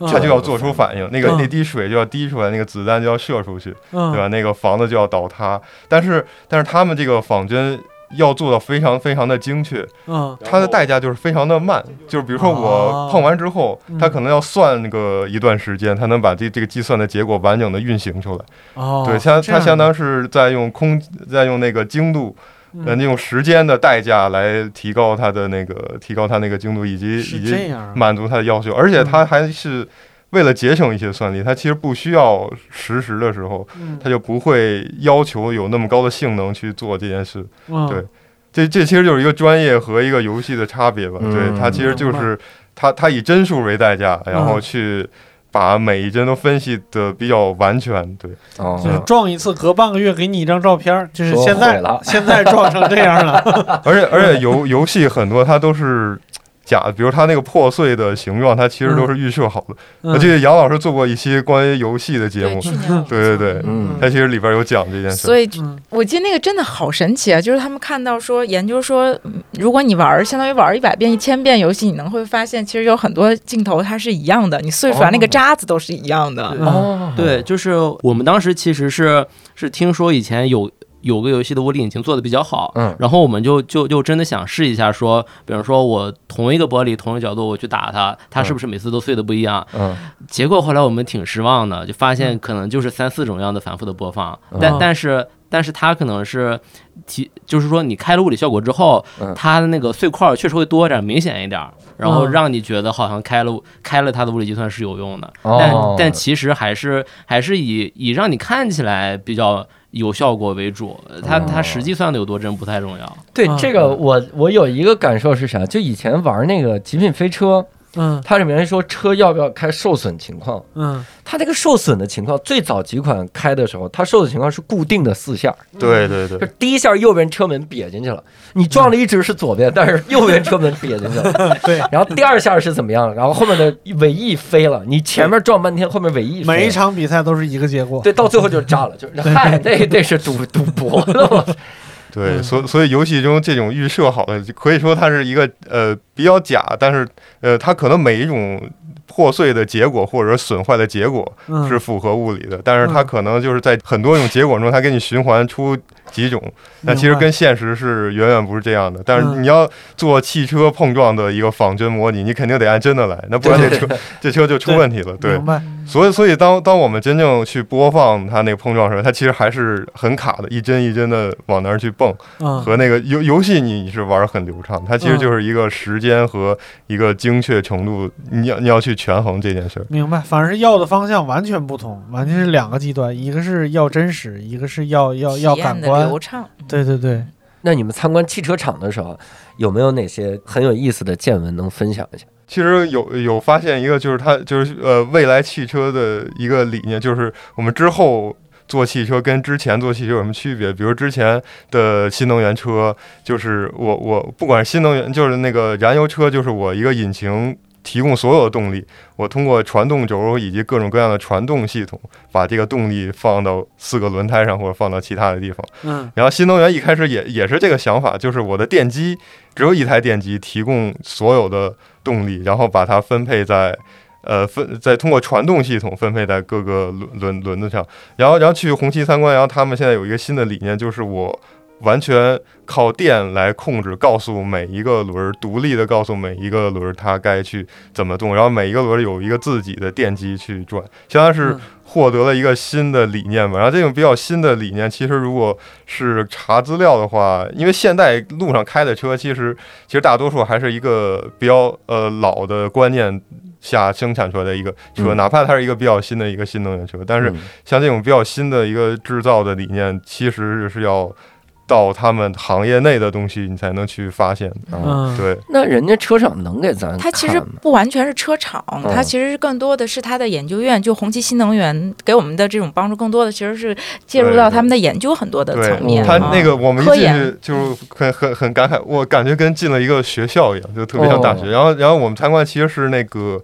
Speaker 3: 嗯
Speaker 5: 它就要做出反应，那个
Speaker 3: 嗯
Speaker 5: 那滴水就要滴出来，那个子弹就要射出去，对
Speaker 3: 嗯
Speaker 5: 吧？那个房子就要倒塌。但是但是他们这个仿真。要做到非常非常的精确，
Speaker 3: 嗯
Speaker 5: 它的代价就是非常的慢，就是比如说
Speaker 3: 哦
Speaker 5: 我碰完之后，它
Speaker 3: 嗯
Speaker 5: 可能要算个一段时间，才能把这这个计算的结果完整的运行出来。
Speaker 3: 哦，
Speaker 5: 对，相
Speaker 3: 这
Speaker 5: 它
Speaker 3: 样
Speaker 5: 相当是在用空，在用那个精度，呃，
Speaker 3: 嗯
Speaker 5: 用时间的代价来提高它的那个，提高它那个精度，以及
Speaker 3: 是
Speaker 5: 以
Speaker 3: 这
Speaker 5: 及
Speaker 3: 样啊。
Speaker 5: 满足它的要求。而且它还是为了节省一些算力，它其实不需要实时的时候，
Speaker 3: 嗯
Speaker 5: 它就不会要求有那么高的性能去做这件事。
Speaker 3: 嗯
Speaker 5: 对这这其实就是一个专业和一个游戏的差别吧。
Speaker 8: 嗯
Speaker 5: 对，它其实就
Speaker 3: 明
Speaker 5: 是它它以帧数为代价，然后
Speaker 3: 嗯
Speaker 5: 去把每一帧都分析的比较完全。对。
Speaker 8: <laughs> 哦
Speaker 3: 就是撞一次，隔半个月给你一张照片儿，就是
Speaker 8: 说
Speaker 3: 现在
Speaker 8: 毁了
Speaker 3: 现在撞成这样
Speaker 5: <laughs>
Speaker 3: 了。
Speaker 5: 而且而且游游戏很多它都是假的，比如它那个破碎的形状，它其实都是预设好的。我记
Speaker 3: 嗯
Speaker 5: 得杨老师做过一期关于游戏的节
Speaker 6: 对，
Speaker 5: 目， <laughs>
Speaker 6: 去年我
Speaker 5: 对对对，
Speaker 8: 嗯
Speaker 5: 它其实里边有讲这件事。
Speaker 6: 所以
Speaker 3: 嗯
Speaker 6: 我记得那个真的好神奇啊！就是他们看到说，研究说，嗯如果你玩儿相当于玩一百遍、一千遍游戏，你能会发现，其实有很多镜头它是一样的，你碎
Speaker 5: 哦
Speaker 6: 出来那个渣子都是一样的。
Speaker 4: 对
Speaker 3: 嗯
Speaker 8: 哦，
Speaker 4: 对，就是我们当时其实是是听说以前有有个游戏的物理引擎做的比较好，
Speaker 8: 嗯
Speaker 4: 然后我们就就就真的想试一下说，比如说我同一个玻璃同一个角度我去打它，它是不是每次都碎的不一样？
Speaker 8: 嗯，
Speaker 4: 结果后来我们挺失望的，就发现可能就是三四种样的反复的播放，
Speaker 8: 嗯
Speaker 4: 但但是但是它可能是提，就是说你开了物理效果之后，
Speaker 8: 嗯
Speaker 4: 它的那个碎块儿确实会多点儿，明显一点儿，然后
Speaker 3: 嗯
Speaker 4: 让你觉得好像开了开了它的物理计算是有用的，但
Speaker 8: 哦
Speaker 4: 但其实还是还是以以让你看起来比较有效果为主，它它实际算的有多真不太重要。
Speaker 8: 对
Speaker 3: 嗯
Speaker 8: 这个我我有一个感受是啥？就以前玩那个《极品飞车》，
Speaker 3: 嗯
Speaker 8: 它里面说车要不要开受损情况，
Speaker 3: 嗯，
Speaker 8: 它这个受损的情况，最早几款开的时候，它受损情况是固定的四下，
Speaker 5: 对对
Speaker 8: 就
Speaker 5: 对，
Speaker 8: 是第一下右边车门瘪进去了，你撞了一直是左边，但是右边车门瘪进去了。
Speaker 3: 对，
Speaker 8: 然后第二下是怎么样？然后后面的尾翼飞了，你前面撞半天，后面尾翼飞了
Speaker 3: 每一场比赛都是一个结果。
Speaker 8: 对，到最后就炸了，就是嗨，那那是赌赌博了嘛，
Speaker 3: 嗯
Speaker 5: 对，所所以游戏中这种预设好的，就可以说它是一个呃比较假，但是呃它可能每一种破碎的结果或者损坏的结果
Speaker 3: 嗯，
Speaker 5: 是符合物理的，但是它
Speaker 3: 嗯
Speaker 5: 可能就是在很多种结果中，它给你循环出几种，那其实跟现实是远远不是这样的。但是
Speaker 3: 嗯
Speaker 5: 你要做汽车碰撞的一个仿真模拟，你肯定得按真的来，那不然这车这车就出问题了。对
Speaker 3: 明，白，
Speaker 5: 所以所以当当我们真正去播放它那个碰撞时，它其实还是很卡的，一帧一帧的往那儿去蹦。
Speaker 3: 嗯，
Speaker 5: 和那个游游戏你你是玩儿很流畅，它其实就是一个时间和一个精确程度，你要你要去权衡这件事儿。
Speaker 3: 明白，反而是要的方向完全不同，完全是两个极端，一个是要真实，一个是要要要
Speaker 6: 体
Speaker 3: 感
Speaker 6: 验的
Speaker 3: 官
Speaker 6: 流。畅，嗯
Speaker 3: 对对对，
Speaker 8: 那你们参观汽车厂的时候，有没有哪些很有意思的见闻能分享一下？
Speaker 5: 其实有有发现一个，就是它就是呃未来汽车的一个理念，就是我们之后做汽车跟之前做汽车有什么区别？比如之前的新能源车，就是我我不管是新能源，就是那个燃油车，就是我一个引擎。提供所有的动力，我通过传动轴以及各种各样的传动系统，把这个动力放到四个轮胎上，或者放到其他的地方。
Speaker 3: 嗯
Speaker 5: 然后新能源一开始也也是这个想法，就是我的电机只有一台电机提供所有的动力，然后把它分配在，呃分再通过传动系统分配在各个轮轮轮子上。然后然后去红旗参观，然后他们现在有一个新的理念，就是我完全靠电来控制，告诉每一个轮儿独立的告诉每一个轮儿它该去怎么动，然后每一个轮儿有一个自己的电机去转，相当于是
Speaker 3: 嗯
Speaker 5: 获得了一个新的理念吧。然后这种比较新的理念，其实如果是查资料的话，因为现代路上开的车，其实其实大多数还是一个比较呃老的观念下生产出来的一个车，
Speaker 1: 嗯
Speaker 5: 哪怕它是一个比较新的一个新能源车，但是
Speaker 8: 嗯
Speaker 5: 像这种比较新的一个制造的理念，其实是要到他们行业内的东西，你才能去发现。
Speaker 1: 啊，
Speaker 3: 嗯，
Speaker 5: 对，
Speaker 1: 那人家车厂能给咱
Speaker 6: 它其实
Speaker 1: 看吗
Speaker 6: 不完全是车厂，
Speaker 5: 哦
Speaker 6: 它其实更多的是它的研究院，就红旗新能源给我们的这种帮助，更多的其实是介入
Speaker 5: 对
Speaker 6: 到
Speaker 5: 对
Speaker 6: 他们的研究很多的层
Speaker 5: 对
Speaker 6: 面。
Speaker 5: 他
Speaker 6: 啊
Speaker 5: 那个我们一
Speaker 6: 科
Speaker 5: 进去
Speaker 6: 研
Speaker 5: 就很很很感慨，我感觉跟进了一个学校一样，就特别像大学。
Speaker 1: 哦
Speaker 5: 然后然后我们参观其实是那个。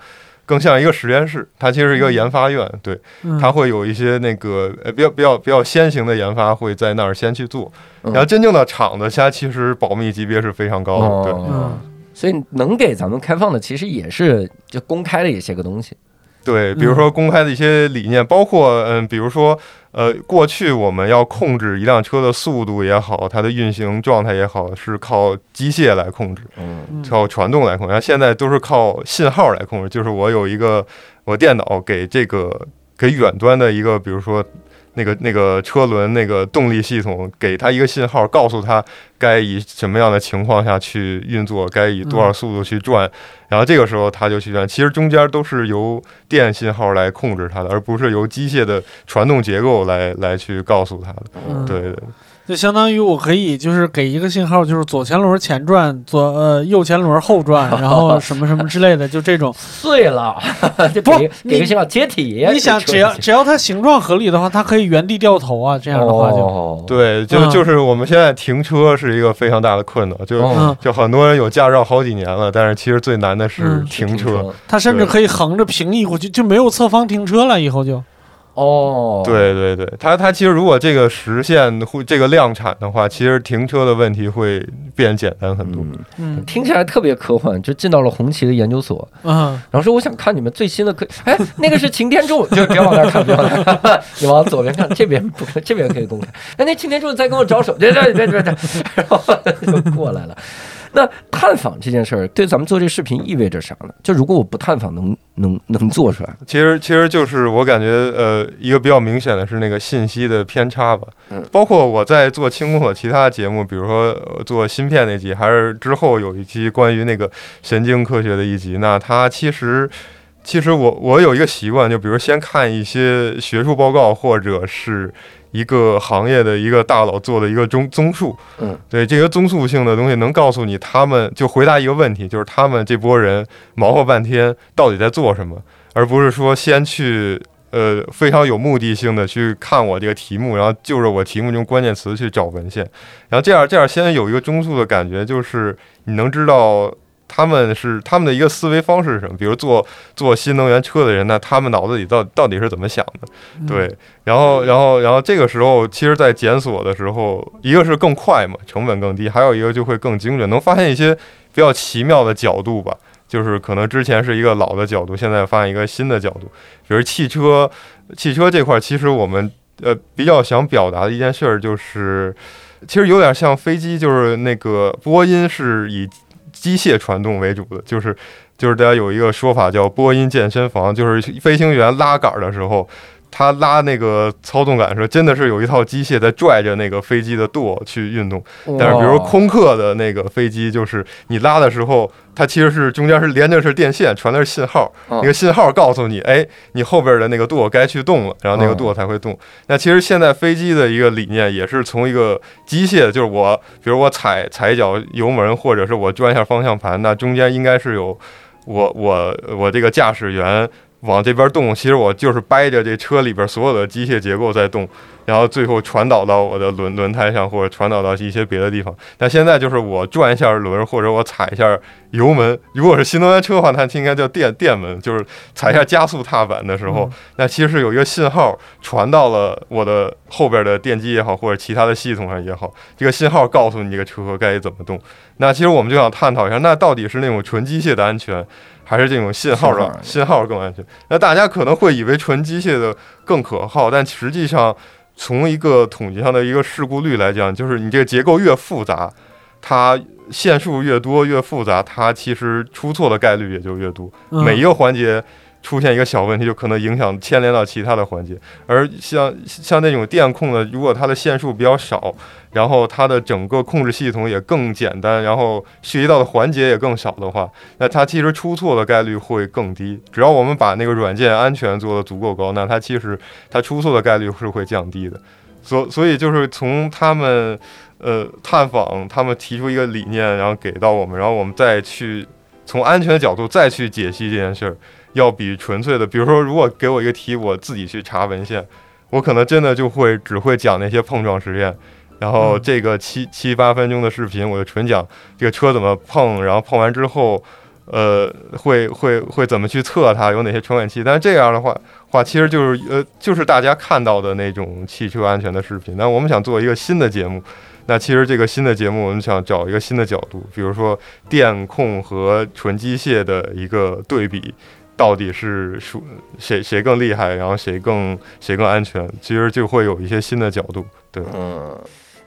Speaker 5: 更像一个实验室，它其实是一个研发院，对，
Speaker 3: 嗯
Speaker 5: 它会有一些那个呃比较比较比较先行的研发会在那儿先去做，
Speaker 1: 嗯
Speaker 5: 然后真正的厂子，它其实保密级别是非常高的，对，
Speaker 3: 嗯
Speaker 1: 哦，所以能给咱们开放的，其实也是就公开了一些个东西。
Speaker 5: 对，比如说公开的一些理念，包括嗯，比如说呃，过去我们要控制一辆车的速度也好，它的运行状态也好，是靠机械来控制，
Speaker 1: 嗯
Speaker 3: 嗯
Speaker 5: 靠传动来控制，然后现在都是靠信号来控制，就是我有一个我电脑给这个给远端的一个，比如说。那个那个车轮那个动力系统给它一个信号，告诉它该以什么样的情况下去运作，该以多少
Speaker 3: 嗯
Speaker 5: 速度去转，然后这个时候它就去转。其实中间都是由电信号来控制它的，而不是由机械的传动结构来来去告诉它的。
Speaker 3: 嗯
Speaker 5: 对对，
Speaker 3: 就相当于我可以就是给一个信号，就是左前轮前转，左呃右前轮后转，然
Speaker 6: <laughs>
Speaker 3: 后什么什么之类的，就这种。
Speaker 1: 碎
Speaker 3: <laughs>
Speaker 1: 了，就
Speaker 3: 不
Speaker 1: 给
Speaker 3: 你
Speaker 1: 给个信号解体。
Speaker 3: 你想，
Speaker 1: 这车
Speaker 3: 只要只要它形状合理的话，它可以原地掉头啊，这样的话就。
Speaker 1: 哦
Speaker 5: 对，就
Speaker 3: 嗯
Speaker 5: 就是我们现在停车是一个非常大的困难，就
Speaker 1: 哦
Speaker 3: 嗯，
Speaker 5: 就很多人有驾照好几年了，但是其实最难的是
Speaker 3: 嗯
Speaker 5: 停车。
Speaker 3: 它甚至可以横着平移过去，就没有侧方停车了。以后就，
Speaker 1: 哦，，
Speaker 5: 对对对，它它其实如果这个实现会这个量产的话，其实停车的问题会变简单很多。
Speaker 1: 嗯，
Speaker 3: 嗯
Speaker 1: 听起来特别科幻，就进到了红旗的研究所，
Speaker 3: 嗯，
Speaker 1: 然后说我想看你们最新的科，哎，那个是擎天柱，就别往那儿看，别往那儿看， <laughs> 你往左边看，这边不，这边可以公开。哎，那擎天柱在跟我招手，别别别别别，然后就过来了。那探访这件事儿对咱们做这视频意味着啥呢？就如果我不探访能，能能做出来？
Speaker 5: 其实其实就是我感觉呃，一个比较明显的是那个信息的偏差吧。
Speaker 1: 嗯
Speaker 5: 包括我在做轻工所其他节目，比如说、呃做芯片那集，还是之后有一期关于那个神经科学的一集。那它其实其实我我有一个习惯，就比如先看一些学术报告或者是。一个行业的一个大佬做的一个综综述，
Speaker 1: 嗯，
Speaker 5: 对这个综述性的东西能告诉你，他们就回答一个问题，就是他们这波人忙活半天到底在做什么。而不是说先去呃非常有目的性的去看我这个题目，然后就着我题目中关键词去找文献，然后这样这样先有一个中速的感觉，就是你能知道他们是他们的一个思维方式是什么，比如做做新能源车的人呢，他们脑子里到到底是怎么想的？对，然后然后然后这个时候，其实，在检索的时候，一个是更快嘛，成本更低，还有一个就会更精准，能发现一些比较奇妙的角度吧。就是可能之前是一个老的角度，现在发现一个新的角度，比如汽车，汽车这块，其实我们呃比较想表达的一件事儿就是，其实有点像飞机，就是那个波音是以机械传动为主的，就是就是大家有一个说法叫波音健身房，就是飞行员拉杆儿的时候。他拉那个操纵杆的时候，真的是有一套机械在拽着那个飞机的舵去运动。
Speaker 8: 嗯
Speaker 5: 但是比
Speaker 8: 哦
Speaker 5: 如空客的那个飞机，就是你拉的时候，它其实是中间是连着是电线，传的是信号，
Speaker 1: 哦
Speaker 5: 那个信号告诉你，哎，你后边的那个舵该去动了，然后那个舵才会动。那其实现在飞机的一个理念也是从一个机械，就是我，比如我踩踩一脚油门，或者是我转一下方向盘，那中间应该是有。我我我这个驾驶员往这边动，其实我就是掰着这车里边所有的机械结构在动，然后最后传导到我的轮轮胎上，或者传导到一些别的地方。但现在就是我转一下轮，或者我踩一下油门。如果是新能源车的话，它应该叫电电门，就是踩一下加速踏板的时候，那其实是有一个信号传到了我的后边的电机也好，或者其他的系统上也好，这个信号告诉你这个车该怎么动。那其实我们就想探讨一下，那到底是那种纯机械的安全，还是这种信号
Speaker 8: 信号
Speaker 5: 的信号更安全？那大家可能会以为纯机械的更可靠，但实际上从一个统计上的一个事故率来讲，就是你这个结构越复杂，它线数越多越复杂，它其实出错的概率也就越多。
Speaker 3: 嗯
Speaker 5: 每一个环节出现一个小问题，就可能影响牵连到其他的环节。而像像那种电控的，如果它的线数比较少，然后它的整个控制系统也更简单，然后涉及到的环节也更少的话，那它其实出错的概率会更低。只要我们把那个软件安全做得足够高，那它其实它出错的概率是会降低的。所所以就是从他们呃探访，他们提出一个理念，然后给到我们，然后我们再去从安全的角度再去解析这件事儿，要比纯粹的，比如说，如果给我一个题，我自己去查文献，我可能真的就会只会讲那些碰撞实验，然后这个七七八分钟的视频，我就纯讲这个车怎么碰，然后碰完之后，呃，会会会怎么去测它，有哪些传感器。但是这样的话，话其实就是呃，就是大家看到的那种汽车安全的视频。那我们想做一个新的节目。那其实这个新的节目，我们想找一个新的角度，比如说电控和纯机械的一个对比，到底是孰谁谁更厉害，然后谁更谁更安全，其实就会有一些新的角度。对，
Speaker 8: 嗯，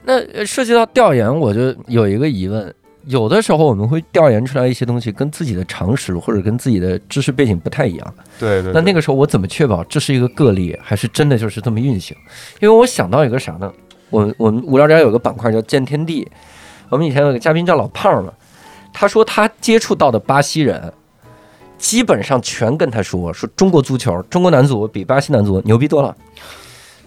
Speaker 8: 那呃涉及到调研，我就有一个疑问。有的时候我们会调研出来一些东西跟自己的常识或者跟自己的知识背景不太一样，
Speaker 5: 对对。
Speaker 8: 那那
Speaker 5: 个
Speaker 8: 个时候我怎么确保这是一个个例，还是真的就是这么运行？因为我想到一个啥呢？我们我们无聊斋有个板块叫见天地，我们以前有个嘉宾叫老胖儿嘛，他说他接触到的巴西人，基本上全跟他说说中国足球，中国男足比巴西男足牛逼多了。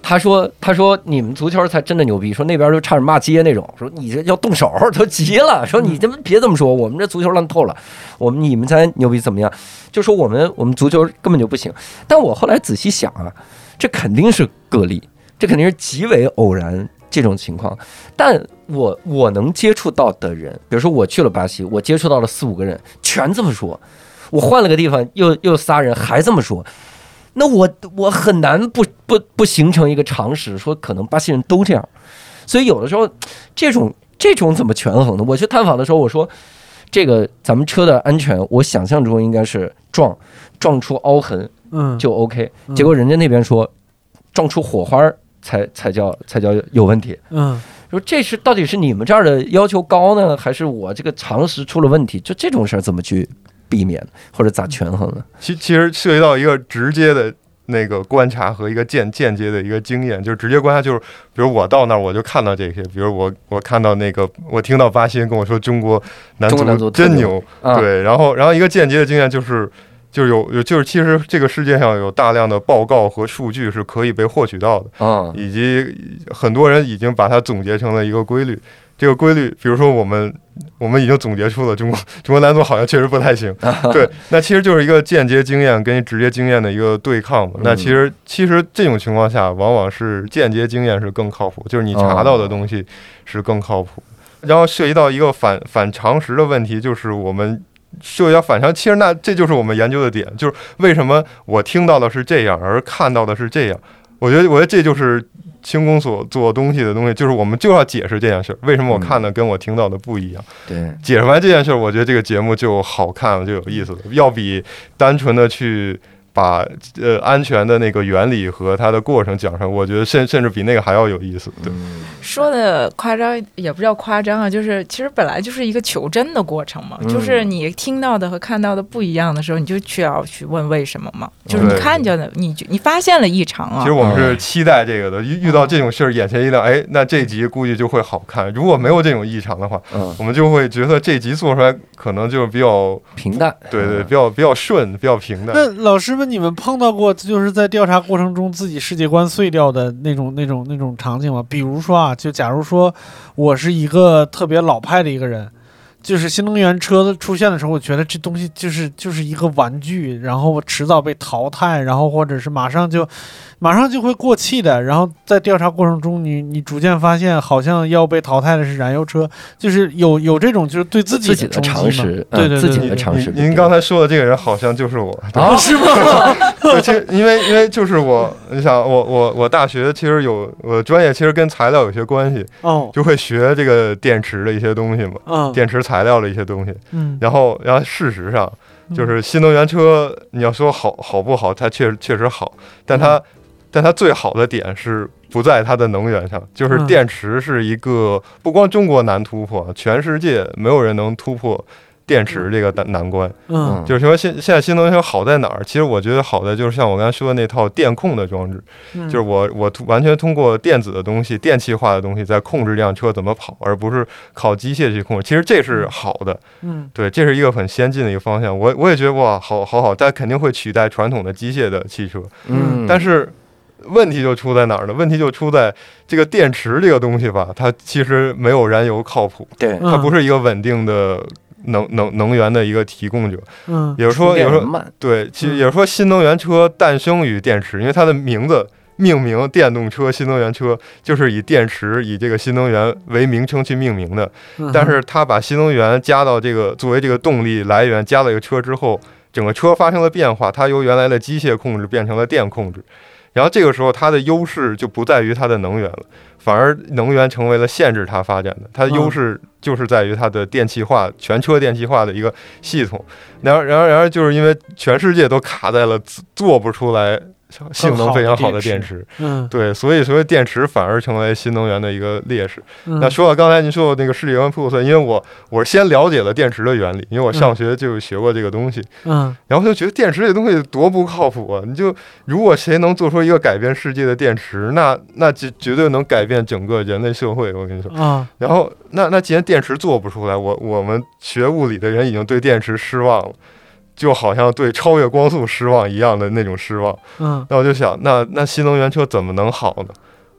Speaker 8: 他说：“他说你们足球才真的牛逼，说那边都差点骂街那种，说你这要动手都急了，说你他妈别这么说，我们这足球烂透了，我们你们才牛逼怎么样？就说我们我们足球根本就不行。但我后来仔细想啊，这肯定是个例，这肯定是极为偶然这种情况。但我我能接触到的人，比如说我去了巴西，我接触到了四五个人，全这么说；我换了个地方，又又仨人还这么说。那我我很难不不不形成一个常识，说可能巴西人都这样。所以有的时候，这种这种怎么权衡呢？我去探访的时候，我说这个咱们车的安全，我想象中应该是撞撞出凹痕，
Speaker 3: 嗯，
Speaker 8: 就 OK
Speaker 3: 嗯。
Speaker 8: 结果人家那边说，撞出火花儿才才叫才叫有问题。
Speaker 3: 嗯
Speaker 8: 说这是到底是你们这儿的要求高呢，还是我这个常识出了问题？就这种事儿怎么去避免，或者咋权衡呢？
Speaker 5: 其其实涉及到一个直接的那个观察和一个间间接的一个经验，就是直接观察就是，比如我到那儿我就看到这些，比如我我看到那个我听到巴西人跟我说中国男
Speaker 8: 中国男足
Speaker 5: 足
Speaker 8: 特
Speaker 5: 真
Speaker 8: 牛
Speaker 5: 牛，
Speaker 8: 啊，
Speaker 5: 对，然后然后一个间接的经验就是，就是有有就是其实这个世界上有大量的报告和数据是可以被获取到的，
Speaker 8: 啊，
Speaker 5: 以及很多人已经把它总结成了一个规律。这个规律，比如说我们我们已经总结出了中国中国男足好像确实不太行，对，那其实就是一个间接经验跟直接经验的一个对抗嘛。那其实其实这种情况下，往往是间接经验是更靠谱，就是你查到的东西是更靠谱。然后涉及到一个反反常识的问题，就是我们涉及到反常，其实那这就是我们研究的点，就是为什么我听到的是这样，而看到的是这样。我觉得，我觉得这就是清宫所做东西的东西，就是我们就要解释这件事儿，为什么我看的跟我听到的不一样。
Speaker 8: 对，
Speaker 5: 解释完这件事儿，我觉得这个节目就好看了，就有意思了，要比单纯的去把呃安全的那个原理和它的过程讲上，我觉得甚甚至比那个还要有意思。对，
Speaker 6: 说的夸张也不叫夸张啊，就是其实本来就是一个求真的过程嘛，
Speaker 8: 嗯
Speaker 6: 就是你听到的和看到的不一样的时候，你就需要去问为什么嘛，就是你
Speaker 5: 对
Speaker 6: 看见的，你就你发现了异常啊
Speaker 5: 其实。我们是期待这个的，遇遇到这种事儿眼前一亮，哎，那这集估计就会好看。如果没有这种异常的话，
Speaker 8: 嗯，
Speaker 5: 我们就会觉得这集做出来可能就比较
Speaker 8: 平淡，
Speaker 5: 对对，比较比较顺，比较平淡。
Speaker 3: 那老师们，你们碰到过就是在调查过程中自己世界观碎掉的那种、那种、那种场景吗？比如说啊，就假如说我是一个特别老派的一个人，就是新能源车的出现的时候，我觉得这东西就是就是一个玩具，然后迟早被淘汰，然后或者是马上就马上就会过气的。然后在调查过程中，你你逐渐发现，好像要被淘汰的是燃油车，就是有有这种就是对自己
Speaker 8: 自己的
Speaker 3: 冲击
Speaker 8: 常
Speaker 3: 嘛
Speaker 8: 识，
Speaker 3: 对对
Speaker 8: 嗯
Speaker 3: 对
Speaker 8: 自己
Speaker 5: 您
Speaker 8: 的常识。
Speaker 5: 您您刚才说的这个人好像就是我，
Speaker 8: 啊，是 <laughs> 吗？
Speaker 5: 对，其实因为因为就是我，你想我我我大学其实有我的专业其实跟材料有些关系，
Speaker 3: 哦，
Speaker 5: 就会学这个电池的一些东西嘛，
Speaker 3: 嗯
Speaker 5: 电池材料的一些东西。
Speaker 3: 嗯
Speaker 5: 然后然后事实上就是新能源车，你要说好好不好，它确确实好，但它、
Speaker 3: 嗯
Speaker 5: 但它最好的点是。不在它的能源上，就是
Speaker 3: 嗯
Speaker 5: 电池是一个不光中国难突破，全世界没有人能突破电池这个难难关。
Speaker 3: 嗯
Speaker 5: 就是说现现在新能源车好在哪儿？其实我觉得好在就是像我刚才说的那套电控的装置，
Speaker 3: 嗯，
Speaker 5: 就是我我通完全通过电子的东西、电气化的东西在控制这辆车怎么跑，而不是靠机械去控制。其实这是好的，
Speaker 3: 嗯
Speaker 5: 对，这是一个很先进的一个方向。我我也觉得哇，好好好，但肯定会取代传统的机械的汽车。
Speaker 8: 嗯，
Speaker 5: 但是问题就出在哪儿呢？问题就出在这个电池这个东西吧，它其实没有燃油靠谱，
Speaker 8: 对，
Speaker 5: 它不
Speaker 3: 是
Speaker 5: 是一个稳定的能能能源的一个提供者。
Speaker 3: 嗯
Speaker 5: 也就是说，也
Speaker 8: 电
Speaker 5: 就是说
Speaker 8: 源慢，
Speaker 5: 对，其实
Speaker 3: 嗯
Speaker 5: 也是说新能源车诞生于电池，因为它的名字命名电动车、新能源车就是以电池以这个新能源为名称去命名的。
Speaker 3: 嗯
Speaker 5: 但是它把新能源加到这个作为这个动力来源，加到一个车之后，整个车发生了变化，它由原来的机械控制变成了电控制。然后这个时候，它的优势就不在于它的能源了，反而能源成为了限制它发展的。它的优
Speaker 3: 嗯
Speaker 5: 势就是在于它的电气化、全车电气化的一个系统。然后，然后，然后就是因为全世界都卡在了自做不出来性能非常好的电池，
Speaker 3: 嗯
Speaker 5: 对，所以说电池反而成为新能源的一个劣势。
Speaker 3: 嗯
Speaker 5: 那说到刚才您说的那个世界观铺测，因为我我是先了解了电池的原理，因为我上学就学过这个东西，
Speaker 3: 嗯
Speaker 5: 然后就觉得电池这东西多不靠谱啊！你就如果谁能做出一个改变世界的电池，那那绝绝对能改变整个人类社会。我跟你说。
Speaker 3: 啊
Speaker 5: 然后那那既然电池做不出来，我我们学物理的人已经对电池失望了，就好像对超越光速失望一样的那种失望。
Speaker 3: 嗯
Speaker 5: 那我就想，那那新能源车怎么能好呢？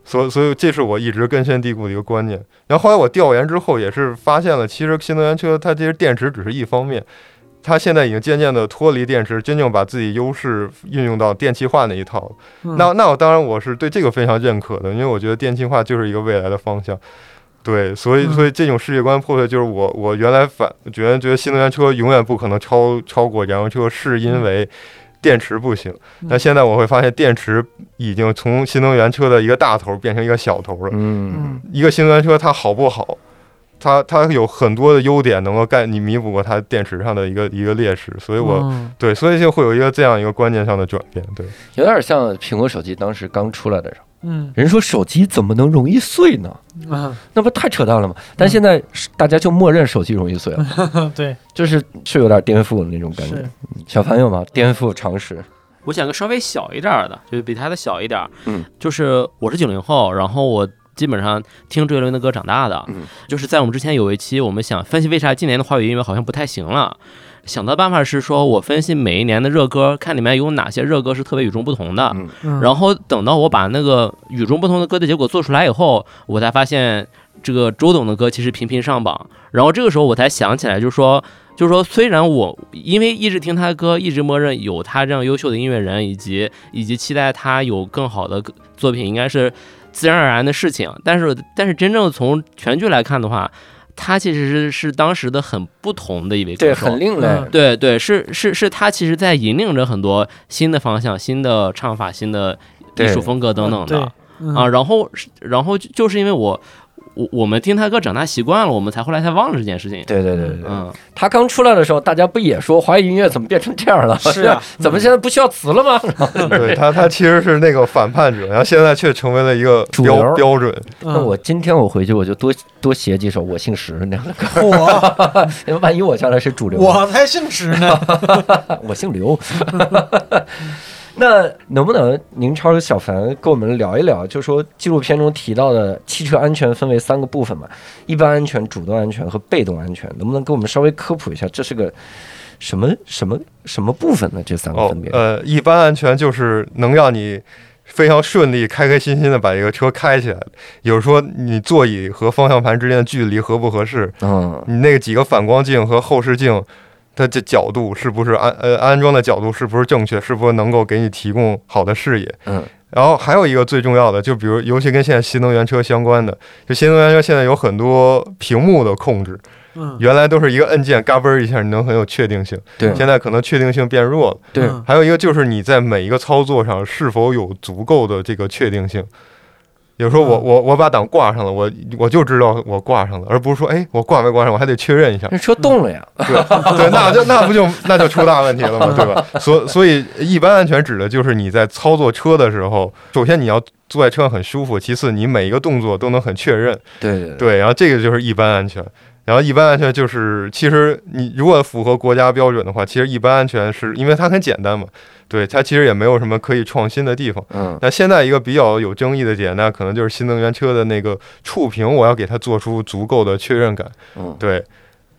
Speaker 5: 所以所以这是我一直根深蒂固的一个观念。然后后来我调研之后，也是发现了，其实新能源车它其实电池只是一方面，它现在已经渐渐的脱离电池，真正把自己优势运用到电气化那一套了。
Speaker 3: 嗯
Speaker 5: 那那我当然我是对这个非常认可的，因为我觉得电气化就是一个未来的方向。对，所以
Speaker 3: 嗯
Speaker 5: 所以这种世界观破碎，就是我我原来反觉得觉得新能源车永远不可能超超过燃油车，是因为电池不行。那
Speaker 3: 嗯
Speaker 5: 现在我会发现，电池已经从新能源车的一个大头变成一个小头了。
Speaker 8: 嗯，
Speaker 3: 嗯
Speaker 5: 一个新能源车它好不好？它它有很多的优点能够盖你弥补过它电池上的一个 <laughs> 一个劣势，所以我、
Speaker 3: 嗯
Speaker 5: 对，所以就会有一个这样一个观念上的转变。对，
Speaker 8: <laughs> 有点像苹果手机当时刚出来的时候，
Speaker 3: 嗯
Speaker 8: 人说手机怎么能容易碎呢？
Speaker 3: 啊 <laughs>
Speaker 8: 那不太扯淡了吗？但现在是大家就默认手机容易碎了，
Speaker 3: 对
Speaker 8: 就是是有点颠覆的那种感觉
Speaker 3: 是。
Speaker 8: 小凡有吗？颠覆常识，
Speaker 4: 我讲个稍微小一点儿的，就是比他的小一点。
Speaker 8: 嗯，
Speaker 4: 就是我是九零后，然后我基本上听周杰伦的歌长大的。
Speaker 8: 嗯，
Speaker 4: 就是在我们之前有一期，我们想分析为啥今年的华语音乐好像不太行了。想到办法是说，我分析每一年的热歌，看里面有哪些热歌是特别与众不同的。
Speaker 8: 嗯
Speaker 3: 嗯
Speaker 4: 然后等到我把那个与众不同的歌的结果做出来以后，我才发现这个周董的歌其实频频上榜。然后这个时候我才想起来，就是说，就是说，虽然我因为一直听他的歌，一直默认有他这样优秀的音乐人，以及以及期待他有更好的歌作品，应该是自然而然的事情。但是但是真正从全剧来看的话，他其实是是当时的很不同的一位歌
Speaker 8: 对，
Speaker 4: 手，
Speaker 8: 很另类。
Speaker 3: 嗯
Speaker 4: 对对，是是是，他其实在引领着很多新的方向、新的唱法、新的艺
Speaker 8: 对
Speaker 4: 术风格等等的
Speaker 3: 嗯
Speaker 4: 啊。然后是，然后就就是因为我我我们听他歌长大习惯了，我们才后来才忘了这件事情。
Speaker 8: 对对对对对，
Speaker 4: 嗯，
Speaker 8: 他刚出来的时候，大家不也说华语音乐怎么变成这样了？
Speaker 3: 是啊
Speaker 8: <laughs> 怎么现在不需要词了吗？
Speaker 5: 对它它其实是那个反叛者，然后现在却成为了一个
Speaker 8: 主流
Speaker 5: 标标准。
Speaker 3: 嗯
Speaker 8: 那 <laughs> 我今天我回去我就多多写几首《我姓石》那样的歌，
Speaker 3: 我
Speaker 8: 因为 <laughs> 万一我将来是主流，
Speaker 3: 我才姓石
Speaker 8: <laughs>
Speaker 3: 呢，
Speaker 8: 我姓刘。 <laughs> 那能不能宁超和小凡跟我们聊一聊，就说纪录片中提到的汽车安全分为三个部分嘛？一般安全、主动安全和被动安全，能不能给我们稍微科普一下，这是个什么什么什么部分呢？这三个
Speaker 5: 哦
Speaker 8: 分别？，
Speaker 5: 呃，一般安全就是能让你非常顺利、开开心心的把一个车开起来了。有说你座椅和方向盘之间的距离合不合适，
Speaker 1: 嗯，
Speaker 5: 你那个几个反光镜和后视镜，它这角度是不是安呃安装的角度是不是正确，是不是能够给你提供好的视野？
Speaker 1: 嗯。
Speaker 5: 然后还有一个最重要的，就比如尤其跟现在新能源车相关的，就新能源车现在有很多屏幕的控制，
Speaker 3: 嗯，
Speaker 5: 原来都是一个按键，嘎嘣儿一下，你能很有确定性。
Speaker 1: 对
Speaker 5: 现在可能确定性变弱了。
Speaker 1: 对
Speaker 3: 嗯
Speaker 5: 还有一个就是你在每一个操作上是否有足够的这个确定性。有时候我
Speaker 3: 嗯
Speaker 5: 我我把档挂上了，我我就知道我挂上了，而不是说哎我挂没挂上，我还得确
Speaker 8: <laughs>
Speaker 5: 认一下。
Speaker 1: 这车动了呀，
Speaker 5: 对，那就那不就那就出大问题了嘛，对吧？所所以一般安全指的就是你在操作车的时候，首先你要坐在车上很舒服，其次你每一个动作都能很确认，
Speaker 1: 对对对，
Speaker 5: 对，然后这个就是一般安全。然后一般安全就是，其实你如果符合国家标准的话，其实一般安全是因为它很简单嘛，对，它其实也没有什么可以创新的地方。
Speaker 1: 嗯
Speaker 5: 那现在一个比较有争议的点，那可能就是新能源车的那个触屏，我要给它做出足够的确认感。
Speaker 1: 嗯，
Speaker 5: 对，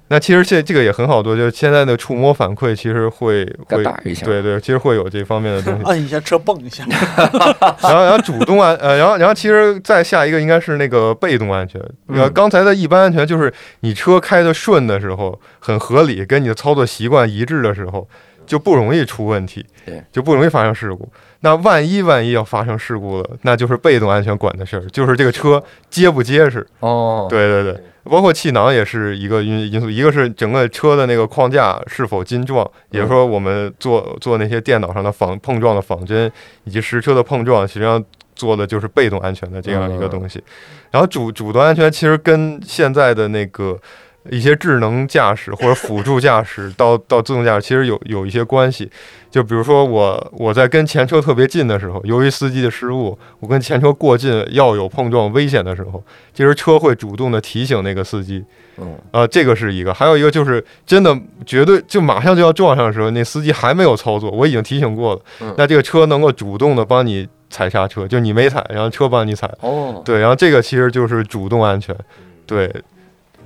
Speaker 5: 那其实这这个也很好做，就是现在的触摸反馈其实会
Speaker 1: 嘎
Speaker 5: 会，
Speaker 1: 哒一下，
Speaker 5: 对对，其实会有这方面的东西。
Speaker 3: 按一下车蹦一下，
Speaker 1: <laughs>
Speaker 5: 然后，然后主动安，呃，然后，然后其实再下一个应该是那个被动安全。呃，
Speaker 1: 嗯
Speaker 5: 刚才的一般安全就是你车开的顺的时候，很合理，跟你的操作习惯一致的时候，就不容易出问题
Speaker 1: 对，
Speaker 5: 就不容易发生事故。那万一万一要发生事故了，那就是被动安全管的事儿，就是这个车结不结实。
Speaker 1: 哦，
Speaker 5: 对对对，包括气囊也是一个因因素，一个是整个车的那个框架是否金撞，也
Speaker 1: 嗯
Speaker 5: 就是说我们做做那些电脑上的仿碰撞的仿真，以及实车的碰撞，实际上做的就是被动安全的这样一个东西。然后主主动安全其实跟现在的那个。一些智能驾驶或者辅助驾驶到到自动驾驶，其实有有一些关系。就比如说我我在跟前车特别近的时候，由于司机的失误，我跟前车过近要有碰撞危险的时候，其实车会主动的提醒那个司机，
Speaker 1: 嗯，
Speaker 5: 啊，这个是一个，还有一个就是真的绝对就马上就要撞上的时候，那司机还没有操作，我已经提醒过了，
Speaker 1: 嗯
Speaker 5: 那这个车能够主动的帮你踩刹车，就你没踩，然后车帮你踩，
Speaker 1: 哦，
Speaker 5: 对，然后这个其实就是主动安全，对，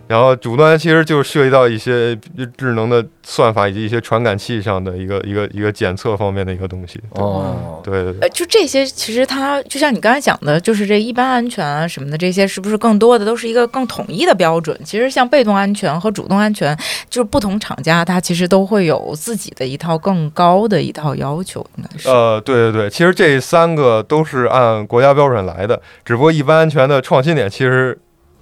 Speaker 5: 然后主动安全其实就涉及到一些智能的算法以及一些传感器上的一个一个一个检测方面的一个东西，
Speaker 1: 哦，
Speaker 5: 对对对。
Speaker 6: 呃，就这些，其实它就像你刚才讲的，就是这一般安全啊什么的，这些是不是更多的都是一个更统一的标准？其实像被动安全和主动安全，就是不同厂家它其实都会有自己的一套更高的一套要求，应该
Speaker 8: 哦
Speaker 6: 是。
Speaker 5: 呃，对对对，其实这三个都是按国家标准来的，只不过一般安全的创新点其实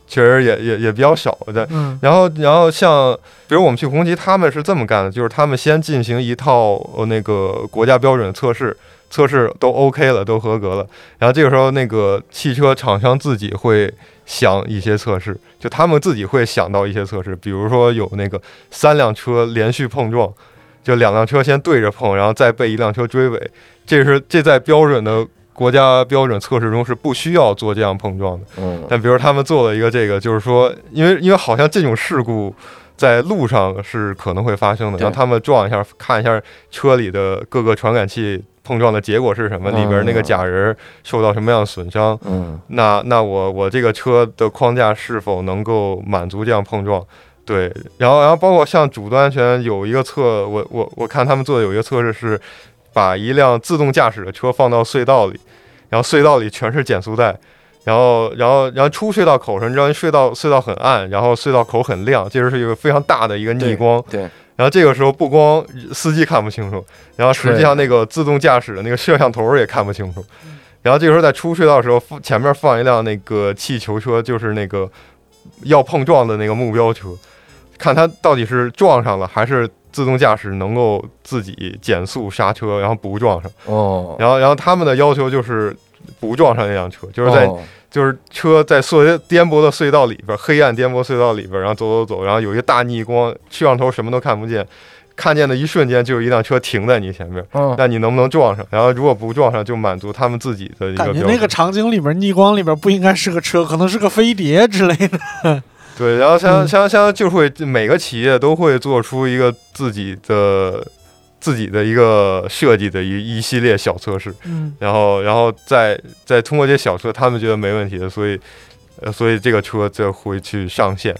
Speaker 5: 确实也也也比较少的。
Speaker 3: 嗯
Speaker 5: 然后，然后像比如我们去红旗，他们是这么干的，就是他们先进行一套呃那个国家标准测试，测试都 OK 了，都合格了，然后这个时候那个汽车厂商自己会想一些测试，就他们自己会想到一些测试，比如说有那个三辆车连续碰撞，就两辆车先对着碰，然后再被一辆车追尾，这是这在标准的国家标准测试中是不需要做这样碰撞的。
Speaker 1: 嗯，
Speaker 5: 但比如他们做了一个这个，就是说，因为因为好像这种事故在路上是可能会发生的，
Speaker 1: 对
Speaker 5: 让他们撞一下，看一下车里的各个传感器碰撞的结果是什么，
Speaker 1: 嗯
Speaker 5: 里边那个假人受到什么样的损伤。
Speaker 1: 嗯，
Speaker 5: 那那我我这个车的框架是否能够满足这样碰撞？对，然后然后包括像主动安全有一个测，我我我看他们做的有一个测试是把一辆自动驾驶的车放到隧道里，然后隧道里全是减速带，然后然后然后出隧道口上，你知道隧道隧道很暗，然后隧道口很亮，这就是一个非常大的一个逆光。
Speaker 1: 对，
Speaker 5: 然后这个时候不光司机看不清楚，然后实际上那个自动驾驶的那个摄像头也看不清楚。然后这个时候在出隧道的时候，放前面放一辆那个气球车，就是那个要碰撞的那个目标车，看它到底是撞上了还是自动驾驶能够自己减速刹车，然后不撞上。
Speaker 1: 哦，
Speaker 5: 然后然后他们的要求就是不撞上那辆车，就是在、
Speaker 1: 哦
Speaker 5: 就是车在隧颠簸的隧道里边，黑暗颠簸隧道里边，然后走走走，然后有一个大逆光，摄像头什么都看不见，看见的一瞬间就有一辆车停在你前面，
Speaker 1: 嗯，
Speaker 5: 那你能不能撞上？然后如果不撞上，就满足他们自己的一个
Speaker 3: 感
Speaker 5: 标
Speaker 3: 觉
Speaker 5: 准。
Speaker 3: 那个场景里边逆光里边不应该是个车，可能是个飞碟之类的。
Speaker 5: 对，然后相
Speaker 3: 嗯
Speaker 5: 相相就会每个企业都会做出一个自己的自己的一个设计的一一系列小测试，
Speaker 3: <laughs> 嗯
Speaker 5: 然后然后再再通过这些小测，他们觉得没问题的，所以呃，所以这个车就会去上线。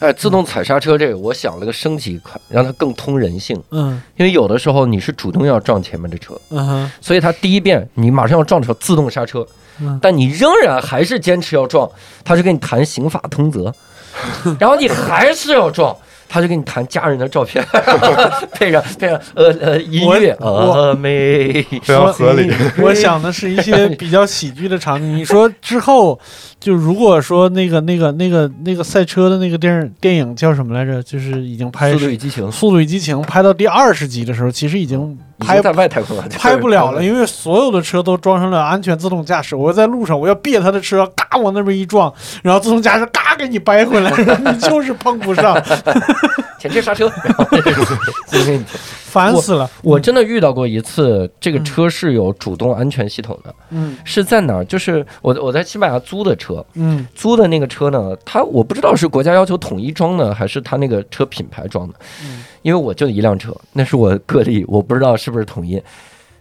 Speaker 8: 哎，自动踩刹车这个，我想了个升级款，让它更通人性。
Speaker 3: 嗯
Speaker 8: 因为有的时候你是主动要撞前面的车，
Speaker 3: 嗯哼
Speaker 8: 所以它第一遍你马上要撞车，自动刹车，
Speaker 3: 嗯
Speaker 8: 但你仍然还是坚持要撞，他就给你谈刑法通
Speaker 3: <laughs>
Speaker 8: 则，然后你还是要撞。他就给你谈家人的照
Speaker 3: <laughs>
Speaker 8: 片，配上配上呃呃音乐，
Speaker 3: 我我
Speaker 8: 呃美，
Speaker 5: 非常合
Speaker 3: <laughs>
Speaker 5: 理。
Speaker 3: 我想的是一些比较喜剧的场景。你说之后，就如果说那个那个那个那个赛车的那个电影电影叫什么来着？就是已经拍
Speaker 8: 速
Speaker 3: 《
Speaker 8: 度与激情》嗯
Speaker 3: 速度与激情》拍到第二十集的时候，其实已经
Speaker 8: 已
Speaker 3: 拍
Speaker 8: 经在外太空了，
Speaker 3: <laughs> 拍不了了，
Speaker 8: 因为
Speaker 3: 因为所有的车都装上了安全自动驾驶。我在路上，我要别他的车，嘎往那边一撞，然后自动驾驶嘎给你掰回来， <laughs> 然后你就是碰不 <laughs> 上，
Speaker 8: 前车
Speaker 3: <laughs>
Speaker 8: 刹车。 <laughs> 然后就给你
Speaker 3: 烦死了。
Speaker 8: 我真的遇到过一次，这个车是有主动安全系统的，
Speaker 3: 嗯
Speaker 8: 是在哪儿？就是我我在西班牙租的车，
Speaker 3: 嗯
Speaker 8: 租的那个车呢，它我不知道是国家要求统一装呢，还是它那个车品牌装的
Speaker 3: 嗯，
Speaker 8: 因为我就一辆车，那是我个例，我不知道是不是统一。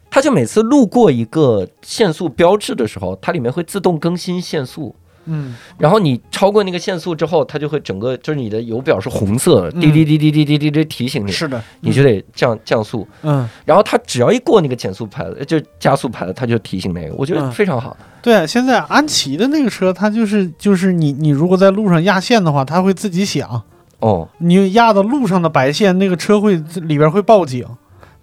Speaker 8: 它就每次路过一个限速标志的时候，它里面会自动更新限速，
Speaker 3: 嗯
Speaker 8: 然后你超过那个限速之后，它就会整个就是你的油表是红色的，
Speaker 3: 嗯
Speaker 8: 滴滴滴滴滴滴滴滴提醒
Speaker 3: 嗯，
Speaker 8: 你，
Speaker 3: 是的，
Speaker 8: 你就得降降速。
Speaker 3: 嗯。
Speaker 8: 然后它只要一过那个减速牌子，就加速牌子，它就提醒那个，我觉得
Speaker 3: 嗯
Speaker 8: 非常好。
Speaker 3: 对，现在安琪的那个车，它就是就是你你如果在路上压线的话，它会自己响。
Speaker 8: 哦，
Speaker 3: 你压到路上的白线，那个车会里边会报警。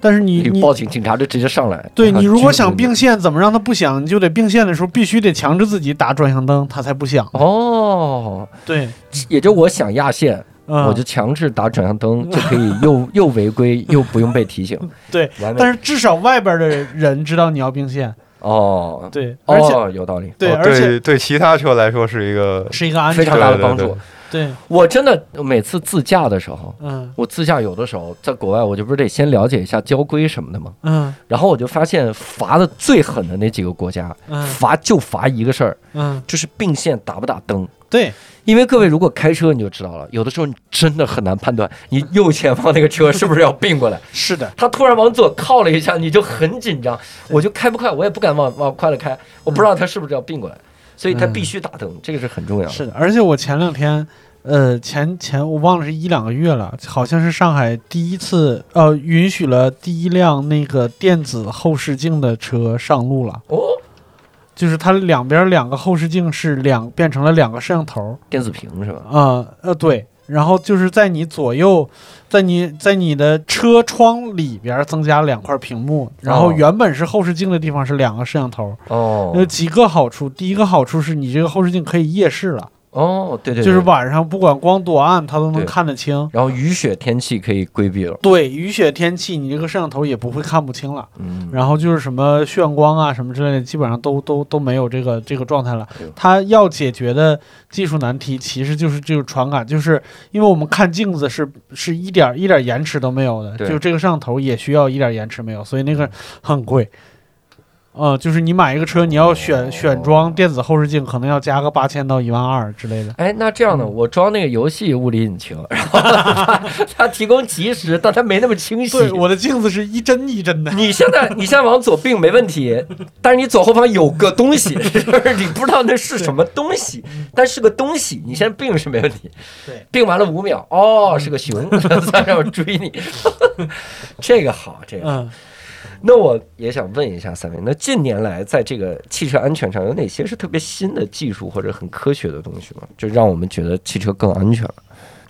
Speaker 3: 但是你
Speaker 8: 你
Speaker 3: 你
Speaker 8: 报警，警察就直接上来。
Speaker 3: 对
Speaker 8: 然后
Speaker 3: 你如果
Speaker 8: 拘捕
Speaker 3: 想
Speaker 8: 你
Speaker 3: 并线，怎么让它不响？你就得并线的时候必须得强制自己打转向灯，它才不响。
Speaker 8: 哦，
Speaker 3: 对，
Speaker 8: 也就我想压线，
Speaker 3: 嗯，
Speaker 8: 我就强制打转向灯，就可以又又违规又不用被提醒。
Speaker 3: 对，
Speaker 8: 完美。
Speaker 3: 但是至少外边的人知道你要并
Speaker 8: <laughs>
Speaker 3: 线。
Speaker 8: 哦，
Speaker 3: 对，而且、
Speaker 8: 哦、有道理，
Speaker 3: 对，
Speaker 5: 哦
Speaker 3: 而且
Speaker 5: 对对其他车来说是一个
Speaker 3: 是一个安
Speaker 8: 非
Speaker 3: 全。
Speaker 8: 常大的帮
Speaker 5: 对
Speaker 8: 助
Speaker 5: 对。
Speaker 3: 对，
Speaker 8: 我真的每次自驾的时候。
Speaker 3: 嗯
Speaker 8: 我自驾有的时候在国外，我就不是得先了解一下交规什么的吗？
Speaker 3: 嗯
Speaker 8: 然后我就发现罚的最狠的那几个国家，
Speaker 3: 嗯
Speaker 8: 罚就罚一个事儿，
Speaker 3: 嗯，
Speaker 8: 就是并线打不打灯。
Speaker 3: 对，
Speaker 8: 因为各位如果开车你就知道了，有的时候你真的很难判断你右前方那个车是不是要并过来，
Speaker 3: 是的，
Speaker 8: 他突然往左靠了一下，你就很紧张，我就开不快，我也不敢往往快了开，我不知道他是不是要并过来，所以他必须打灯，这个嗯是很重要的。
Speaker 3: 是的，而且我前两天，呃，前前我忘了是一两个月了，好像是上海第一次，呃，允许了第一辆那个电子后视镜的车上路了，
Speaker 8: 哦，
Speaker 3: 就是它两边两个后视镜是两变成了两个摄像头，
Speaker 8: 电子屏是吧？
Speaker 3: 啊、呃，对。然后就是在你左右，在你在你的车窗里边增加两块屏幕，然后
Speaker 8: 哦
Speaker 3: 原本是后视镜的地方是两个摄像头，有
Speaker 8: 哦
Speaker 3: 几个好处。第一个好处是你这个后视镜可以夜视了，
Speaker 8: 哦，对对，
Speaker 3: 就是
Speaker 8: 吧。
Speaker 3: 晚上不管光多暗，它都能
Speaker 8: 对
Speaker 3: 看得清。
Speaker 8: 然后雨雪天气可以规避了，
Speaker 3: 对，雨雪天气，你这个摄像头也不会看不清了。
Speaker 8: 嗯，
Speaker 3: 然后就是什么眩光啊什么之类的，基本上都都都没有这个这个状态了
Speaker 8: 哎呦。
Speaker 3: 它要解决的技术难题，其实就是这个传感，就是因为我们看镜子是是一点一点延迟都没有的，
Speaker 8: 对嗯
Speaker 3: 就这个摄像头也需要一点延迟没有，所以那个很贵。呃，就是你买一个车，你要选
Speaker 8: 哦
Speaker 3: 选装电子后视镜，可能要加个八千到一万二之类的。
Speaker 8: 哎，那这样呢？我装那个游戏物理引擎，然后 <laughs> 它它提供及时，但它没那么清晰。
Speaker 3: 对，我的镜子是一帧一帧的。
Speaker 8: <laughs> 你现在你现在往左并没问题，但是你左后方有个东西， <laughs> 就是你不知道那是什么东西，但是个东西，你现在并是没问题。
Speaker 3: 对，
Speaker 8: 并完了五秒，哦，是个 <laughs> 熊在这儿追你， <laughs> 这个好，这个好。
Speaker 3: 嗯，
Speaker 8: 那我也想问一下三位，那近年来在这个汽车安全上有哪些是特别新的技术或者很科学的东西吗？就让我们觉得汽车更安全了。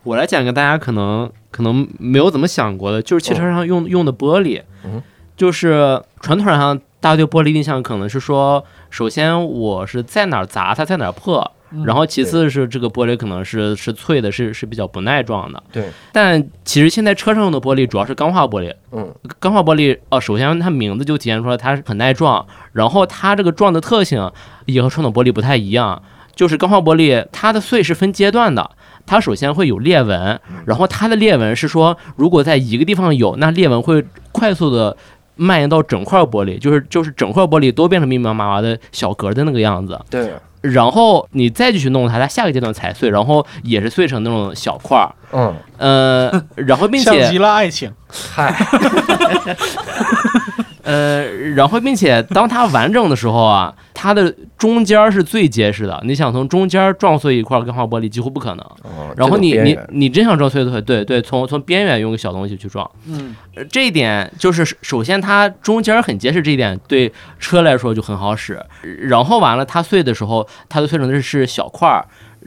Speaker 4: 我来讲一个大家可能可能没有怎么想过的，就是汽车上用、用的玻璃，
Speaker 8: 嗯
Speaker 4: 就是传统上大家对玻璃印象可能是说，首先我是在哪儿砸它在哪儿破，
Speaker 3: 嗯
Speaker 4: 然后其次是这个玻璃可能是是脆的，是是比较不耐撞的。
Speaker 8: 对，
Speaker 4: 但其实现在车上用的玻璃主要是钢化玻璃，
Speaker 8: 嗯，
Speaker 4: 钢化玻璃哦、首先它名字就体现出来它是很耐撞，然后它这个撞的特性也和传统玻璃不太一样，就是钢化玻璃它的碎是分阶段的。它首先会有裂纹，
Speaker 8: 嗯
Speaker 4: 然后它的裂纹是说，如果在一个地方有，那裂纹会快速的蔓延到整块玻璃，就是就是整块玻璃都变成密密麻麻的小格的那个样子。
Speaker 8: 对，
Speaker 4: 然后你再继续弄它，它下个阶段踩碎，然后也是碎成那种小块儿，
Speaker 8: 嗯， <laughs>
Speaker 4: 呃，然后并
Speaker 3: 像
Speaker 4: 且
Speaker 3: 极了爱情。
Speaker 8: 嗨，
Speaker 4: 呃，然后并且当它完整的时候啊，它的中间儿是最结实的，你想从中间儿撞碎一块钢化玻璃几乎不可能。
Speaker 8: 哦
Speaker 4: 然后你
Speaker 8: 这种边
Speaker 4: 你
Speaker 8: 缘
Speaker 4: 你真想撞碎的话，对对，从从边缘用个小东西去撞，
Speaker 3: 嗯，
Speaker 4: 呃这一点就是首先它中间很结实，这一点对车来说就很好使。然后完了，它碎的时候，它都碎成的是小块儿，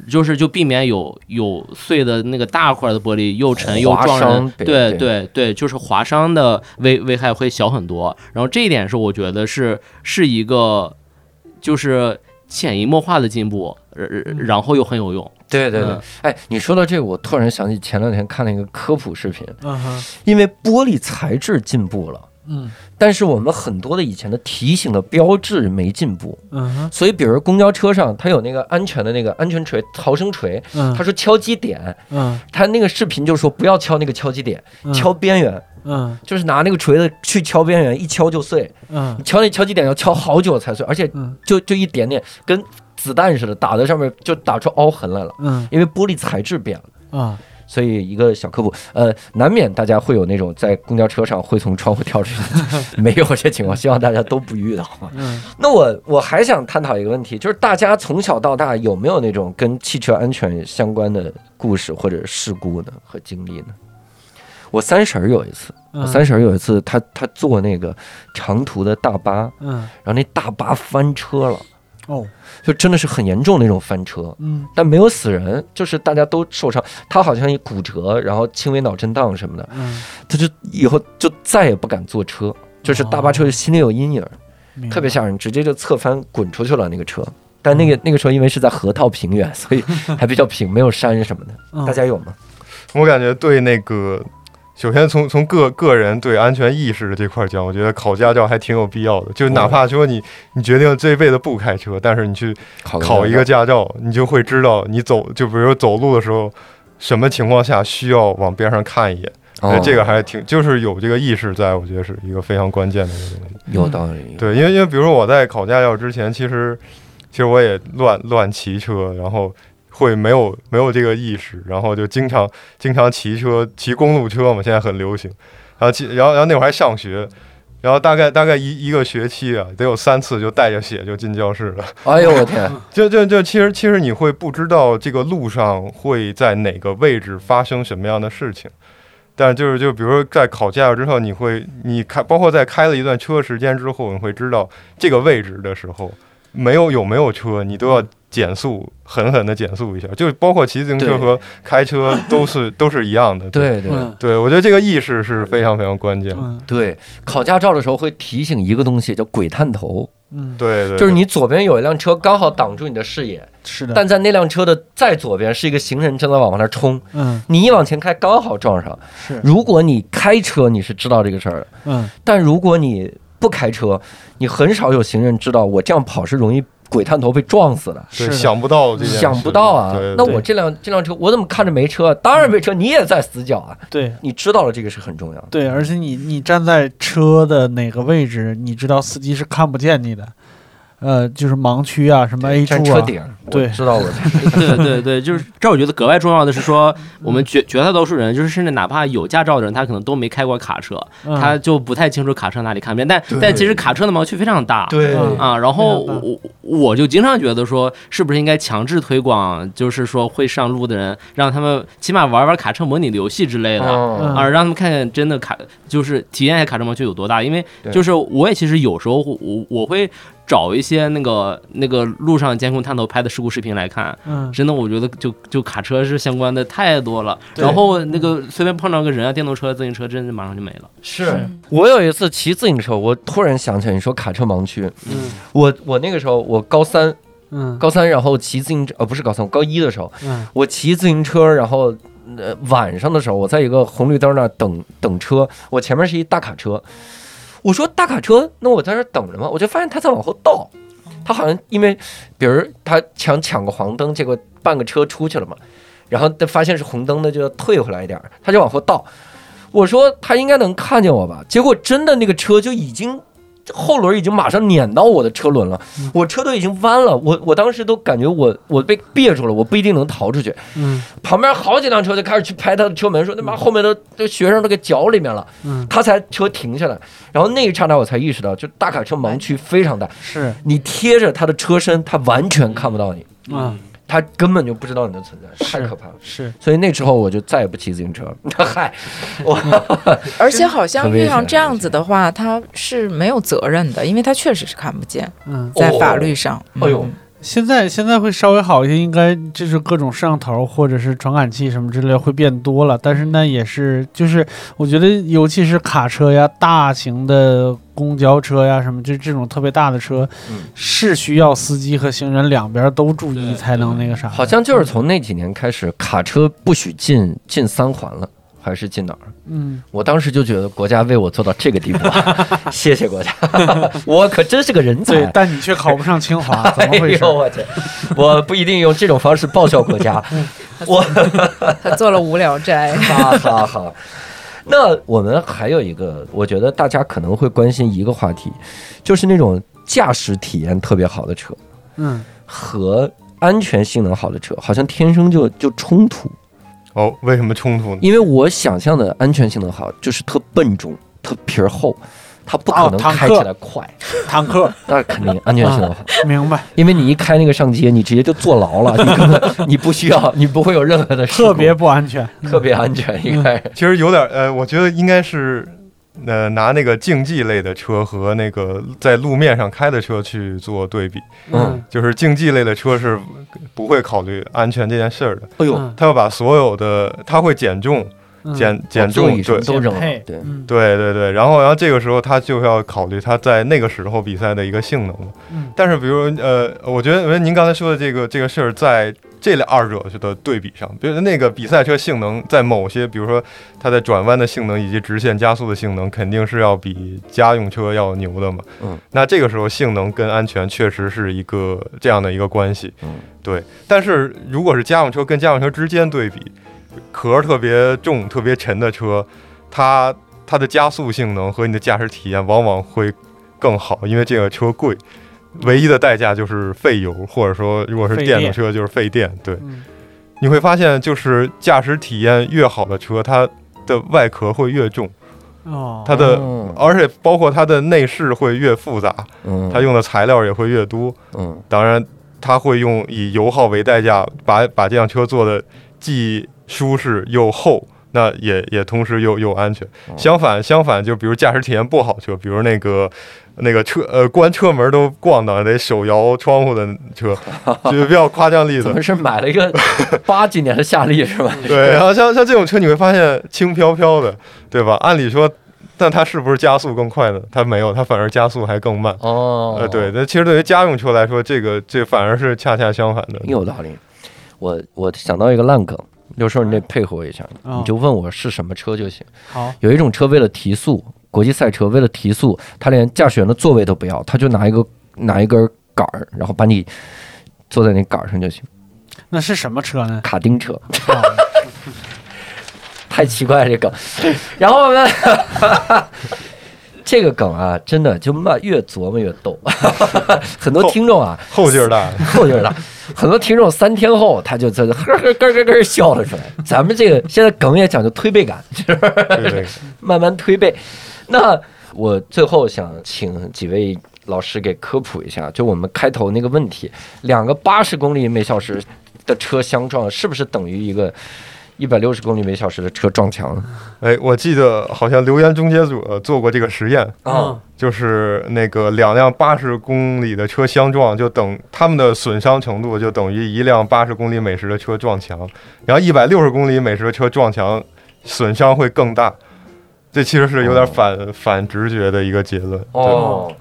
Speaker 4: 就是就避免有有碎的那个大块的玻璃又沉又
Speaker 8: 划
Speaker 4: 撞
Speaker 8: 伤
Speaker 4: 人，
Speaker 8: 对
Speaker 4: 对
Speaker 8: 对
Speaker 4: 对对，就是划伤的危危害会小很多。然后这一点是我觉得是是一个就是潜移默化的进步，呃呃然后又很有用。
Speaker 8: 对对对
Speaker 4: 嗯，
Speaker 8: 哎，你说到这个，我突然想起前两天看了一个科普视频，
Speaker 3: 嗯哼，
Speaker 8: 因为玻璃材质进步了。
Speaker 3: 嗯
Speaker 8: 但是我们很多的以前的提醒的标志没进步，
Speaker 3: 嗯哼，
Speaker 8: 所以比如公交车上它有那个安全的那个安全锤、逃生锤，
Speaker 3: 嗯
Speaker 8: 他说敲击点，
Speaker 3: 嗯
Speaker 8: 他那个视频就说不要敲那个敲击点，
Speaker 3: 嗯
Speaker 8: 敲边缘，
Speaker 3: 嗯
Speaker 8: 就是拿那个锤子去敲边缘，一敲就碎，
Speaker 3: 嗯
Speaker 8: 敲那敲击点要敲好久才碎，而且
Speaker 3: 嗯
Speaker 8: 就就一点点，跟子弹似的打在上面就打出凹痕来了，
Speaker 3: 嗯
Speaker 8: 因为玻璃材质变了。
Speaker 3: 啊，
Speaker 8: 所以一个小科普，呃，难免大家会有那种在公交车上会从窗户跳出去的， <laughs> 没有这情况，希望大家都不遇到。
Speaker 3: 嗯
Speaker 8: 那我我还想探讨一个问题，就是大家从小到大有没有那种跟汽车安全相关的故事或者事故呢和经历呢？我三婶儿有一次，我
Speaker 3: 嗯，
Speaker 8: 三婶儿有一次，她她坐那个长途的大巴，
Speaker 3: 嗯
Speaker 8: 然后那大巴翻车了，
Speaker 3: 哦，
Speaker 8: 就真的是很严重那种翻车。
Speaker 3: 嗯
Speaker 8: 但没有死人，就是大家都受伤。他好像也骨折，然后轻微脑震荡什么的，
Speaker 3: 嗯，
Speaker 8: 他就以后就再也不敢坐车，就是大巴车心里有阴影，
Speaker 3: 明白
Speaker 8: 特别吓人，直接就侧翻滚出去了那个车。但
Speaker 3: 嗯
Speaker 8: 那个那个时候因为是在河套平原，所以还比较平，没有山什么的。
Speaker 3: 嗯
Speaker 8: 大家有吗？
Speaker 5: 我感觉对那个，首先从从个个人对安全意识的这块讲，我觉得考驾照还挺有必要的。就哪怕说你你决定这辈子不开车，但是你去
Speaker 8: 考
Speaker 5: 考一个驾照，你就会知道你走，就比如走路的时候，什么情况下需要往边上看一眼。对，
Speaker 8: 哦
Speaker 5: 呃这个还挺，就是有这个意识在，我觉得是一个非常关键的一个东西。
Speaker 8: 有道理。
Speaker 5: 对，因为因为比如说我在考驾照之前，其实其实我也乱乱骑车，然后会没有没有这个意识，然后就经常经常骑车骑公路车嘛，现在很流行。然后骑，然后然后那会儿还上学，然后大概大概一一个学期啊，得有三次就带着血就进教室了。
Speaker 8: 哎呦
Speaker 3: <laughs>
Speaker 8: 我天，
Speaker 5: 就就就，其实其实你会不知道这个路上会在哪个位置发生什么样的事情，但就是就比如说在考驾照之后，你会你开包括在开了一段车时间之后，你会知道这个位置的时候，没有有没有车，你都要减速，狠狠的减速一下。就包括骑自行
Speaker 8: 对
Speaker 5: 车和开车都是都是一样的。
Speaker 8: 对对
Speaker 3: 嗯
Speaker 5: 对，我觉得这个意识是非常非常关键的。
Speaker 3: 嗯
Speaker 8: 对，考驾照的时候会提醒一个东西，叫鬼探头，
Speaker 3: 嗯，
Speaker 5: 对对，
Speaker 8: 就是
Speaker 5: 对
Speaker 8: 你左边有一辆车刚好挡住你的视野，
Speaker 3: 是的，
Speaker 8: 但在那辆车的再左边是一个行人正在往那冲，
Speaker 3: 嗯
Speaker 8: 你一往前开刚好撞上。
Speaker 3: 是
Speaker 8: 如果你开车，你是知道这个事儿的，
Speaker 3: 嗯
Speaker 8: 但如果你不开车，你很少有行人知道我这样跑是容易鬼探头被撞死的。
Speaker 5: 对
Speaker 3: 是的
Speaker 5: 想不到这件事，
Speaker 8: 想不到啊
Speaker 5: 对，
Speaker 8: 那
Speaker 5: 对
Speaker 8: 我这辆这辆车我怎么看着没车？当然没车，你也在死角啊！
Speaker 3: 对。
Speaker 8: 你知道了这个是很重要的。
Speaker 3: 对，而且你你站在车的哪个位置，你知道司机是看不见你的，呃，就是盲区啊，什么 A 柱
Speaker 8: 站车
Speaker 3: 啊，
Speaker 8: 顶，我
Speaker 3: 对
Speaker 8: 知道我
Speaker 4: 对对对，就是这，我觉得格外重要的是说，我们绝绝大多数人，就是甚至哪怕有驾照的人，他可能都没开过卡车，
Speaker 3: 嗯
Speaker 4: 他就不太清楚卡车哪里看不见。但
Speaker 5: 对
Speaker 4: 但其实卡车的盲区非常大。
Speaker 5: 对
Speaker 3: 嗯
Speaker 4: 啊，然后
Speaker 3: 非常大
Speaker 4: 我我就经常觉得说，是不是应该强制推广，就是说会上路的人，让他们起码玩玩卡车模拟的游戏之类的。
Speaker 8: 哦
Speaker 3: 嗯
Speaker 4: 啊，让他们看看真的卡，就是体验一下卡车盲区有多大。因为
Speaker 8: 对
Speaker 4: 就是我也其实有时候我我我会找一些那个那个路上监控探头拍的事故视频来看，
Speaker 3: 嗯
Speaker 4: 真的，我觉得就就卡车是相关的太多了，
Speaker 3: 对
Speaker 4: 然后那个随便碰到个人啊，电动车、自行车，真的马上就没了。
Speaker 8: 是我有一次骑自行车，我突然想起来你说卡车盲区，
Speaker 3: 嗯
Speaker 8: 我我那个时候我高三，
Speaker 3: 嗯
Speaker 8: 高三，然后骑自行车，呃，不是高三，我高一的时候，
Speaker 3: 嗯
Speaker 8: 我骑自行车，然后呃晚上的时候，我在一个红绿灯那儿等等车，我前面是一大卡车，我说大卡车，那我在这儿等着嘛，我就发现他在往后倒，他好像因为比如他抢抢个黄灯，结果半个车出去了嘛，然后他发现是红灯的就要退回来一点儿，他就往后倒，我说他应该能看见我吧，结果真的那个车就已经后轮已经马上碾到我的车轮了，我车都已经弯了，我我当时都感觉我我被憋住了，我不一定能逃出去。
Speaker 3: 嗯
Speaker 8: 旁边好几辆车就开始去拍他的车门，说他妈后面的这学生都给绞里面了，
Speaker 3: 嗯，
Speaker 8: 他才车停下来。然后那一刹那我才意识到，就大卡车盲区非常大，
Speaker 3: 是
Speaker 8: 你贴着他的车身，他完全看不到你，
Speaker 3: 啊
Speaker 8: 他根本就不知道你的存在，
Speaker 3: 是
Speaker 8: 太可怕了。
Speaker 3: 是，
Speaker 8: 所以那之后我就再也不骑自行车 <laughs> 了。嗨，
Speaker 3: 嗯
Speaker 6: 而且好像
Speaker 8: 很危
Speaker 6: 遇
Speaker 8: 险
Speaker 6: 上这样子的话，他是没有责任的，因为他确实是看不见，
Speaker 3: 嗯，
Speaker 6: 在法律上。
Speaker 8: 哎呦
Speaker 6: 嗯，
Speaker 3: 现在现在会稍微好一些，应该就是各种摄像头或者是传感器什么之类会变多了，但是那也是就是我觉得尤其是卡车呀、大型的公交车呀什么，就这种特别大的车，
Speaker 8: 嗯
Speaker 3: 是需要司机和行人两边都注意才能那个
Speaker 8: <laughs>
Speaker 3: 啥的。
Speaker 8: 好像就是从那几年开始，卡车不许进进三环了，还是进哪儿？
Speaker 3: 嗯，
Speaker 8: 我当时就觉得国家为我做到这
Speaker 3: <laughs>
Speaker 8: 个地步了，谢谢国家， <laughs> 我可真是个人
Speaker 3: 对
Speaker 8: 才，。
Speaker 3: 但你却考不上清
Speaker 8: <laughs>
Speaker 3: 华，怎么回事
Speaker 8: 哎？呦我去！我不一定用这种方式报效国
Speaker 3: <laughs>
Speaker 8: 家，，
Speaker 6: 他做了无聊斋
Speaker 8: <laughs> 哈哈哈。那我们还有一个，我觉得大家可能会关心一个话题，就是那种驾驶体验特别好的车
Speaker 3: 嗯，
Speaker 8: 和安全性能好的车，好像天生就就冲突。
Speaker 5: 哦，为什么冲突呢？
Speaker 8: 因为我想象的安全性能好，就是特笨重、特皮儿厚，它不可能
Speaker 3: 哦坦克
Speaker 8: 开起来快，
Speaker 3: 坦克，
Speaker 8: 那肯定安全性能好。
Speaker 3: 明白，
Speaker 8: 因为你一开那个上街，你直接就坐
Speaker 3: <laughs>
Speaker 8: 牢了，你根本你不需要，你不会有任何的事故
Speaker 3: 特别嗯不安全。
Speaker 8: 特别安全，应该是
Speaker 5: 其实有点儿呃，我觉得应该是呃拿那个竞技类的车和那个在路面上开的车去做对比，
Speaker 8: 嗯，
Speaker 5: 就是竞技类的车是不会考虑安全这件事儿的，
Speaker 8: 哎呦，
Speaker 3: 嗯
Speaker 5: 他要把所有的他会减重，减减
Speaker 8: 座
Speaker 5: 重
Speaker 8: 椅什
Speaker 5: 对
Speaker 8: 么。都扔了
Speaker 3: 配，
Speaker 8: 对
Speaker 3: 嗯
Speaker 5: 对对对，然后然后这个时候他就要考虑他在那个时候比赛的一个性能，
Speaker 3: 嗯
Speaker 5: 但是比如呃，我觉得我觉得您刚才说的这个这个事儿，在这两二者的对比上，比如那个比赛车性能在某些，比如说它在转弯的性能以及直线加速的性能，肯定是要比家用车要牛的嘛。
Speaker 8: 嗯，
Speaker 5: 那这个时候性能跟安全确实是一个这样的一个关系。
Speaker 8: 嗯，
Speaker 5: 对。但是如果是家用车跟家用车之间对比，壳儿特别重、特别沉的车，它它的加速性能和你的驾驶体验往往会更好，因为这个车贵。唯一的代价就是费油，或者说如果是
Speaker 3: 费
Speaker 5: 电动
Speaker 3: 电
Speaker 5: 车就是费电。对，
Speaker 3: 嗯
Speaker 5: 你会发现就是驾驶体验越好的车，它的外壳会越重，
Speaker 3: 哦，
Speaker 5: 它的而且包括它的内饰会越复杂，
Speaker 8: 嗯，
Speaker 5: 它用的材料也会越多。
Speaker 8: 嗯
Speaker 5: 当然，它会用以油耗为代价，把把这辆车做的既舒适又厚。那也也同时又又安全。
Speaker 8: 哦
Speaker 5: 相反相反，就比如驾驶体验不好车，比如那个那个车呃关车门都咣当得手摇窗户的车，就是比较夸张例子
Speaker 8: <laughs> 怎。么是买了
Speaker 5: <laughs>
Speaker 8: 一个八几年的夏利是吧？
Speaker 5: 对，然后像像这种车，你会发现轻飘飘的，对吧？按理说，但它是不是加速更快呢？它没有，它反而加速还更慢。
Speaker 8: 哦，
Speaker 5: 呃，对，，那其实对于家用车来说，这个这反而是恰恰相反的。
Speaker 8: 有道理。我我想到一个烂梗，六叔你得配合我一下，
Speaker 3: 哦
Speaker 8: 你就问我是什么车就行。
Speaker 3: 好，
Speaker 8: 有一种车为了提速，国际赛车为了提速，他连驾驶员的座位都不要，他就拿一个拿一根杆儿，然后把你坐在那杆儿上就行。
Speaker 3: 那是什么车呢？
Speaker 8: 卡丁车，太奇怪了这梗。然后呢， <laughs> 这个梗啊，真的就慢越琢磨越逗。 <laughs> 很多听众啊，
Speaker 5: 后劲儿大，
Speaker 8: 后劲儿大，很多听众三天后他就在这呵呵咯咯咯笑了出来。咱们这个现在梗也讲究推背感，
Speaker 5: 对对，
Speaker 8: 慢慢推背。那我最后想请几位老师给科普一下，就我们开头那个问题，两个八十公里每小时的车相撞，是不是等于一个一百六十公里每小时的车撞墙了？
Speaker 5: 哎，我记得好像留言终结者呃做过这个实验，
Speaker 8: 啊、
Speaker 5: 就是那个两辆八十公里的车相撞，就等他们的损伤程度就等于一辆八十公里每时的车撞墙，然后一百六十公里每时的车撞墙损伤会更大。这其实是有点反、反直觉的一个结论。
Speaker 8: 哦，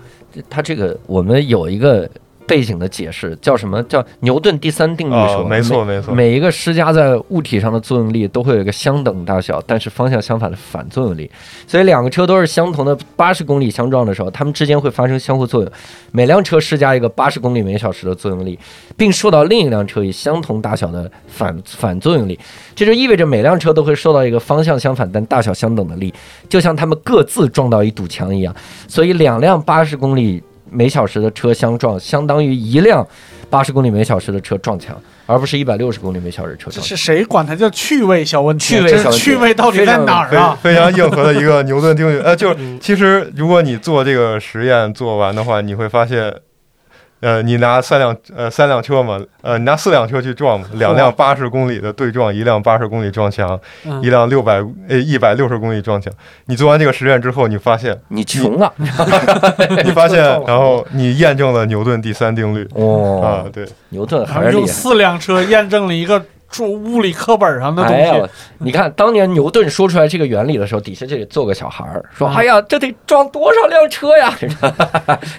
Speaker 8: 他这个我们有一个背景的解释，叫什么叫牛顿第三定律是吧？
Speaker 5: 啊，没错没错，
Speaker 8: 每，每一个施加在物体上的作用力都会有一个相等大小，但是方向相反的反作用力。所以两个车都是相同的八十公里相撞的时候，它们之间会发生相互作用，每辆车施加一个八十公里每小时的作用力，并受到另一辆车以相同大小的反反作用力。这就意味着每辆车都会受到一个方向相反但大小相等的力，就像它们各自撞到一堵墙一样。所以两辆八十公里每小时的车相撞，相当于一辆八十公里每小时的车撞墙，而不是一百六十公里每小时车
Speaker 3: 这
Speaker 8: 撞墙。
Speaker 3: 是谁管它叫趣味小问题？
Speaker 8: 趣味
Speaker 3: 这
Speaker 8: 小问题
Speaker 3: 趣味到底在哪儿
Speaker 5: 非
Speaker 3: 啊？嗯
Speaker 5: 非常硬核的一
Speaker 3: <laughs>
Speaker 5: 个牛顿定律。呃，就是其实如果你做这个实验做完的话，你会发现。呃，你拿三辆呃三辆车嘛，呃，你拿四辆车去撞嘛，两辆八十公里的对撞，一辆八十公里撞墙，
Speaker 3: 嗯
Speaker 5: 一辆六百呃一百六十公里撞墙。你做完这个实验之后，你
Speaker 3: <laughs>
Speaker 5: 发现，
Speaker 8: 你穷了
Speaker 5: 你发现，然后你验证了牛顿第三定律啊
Speaker 8: 哦，，
Speaker 5: 对，
Speaker 8: 牛顿
Speaker 3: 然
Speaker 8: 还
Speaker 3: 后
Speaker 8: 是
Speaker 3: 用
Speaker 8: 厉害。
Speaker 3: 四辆车验证了一个注物理课本上的东
Speaker 8: 哎
Speaker 3: 西
Speaker 8: 呀，，你看当年牛顿说出来这个原理的时候，底下就得坐个小孩儿说：“
Speaker 3: 嗯
Speaker 8: 哎呀，这得撞多少辆车呀？”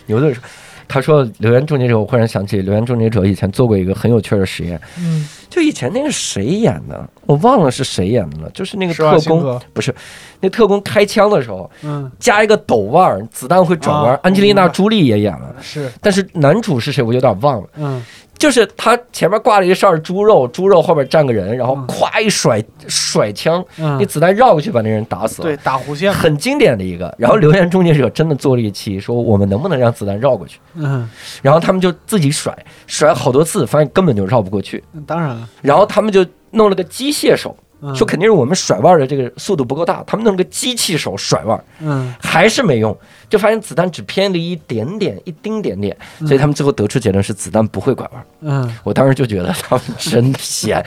Speaker 8: 牛顿说。他说：“留言终结者，我忽然想起留言终结者以前做过一个很有趣的实验，
Speaker 3: 嗯，
Speaker 8: 就以前那个谁演的，我忘了是谁演的了，就是那个
Speaker 3: 施瓦
Speaker 8: 特
Speaker 3: 辛
Speaker 8: 工，
Speaker 3: 格，
Speaker 8: 不是那特工开枪的时候
Speaker 3: 嗯，
Speaker 8: 加一个抖腕儿，子弹会转弯儿
Speaker 3: 啊。
Speaker 8: 安吉
Speaker 3: 我
Speaker 8: 丽
Speaker 3: 明白
Speaker 8: 娜·朱莉也演了，
Speaker 3: 是，
Speaker 8: 但是男主是谁我有点忘了。
Speaker 3: 嗯，
Speaker 8: 就是他前面挂了一扇猪肉，猪肉后面站个人，然后
Speaker 3: 嗯
Speaker 8: 咵一甩甩枪，那
Speaker 3: 嗯，
Speaker 8: 子弹绕过去把那人打死
Speaker 3: 对，
Speaker 8: 了。
Speaker 3: 打弧线嘛，
Speaker 8: 很经典的一个，然后留言终结者真的做了一期，说我们能不能让子弹绕过去？
Speaker 3: 嗯，
Speaker 8: 然后他们就自己甩，甩好多次，发现根本就绕不过去。
Speaker 3: 当然了，
Speaker 8: 然后他们就弄了个机械手，
Speaker 3: 嗯
Speaker 8: 说肯定是我们甩腕儿的这个速度不够大，他们弄了个机器手甩腕儿，
Speaker 3: 嗯，
Speaker 8: 还是没用，就发现子弹只偏离一点点，一丁点点，所以他们最后得出结论是子弹不会拐弯。
Speaker 3: 嗯，
Speaker 8: 我当时就觉得他们真闲，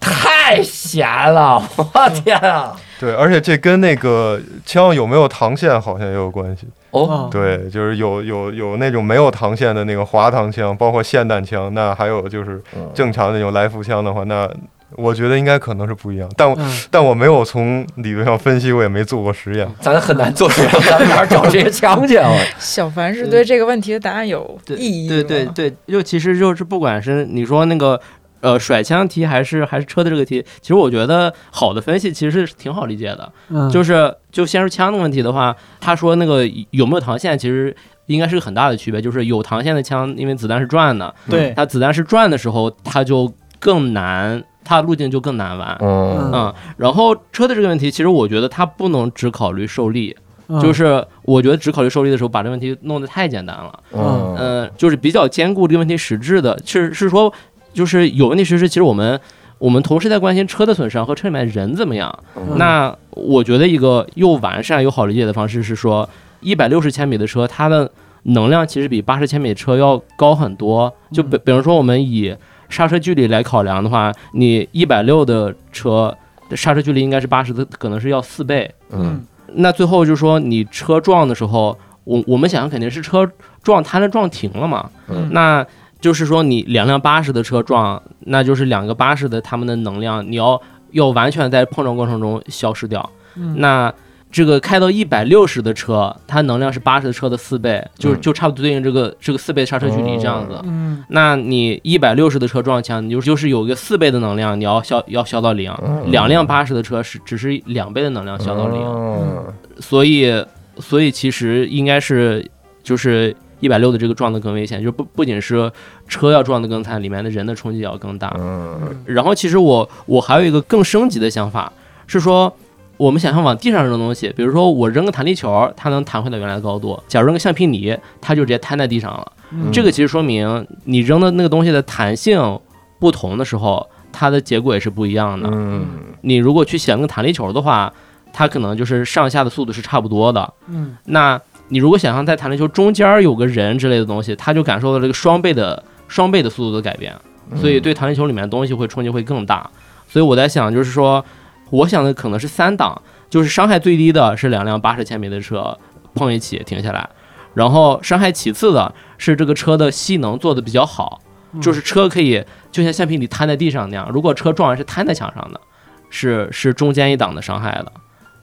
Speaker 8: 太闲了，我天啊！
Speaker 5: 对，而且这跟那个枪有没有膛线好像也有关系。
Speaker 8: 哦，
Speaker 3: 哦，
Speaker 5: 对，就是有有有那种没有膛线的那个滑膛枪，包括霰弹枪，那还有就是
Speaker 8: 嗯
Speaker 5: 正常那种来福枪的话，那我觉得应该可能是不一样。但我、
Speaker 3: 嗯
Speaker 5: 但我没有从理论上分析，我也没做过实验。
Speaker 8: 咱很难做出来，咱们哪儿找这些枪去啊？
Speaker 6: 小凡是对这个问题的答案有
Speaker 4: 对
Speaker 6: 异议
Speaker 4: 对对
Speaker 6: 吗
Speaker 4: 对，就其实就是不管是你说那个呃甩枪题还是还是车的这个题，其实我觉得好的分析其实是挺好理解的。
Speaker 3: <laughs> 嗯，，
Speaker 4: 就是是就先说枪的问题的话，他说那个有没有膛线，其实应该是个很大的区别，就是有膛线的枪，因为子弹是转的，
Speaker 3: 对，
Speaker 4: 它子弹是转的时候，它就更难，它的路径就更难玩。
Speaker 8: 嗯
Speaker 4: 嗯，然后车的这个问题，其实我觉得它不能只考虑受力，
Speaker 8: 啊
Speaker 3: 嗯
Speaker 4: 就是我觉得只考虑受力的时候，把这问题弄得太简单了。
Speaker 8: 嗯
Speaker 4: 嗯，就是比较兼顾这个问题实质的，是是说，就是有问题实质，其实我们我们同时在关心车的损伤和车里面人怎么样。
Speaker 8: 嗯
Speaker 4: 那我觉得一个又完善又好理解的方式是说，一百六十千米的车，它的能量其实比八十千米的车要高很多。就比比如说我们以刹车距离来考量的话，你一百六的车刹车距离应该是八十的，可能是要四倍。
Speaker 8: 嗯
Speaker 4: 那最后就是说，你车撞的时候，我我们想象肯定是车撞它的撞停了嘛，
Speaker 3: 嗯
Speaker 4: 那就是说你两辆八十的车撞，那就是两个八十的他们的能量，你要要完全在碰撞过程中消失掉。
Speaker 3: 嗯
Speaker 4: 那这个开到一百六十的车，它能量是八十的车的四倍，就
Speaker 8: 嗯
Speaker 4: 就差不多对应这个这个四倍刹车距离这样子。
Speaker 3: 嗯
Speaker 4: 那你一百六十的车撞墙，你就就是有一个四倍的能量，你要消要消到零。
Speaker 8: 嗯
Speaker 4: 两辆八十的车是只是两倍的能量消到零。
Speaker 8: 嗯
Speaker 4: 所以所以其实应该是就是一百六的这个撞得更危险，就不不仅是车要撞得更惨，里面的人的冲击也要更大。
Speaker 8: 嗯
Speaker 4: 然后其实我我还有一个更升级的想法是说。我们想象往地上扔东西，比如说我扔个弹力球，它能弹回到原来的高度；假如扔个橡皮泥，它就直接摊在地上了。
Speaker 3: 嗯
Speaker 4: 这个其实说明你扔的那个东西的弹性不同的时候，它的结果也是不一样的。
Speaker 8: 嗯
Speaker 4: 你如果去想个弹力球的话，它可能就是上下的速度是差不多的，
Speaker 3: 嗯
Speaker 4: 那你如果想象在弹力球中间儿有个人之类的东西，他就感受到这个双倍的双倍的速度的改变，所以对弹力球里面的东西会冲击会更大。所以我在想，就是说，我想的可能是三档，就是伤害最低的是两辆八十千米的车碰一起停下来，然后伤害其次的是这个车的吸能做的比较好，就是车可以就像橡皮泥摊在地上那样，如果车撞完是摊在墙上的，是是中间一档的伤害的。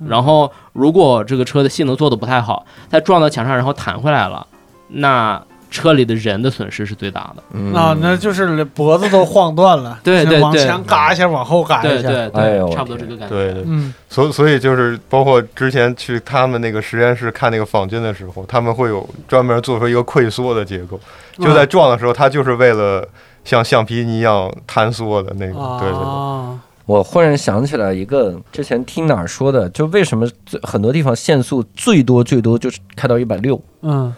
Speaker 4: 然后如果这个车的性能做的不太好，它撞到墙上然后弹回来了，那车里的人的损失是最大的。
Speaker 8: 嗯
Speaker 3: 啊，那就是脖子都晃断
Speaker 8: <laughs>
Speaker 3: 了，
Speaker 4: 对
Speaker 3: 就
Speaker 4: 对
Speaker 3: 往
Speaker 4: 对
Speaker 3: 前嘎一下，往后嘎
Speaker 4: 对
Speaker 3: 一下，
Speaker 4: 对对，
Speaker 8: 哎呦
Speaker 4: 差不多这个感觉。
Speaker 5: 对对，
Speaker 3: 嗯，
Speaker 5: 所所以就是包括之前去他们那个实验室看那个仿真的时候，他们会有专门做出一个溃缩的结构，就在撞的时候，它就是为了像橡皮泥一样坍缩的那种。对对对，
Speaker 3: 啊，
Speaker 8: 我忽然想起来一个之前听哪儿说的，就为什么最很多地方限速最多最多就是开到一百六，
Speaker 3: 嗯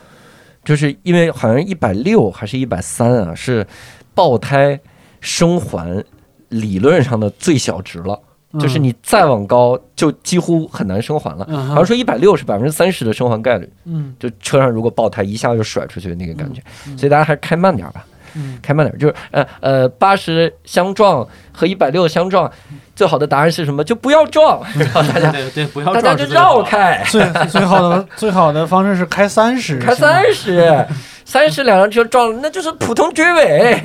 Speaker 8: 就是因为好像一百六还是一百三啊，是爆胎生还理论上的最小值了，
Speaker 3: 嗯，
Speaker 8: 就是你再往高就几乎很难生还了。
Speaker 3: 嗯，
Speaker 8: 好
Speaker 3: 好
Speaker 8: 像说一百六是百分之三十的生还概率，
Speaker 3: 嗯
Speaker 8: 就车上如果爆胎一下就甩出去的那个感觉，
Speaker 3: 嗯嗯
Speaker 8: 所以大家还是开慢点儿吧。
Speaker 3: 嗯
Speaker 8: 开慢点，就是呃呃，八十相撞和一百六相撞，最好的答案是什么？就不要撞，
Speaker 4: 大家对对，不要
Speaker 8: 大家
Speaker 4: 撞
Speaker 8: 就是
Speaker 4: 最好
Speaker 8: 绕
Speaker 4: 的
Speaker 8: 开，
Speaker 3: 最最好的最好的方式是开三十，
Speaker 8: 开三十，三十两辆车撞了，那就是普通追尾。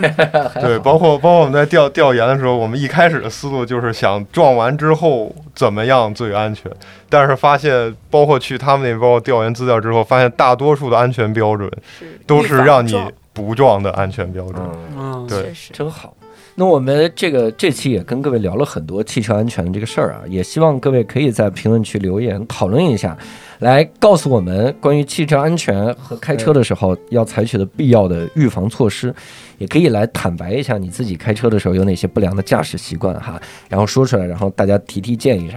Speaker 5: 对，包括包括我们在调调研的时候，我们一开始的思路就是想撞完之后怎么样最安全，但是发现包括去他们那边包括调研资料之后，发现大多数的安全标准都是让你不撞的安全标准。
Speaker 3: 嗯，
Speaker 5: 对
Speaker 6: 确实，
Speaker 8: 真好。那我们这个这期也跟各位聊了很多汽车安全的这个事儿啊，也希望各位可以在评论区留言讨论一下，来告诉我们关于汽车安全和开车的时候要采取的必要的预防措施，也可以来坦白一下你自己开车的时候有哪些不良的驾驶习惯哈，然后说出来，然后大家提提建议啥。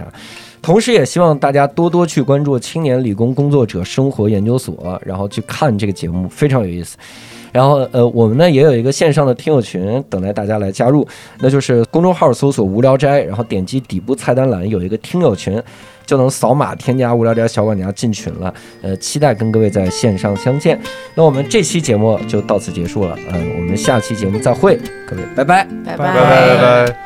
Speaker 8: 同时，也希望大家多多去关注青年理工工作者生活研究所，然后去看这个节目，非常有意思。然后呃，我们呢也有一个线上的听友群，等待大家来加入，那就是公众号搜索“无聊斋”，然后点击底部菜单栏有一个听友群，就能扫码添加“无聊斋小管家”进群了。呃，期待跟各位在线上相见。那我们这期呃节目就到此结束了，嗯、我们下期节目再会，各位，拜拜。
Speaker 6: 拜
Speaker 5: 拜拜拜拜。